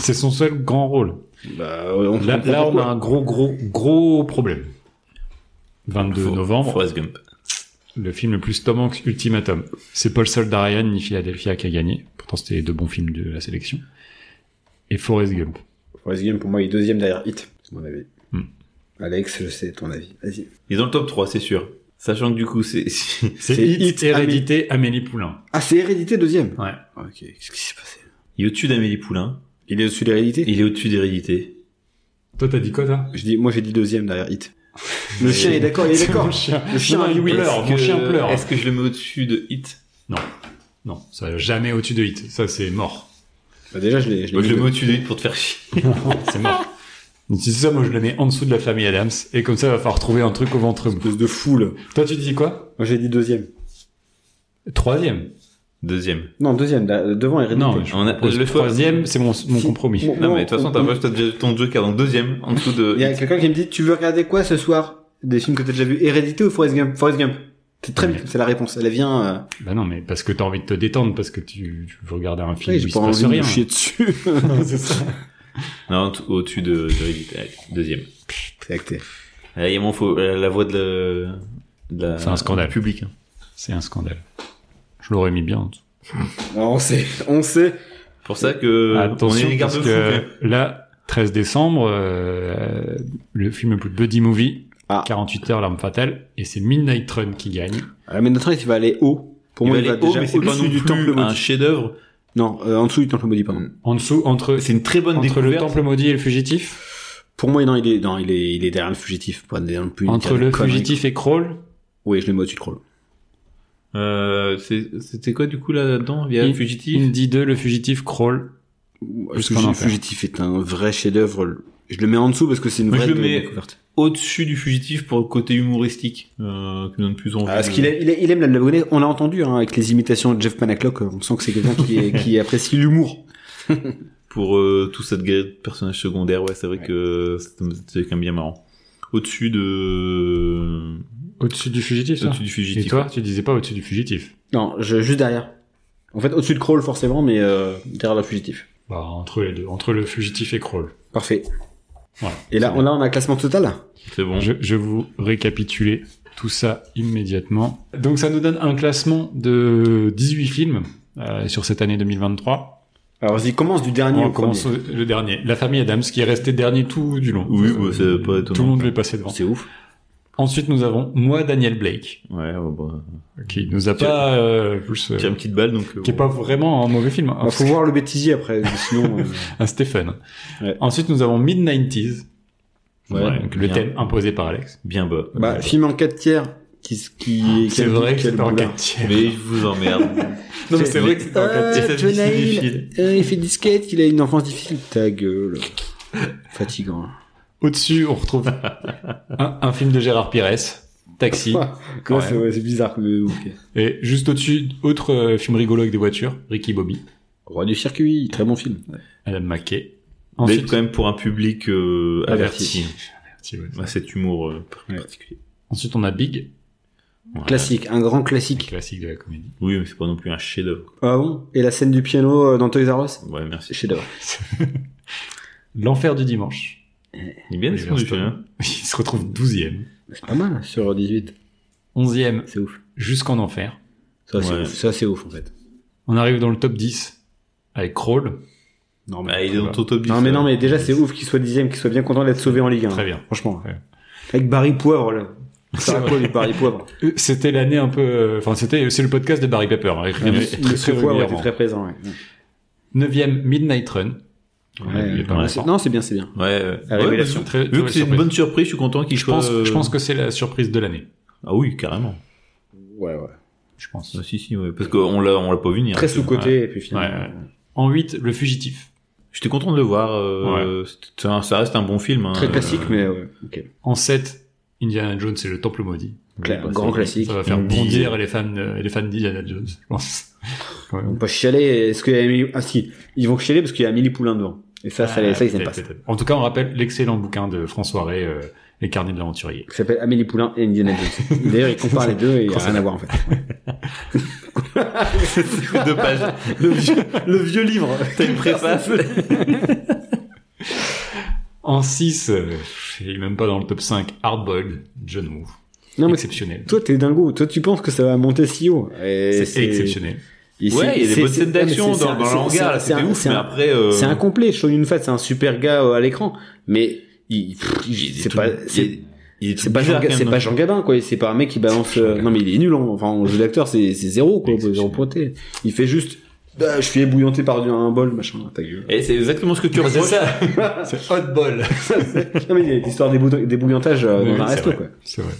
C: C'est son seul grand rôle.
A: Bah, on
C: Là, là, on a un gros, gros, gros problème. 22
B: Fo-
C: novembre,
B: Forrest Gump.
C: le film le plus Tom Hanks Ultimatum. C'est pas le seul d'Ariane ni Philadelphia qui a gagné. Pourtant, c'était les deux bons films de la sélection. Et Forrest Gump.
A: Forrest Gump, pour moi, il est deuxième derrière Hit. C'est mon avis.
C: Hmm.
A: Alex, je sais ton avis. Vas-y.
B: Il est dans le top 3, c'est sûr. Sachant que du coup, c'est.
C: C'est
A: C'est
C: Hit,
A: Hit,
C: Hérédité, Amélie Poulain.
A: Ah, c'est Hérédité deuxième.
C: Ouais.
A: Ok. Qu'est-ce qui s'est passé
B: Il est au-dessus d'Amélie Poulain.
A: Il est au-dessus d'Hérédité.
B: Il est au-dessus d'Hérédité.
C: Toi, t'as dit quoi, toi
A: Je dis, moi, j'ai dit deuxième derrière Hit. Le chien est d'accord, il est
C: C'est
A: d'accord.
C: mon chien.
A: Le chien,
C: Non, non,
A: il
C: il
A: oui.
C: pleure,
B: Est-ce
C: mon
B: que-
C: chien pleure.
B: Est-ce que je le mets au-dessus de Hit
C: Non, ça va jamais au-dessus de Hit. Ça, c'est mort.
A: Bah, déjà, je l'ai, je l'ai
B: Moi, je
A: mis
B: le mets
A: deux.
B: au-dessus de Hit pour te faire chier.
C: c'est mort. Donc, C'est ça, moi, je le mets en dessous de la famille Adams. Et comme ça, il va falloir trouver un truc au ventre mou.
A: Espèce de foule.
C: Toi, tu dis quoi
A: Moi, j'ai dit deuxième.
C: Troisième.
B: Deuxième.
A: Non, deuxième, là, devant Eric.
B: Non, on a- le troisième, c'est
C: mon,
B: mon compromis.
A: mon-
B: non,
A: mon-
B: mais de toute façon, t'as
A: mon-
B: pas t'as déjà ton Joker en deuxième, en dessous de.
A: Il y a quelqu'un qui me dit, tu veux regarder quoi ce soir Des films que t'as déjà vus Hérédité ou Forrest Gump Forrest Gump. C'est très bien, c'est la réponse. Elle vient. euh,
C: Bah non, mais parce que t'as envie de te détendre, parce que tu, tu veux regarder un film
A: Oui,
C: où
A: j'ai
C: il se
A: pas
C: passe
A: envie de me
C: rien.
A: chier dessus.
C: c'est ça.
B: Non, en tout- au-dessus de, de Reddit. Allez, deuxième.
A: C'est acté.
B: Il y a mon faux, la, la voix de, le- de la.
C: C'est un scandale.
B: du Public. hein.
C: C'est un scandale. Je l'aurais mis bien en dessous.
A: on sait, on sait.
B: Pour ça que.
C: Attention,
B: Euh, on est les
C: parce
B: garde-fous,
C: que
B: hein.
C: là, 13 décembre, euh, le film le plus buddy movie,
B: Ah.
C: 48 heures, l'arme fatale, et c'est Midnight Run qui gagne.
A: Ah, mais notre il va aller haut. Pour
C: Il
A: moi,
C: va
A: il va
C: aller haut,
A: déjà
C: mais c'est pas
A: au-dessus
C: non
A: du
C: plus
A: temple
C: un
A: maudit.
B: chef-d'œuvre.
A: Non, euh, en dessous du temple maudit, pardon.
C: En dessous, entre.
B: C'est une très bonne
C: entre le
A: découverte.
C: temple maudit et le fugitif.
A: Pour moi, non, il est, non, il est, il est derrière le fugitif. Pas derrière le plus-
C: Entre
A: derrière
C: le
A: conneries.
C: fugitif et Crawl.
A: Oui, je le mets au-dessus de Crawl.
B: Euh, c'est- C'était quoi du coup là-dedans Il y a
C: In-
B: Fugitif
C: Indy 2, le fugitif Crawl.
A: Le
C: Jusqu'en enfer.
A: fugitif est un vrai chef-d'œuvre. Je le mets en dessous parce que c'est une
B: Moi,
A: vraie
B: je le
A: de-
B: mets
A: découverte.
B: au-dessus du Fugitif pour le côté humoristique, euh, qui donne plus envie.
A: Ah, Parce qu'il aime, il, aime- il aime la blagonner. On l'a entendu hein, avec les imitations de Jeff Panaclock. On sent que c'est quelqu'un qui, est- qui apprécie l'humour.
B: pour euh, tout cette galerie de personnages secondaires, ouais, c'est vrai que c'est c'est quand même bien marrant. Au-dessus de.
C: Au-dessus du fugitif, ça
B: Au-dessus du fugitif.
C: Et toi, tu disais pas au-dessus du fugitif.
A: Non, je, juste derrière. En fait, au-dessus de Crawl forcément, mais euh, derrière le fugitif.
C: Bah, entre les deux. Entre le fugitif et Crawl.
A: Parfait.
C: Voilà.
A: Et là, on, là, on a un classement total.
B: C'est bon.
C: Je, je vais vous récapituler tout ça immédiatement. Donc ça nous donne un classement de 18 films euh, sur cette année 2023.
A: Alors vas-y, commence du dernier
C: On
A: au
C: commence
A: premier.
C: au- le dernier. La famille Adams qui est resté dernier tout du long.
B: Oui, bah, c'est pas étonnant.
C: Tout le monde lui est passé devant.
B: C'est ouf.
C: Ensuite nous avons moi Daniel Blake
B: Ouais, ouais, bah.
C: qui nous a pas euh, plus euh,
B: Tire une petite balle, donc. euh,
C: qui est
B: bon.
C: pas vraiment un mauvais film. hein.
A: Il Bah, faut voir le bêtisier après, sinon. euh,
C: un Stephen. Ensuite nous avons Mid 90s.
B: Ouais,
C: donc le
B: bien.
C: thème imposé par Alex.
B: euh, Bien bas.
A: bah, film en 4 tiers. Qui, qui,
C: C'est
A: quel-
C: vrai que
A: quel
C: c'est en
A: boulard.
C: 4 tiers.
B: Mais je vous emmerde.
C: Non, mais c'est vrai que c'est en quatre tiers.
A: Ah,
C: C'est
A: Jonah Hill,
C: difficile.
A: euh, il fait du skate, il a une enfance difficile. Ta gueule. Fatigant.
C: Au-dessus, on retrouve un, un film de Gérard Pires, Taxi.
A: Quoi,
C: quand
A: c'est
C: même.
A: ouais, c'est bizarre. mais ok.
C: Et juste au-dessus, autre euh, film rigolo avec des voitures, Ricky Bobby,
A: Roi du circuit, très bon film.
C: Adam McKay.
B: Mais
C: Ensuite,
B: quand même pour un public euh, averti.
C: Averti. Averti, ouais.
B: À cet humour euh, par- particulier.
C: ensuite on a Big,
A: Classique, un grand classique.
C: classique de la comédie.
B: Oui, mais c'est pas non plus un chef-d'œuvre.
A: Ah bon Et la scène du piano euh, dans Toys R Us
B: Ouais, merci.
A: Chez d'abord.
C: L'enfer du dimanche.
B: Il est bien
C: Oui,
B: descendu,
C: Verstappen.
B: hein.
C: Il se retrouve 12e.
A: C'est pas mal sur 18.
C: 11e.
A: C'est ouf.
C: Jusqu'en enfer.
A: Ça, c'est
B: Ouais.
A: ouf. Ça, c'est ouf en fait.
C: On arrive dans le top 10 avec Crawl.
A: Non,
B: Ah, il est dans ton top 10.
A: Non mais non mais déjà
B: c'est
A: c'est ouf qu'il soit dixième, qu'il soit bien content d'être sauvé en Ligue 1.
C: Très bien.
A: Franchement.
C: Ouais.
A: Avec Barry Poivre là.
C: C'est
A: Ça sert à quoi
C: vrai.
A: du Barry Poivre
C: Euh, C'était l'année un peu... euh, Enfin, c'était c'est le podcast de Barry Pepper. hein,
A: Le
C: très- très- très hein.
A: Monsieur Poivre était
C: régulièrement.
A: très présent. ouais.
C: 9e, Midnight Run.
A: Ouais,
C: Il est
A: ouais,
C: pas mal.
A: c'est- Non c'est bien c'est bien.
B: Ouais, ouais.
A: La
B: Ouais,
A: révélation.
B: parce que-
C: Très-
B: vu
C: très
B: que
C: belle
B: c'est une
C: surprise.
B: bonne surprise, je suis content qu'il
C: Je
B: soit.
C: pense,
B: euh,
C: je pense que c'est la surprise de l'année.
B: Ah oui, carrément.
A: Ouais ouais.
C: Je pense.
B: Ah, si, si, ouais. Parce qu'on l'a, on l'a pas vu venir. hein.
A: Très sous côté
C: ouais.
A: et puis finalement.
C: Ouais, ouais. En 8, Le Fugitif.
B: J'étais content de le voir. euh, c'était- ça, ça reste un bon film. hein.
A: Très classique
B: Euh,
A: mais ouais. Ok.
C: En 7, Indiana Jones et le Temple Maudit.
A: Claire,
B: bah,
A: grand
B: ça-
A: classique.
C: Ça va faire
B: Indy.
C: bondir les fans, euh, les fans d'Indiana Jones, je pense. Quand
A: On
C: même.
A: peut chialer. Est-ce qu'il y a Amélie- Ah si, ils vont chialer parce qu'il y a Amélie Poulain devant. Et ça,
B: Ah,
A: ça, les- ça ils aiment
C: Peut-être,
A: pas. Ça
C: peut-être. En tout cas, on rappelle l'excellent bouquin de François Ray, euh, Les carnets de l'aventurier.
A: Ça s'appelle Amélie Poulain et Indiana Jones. D'ailleurs, ils comparent les deux et il y a rien à voir en fait.
B: Deux pages.
A: Le vieux, le vieux livre.
B: T'as une préface.
C: En 6, il est même pas dans le top 5, Hardboiled, John Woo.
A: Non mais
C: Exceptionnel.
A: toi t'es dingo. Toi tu penses que ça va monter si haut. Et
C: C'est exceptionnel.
B: Ouais,
A: Et
B: il
A: c'est-
B: y a des
A: c'est-
B: bonnes
A: c'est-
B: scènes d'action
A: mais c'est-
B: dans,
A: c'est-
B: dans
A: c'est-
B: le hangar, là,
A: c'est-
B: c'était
A: c'est-
B: ouf,
A: c'est
B: mais
A: un-
B: après, euh,
A: C'est incomplet. Sean Yunfat c'est un super gars euh, à l'écran, mais il, pff,
B: il est
A: c'est
B: tout-
A: pas.
B: il est-
A: c'est-
B: il est tout
A: C'est pas, Jean,
B: bizarre, quand
A: c'est
B: même,
A: pas
B: dans-
A: Jean Gabin, quoi. C'est pas un mec qui balance. euh, non, mais il est nul, hein. Enfin, en jeu d'acteur, c'est c'est zéro, quoi. Zéro pointé. Il fait juste. Ah, je suis ébouillanté par du- un bol, machin. Ta gueule.
B: Et c'est exactement ce que tu reproches.
C: Ah, C'est hot ball.
A: non, mais il y a l'histoire des bouillon- des bouillantages euh, dans un resto, quoi.
C: C'est vrai.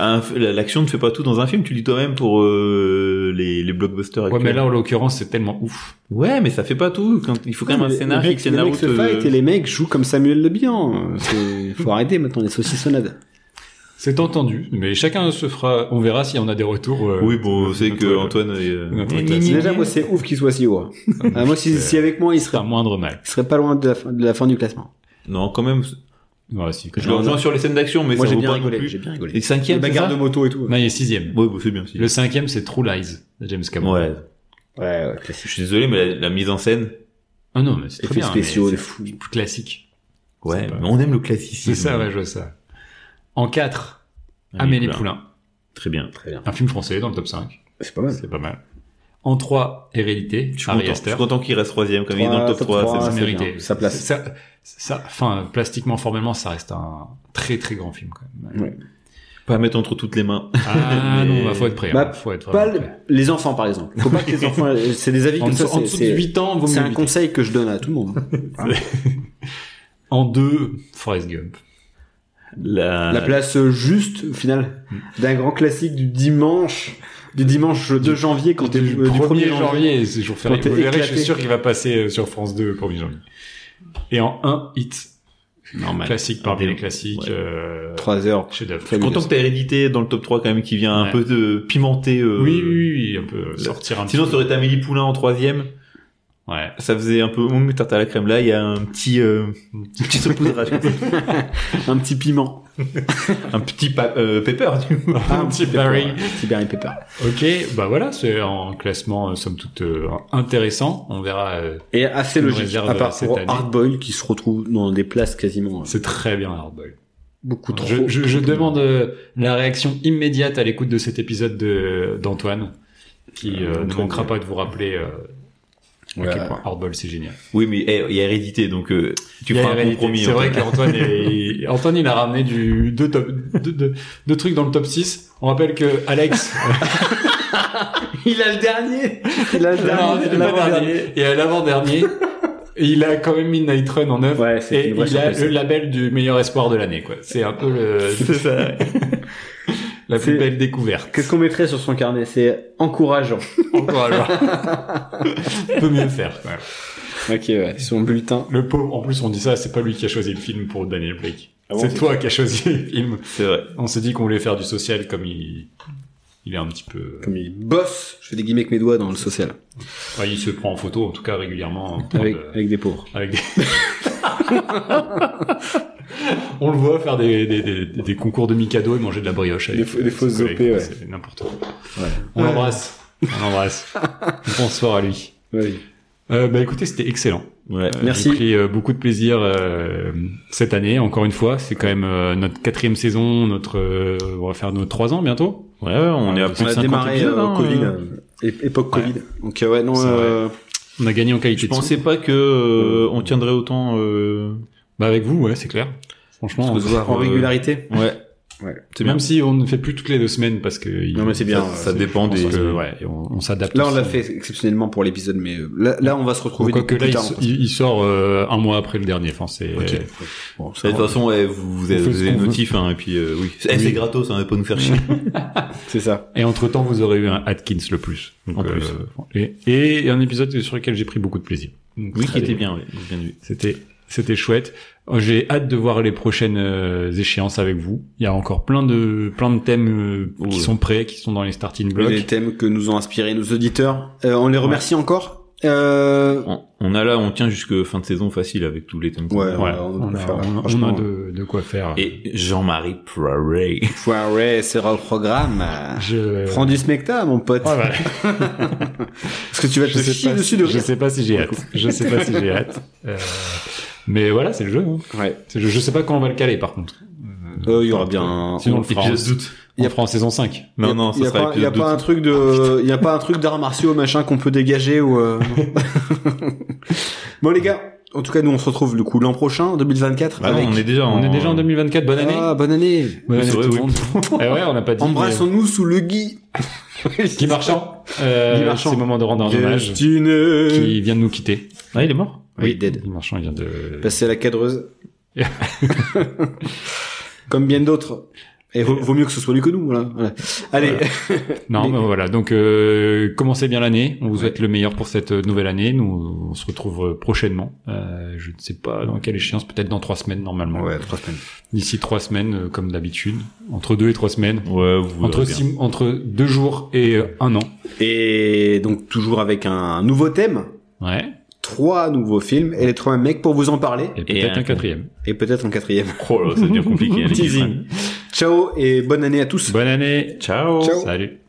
B: Un f- la- L'action ne fait pas tout dans un film, tu le dis toi-même pour euh, les, les blockbusters.
C: Ouais,
B: actuels.
C: mais là, en l'occurrence, c'est tellement ouf.
B: Ouais, mais ça fait pas tout. Quand, il faut quand même un
A: Les-
B: scénar
A: les
B: qui
A: mecs,
B: tienne
A: les
B: la
A: mecs
B: route.
A: se fight
B: euh,
A: et les mecs jouent comme Samuel Le Bihan. C'est- Faut arrêter maintenant les saucissonnades.
C: C'est entendu, mais chacun se fera. On verra si on a des retours. euh,
B: Oui, bon, c'est
C: notre-
B: que Antoine est, euh,
C: notre
B: est
C: classe.
B: classé.
A: Déjà, moi, c'est ouf qu'il soit si haut. hein. Ah, moi, si, si avec moi, il serait.
B: moindre mal.
A: Il serait pas loin de la, fin- de la fin du classement.
B: Non, quand même.
C: Ouais, si,
B: Je le rejoins sur les scènes d'action, mais
A: Moi,
B: ça
A: j'ai
B: vaut
A: bien
B: pas
A: rigolé,
B: non plus.
A: j'ai bien rigolé.
B: Et le cinquième,
A: Les bagarres de moto et tout.
C: Non, il est sixième.
B: Oui, c'est bien.
C: Le cinquième, c'est True Lies, de James Cameron.
B: Ouais.
A: Ouais, ouais.
B: Je suis désolé, mais la, la mise en scène.
C: Ah non, mais c'est
B: Effets
C: très bien.
B: spéciaux,
C: mais
B: des
C: c'est
B: fous.
C: Plus classique.
B: Ouais,
C: C'est pas-
B: mais on aime le classicisme.
C: C'est ça, ouais, je vois ça. En 4,
B: Amélie
C: Amélie
B: Poulain.
C: Poulain.
B: Très bien. Très bien.
C: Un film français dans le top 5.
A: C'est pas mal.
C: C'est pas mal. En 3, Hérédité.
B: suis content. Je suis content qu'il reste troisième, comme il est dans le top trois, c'est bien.
C: mérité.
B: Sa place.
C: Ça, ça- enfin, plastiquement, formellement, ça reste un très très grand film quand même.
B: Pas à mettre entre toutes les mains.
C: Ah non, bah, faut être prêt, hein.
A: Bah,
C: Faut être
A: pas
C: vraiment
A: le- les enfants, par exemple. Faut pas que les enfants. euh, C'est des avis
C: En
A: comme ça.
C: dessous- en
A: c'est-
C: dessous de
A: c'est-
C: 8 ans, vaut
A: C'est
C: mieux
A: un
C: éviter.
A: conseil que je donne à tout le monde.
C: En 2, Forrest Gump.
B: La,
A: La place euh, juste, au final,
C: Mm.
A: d'un grand classique du dimanche, du dimanche 2 janvier, quand t'es euh, du
C: 1er
A: 1er
C: janvier, c'est jour férié.
A: Quand t'es
C: Vous verrez, je
A: éclaté.
C: suis sûr qu'il va passer euh, sur France 2 le 1er janvier. Et en 1, Hit.
B: Normal.
C: Classique parmi les classiques. Euh,
A: 3 heures.
C: Chef d'œuvre.
B: Je suis content que t'aies hérédité dans le top 3 quand même, qui vient un
C: Ouais.
B: peu de pimenter. euh,
C: Oui, oui, oui, un peu sortir un
B: Sinon,
C: petit
B: ça aurait été Amélie Poulain en troisième.
C: Ouais.
B: Ça faisait un peu hum, tarte à la crème. Là, il y a un petit, euh, un petit saupoudrage.
A: un petit piment.
B: un petit pa- euh, pepper, du coup.
C: Un petit Barry.
A: ouais. petit Barry Pepper.
C: Ok, bah voilà, c'est un classement euh, somme toute euh, intéressant. On verra. euh,
A: Et assez
C: ce qu'il nous
A: logique,
C: réserve,
A: à part
C: euh, cette
A: pour
C: année.
A: Hardboil qui se retrouve dans des places quasiment. euh,
C: C'est très bien Hardboil.
A: Beaucoup trop.
C: Je, je- je demande euh, la réaction immédiate à l'écoute de cet épisode de- d'Antoine, qui euh, ne
B: Antoine,
C: manquera
B: ouais.
C: pas de vous rappeler euh,
B: Ouais.
C: à
A: Euh,
C: quel point Hardball c'est génial.
B: Oui, mais eh, il y a hérédité, donc euh, tu
C: Il y a
B: feras un
C: Hérédité.
B: compromis.
C: C'est vrai
B: Antoine.
C: qu'Antoine est- Antoine, il a ramené du, deux, top- deux- deux- deux trucs dans le top 6. On rappelle que Alex.
A: il a le dernier Il a le
C: Non,
A: dernier,
C: il a pas
A: l'avant-dernier.
C: dernier. Et à l'avant-dernier, il a quand même mis Night Run en œuvre.
A: c'est
C: et
A: une vraie
C: il a
A: surprise.
C: le label du meilleur espoir de l'année, quoi. C'est un peu le. La plus
A: C'est-
C: belle découverte.
A: Qu'est-ce qu'on mettrait sur son carnet C'est encourageant.
C: Encourageant. Peut mieux faire, quand même.
A: Ok, ouais, son bulletin.
C: Le pauvre, en plus, on dit ça, c'est pas lui qui a choisi le film pour Daniel Blake.
A: Ah bon,
C: c'est
A: c'est
C: toi
A: ça.
C: qui as choisi le film.
B: C'est vrai.
C: On s'est dit qu'on voulait faire du social comme il, il est un petit peu,
A: Comme il bosse, je fais des guillemets avec mes doigts dans le social.
C: Ouais, il se prend en photo, en tout cas, régulièrement. en train
A: Avec,
C: de-
A: avec des pauvres.
C: avec des- On le voit faire des, des, des, des- des concours de Mikado et manger de la brioche. Avec,
A: Des fa- des
C: ses
A: fausses
C: collègues,
A: OP, ouais.
C: C'est n'importe quoi.
A: Ouais.
C: On
A: Ouais.
C: l'embrasse. On l'embrasse. On pense fort à lui.
A: Oui.
C: Euh, bah écoutez, c'était excellent.
B: Ouais,
C: Euh,
A: merci.
C: J'ai pris euh, beaucoup de plaisir euh, cette année. Encore une fois, c'est quand même euh, notre quatrième saison. Notre, euh, on va faire nos trois ans bientôt.
B: Ouais, ouais, on est à plus
A: On
B: de
A: a
B: 50
A: démarré
B: épisodes,
A: euh,
B: hein,
A: Covid,
B: euh.
A: euh, é- époque Covid. Donc euh, ouais, non.
C: C'est
A: euh,
C: On a gagné en qualité.
B: Je
C: de son.
B: pensais pas que euh, on tiendrait autant. euh,
C: Bah avec vous, ouais, c'est clair. Franchement,
B: se voir,
A: en
B: euh,
A: régularité.
B: Ouais.
A: Ouais.
B: C'est bien.
C: même si on ne fait plus toutes les deux semaines parce que il-
A: Non mais c'est bien.
B: ça,
A: euh,
B: ça dépend
C: je
B: des.
C: pense que, ouais, et on, on s'adapte.
A: Là on l'a
C: aussi.
A: fait exceptionnellement pour l'épisode, mais euh, là, là on va se retrouver
C: Quoique
A: plus
C: là, il,
A: tard.
C: s-
A: en fait.
C: il- il sort euh, un mois après le dernier. Enfin, c'est.
A: Ok. Bon,
B: De
A: ça
B: toute
A: va.
B: façon, ouais, vous, vous avez,
C: fait ce
B: vous avez
C: qu'on veut.
B: notif, hein, et puis euh, oui. Eh, C'est gratos, hein, pas nous faire chier.
A: c'est ça.
C: Et entre temps, vous aurez eu un Atkins le plus.
B: En plus.
C: et, et un épisode sur lequel j'ai pris beaucoup de plaisir. Donc,
B: Oui,
C: très
B: qui était bien, ouais, bien vu.
C: C'était c'était chouette. J'ai hâte de voir les prochaines euh, échéances avec vous. Il y a encore plein de plein de thèmes euh,
B: Ouais.
C: qui sont prêts, qui sont dans les starting blocks.
A: Les thèmes que nous ont inspirés nos auditeurs. Euh, on les remercie encore. Euh...
B: On, on a là, on tient jusque fin de saison facile avec tous les thèmes. qu'on
A: Ouais,
B: a.
A: on
C: Ouais,
A: a- euh, on a
C: on
A: quoi
C: a,
A: faire,
C: on a-
A: franchement.
C: on a de, de quoi faire.
B: Et Jean-Marie Poiré.
A: Poiré sera au programme.
C: je
A: Prends du smecta, mon pote.
C: Euh, Ouais, voilà.
A: Parce que tu vas te
C: je sais
A: chier
C: pas
A: dessus
C: si-
A: de
C: je
A: rire.
C: sais pas si j'ai hâte. Je sais pas si j'ai hâte. Euh, mais voilà, c'est le jeu. hein.
A: Ouais.
C: C'est le jeu. Je sais pas quand on va le caler par contre.
A: Euh, il y aura bien
B: Ah,
A: un-
C: Sinon, on le fera en-
B: Épisode d'août.
C: on le fera en saison 5.
A: Y
B: Non,
A: a-
B: non,
A: y
B: ça
A: a
B: sera
A: pas, y a
B: épisode
A: pas un
B: d'août.
A: truc de, y a pas un truc d'arts martiaux machin qu'on peut dégager ou. euh, non. bon les gars, en tout cas nous on se retrouve du coup l'an prochain 2024.
B: Bah non,
A: avec-
B: on est déjà en.
C: On est déjà en 2024. Bonne année.
A: Ah, bonne année.
C: Bonne année
B: c'est
C: tout
B: vrai,
C: le
B: oui.
C: monde. Eh ouais, on n'a pas dit. mais-
A: Embrassons-nous sous le gui.
C: Guy Marchand. Euh,
A: Guy Marchand.
C: C'est le moment de rendre un hommage.
A: Destine.
C: Qui vient de nous quitter.
B: Ah, Euh, il est mort.
A: Oui, dead.
C: Guy Marchand, il
B: Bah,
C: vient de.
A: Passer à la cadreuse. Comme bien d'autres. Et vaut, vaut mieux que ce soit lui que nous. Voilà. Voilà. Allez.
C: Non, mais voilà. Donc, euh, commencez bien l'année. On vous souhaite le meilleur pour cette euh, nouvelle année. Nous, on se retrouve euh, prochainement. Euh, je ne sais pas dans quelle échéance. Peut-être dans trois semaines, normalement.
A: Ouais, trois semaines.
C: D'ici trois semaines, euh, comme d'habitude. Entre deux et trois semaines.
B: Ouais, vous
C: entre,
B: verrez bien.
C: six- entre deux jours et euh, un an.
A: Et donc toujours avec un nouveau thème.
C: Ouais.
A: Trois nouveaux films et les trois mêmes mecs pour vous en parler. Et
C: peut-être un quatrième.
A: Et peut-être un quatrième.
B: Oh là, ça devient compliqué, hein, les
A: Teasing. Ciao et bonne année à tous.
C: Bonne année.
B: Ciao.
A: Ciao.
B: Salut.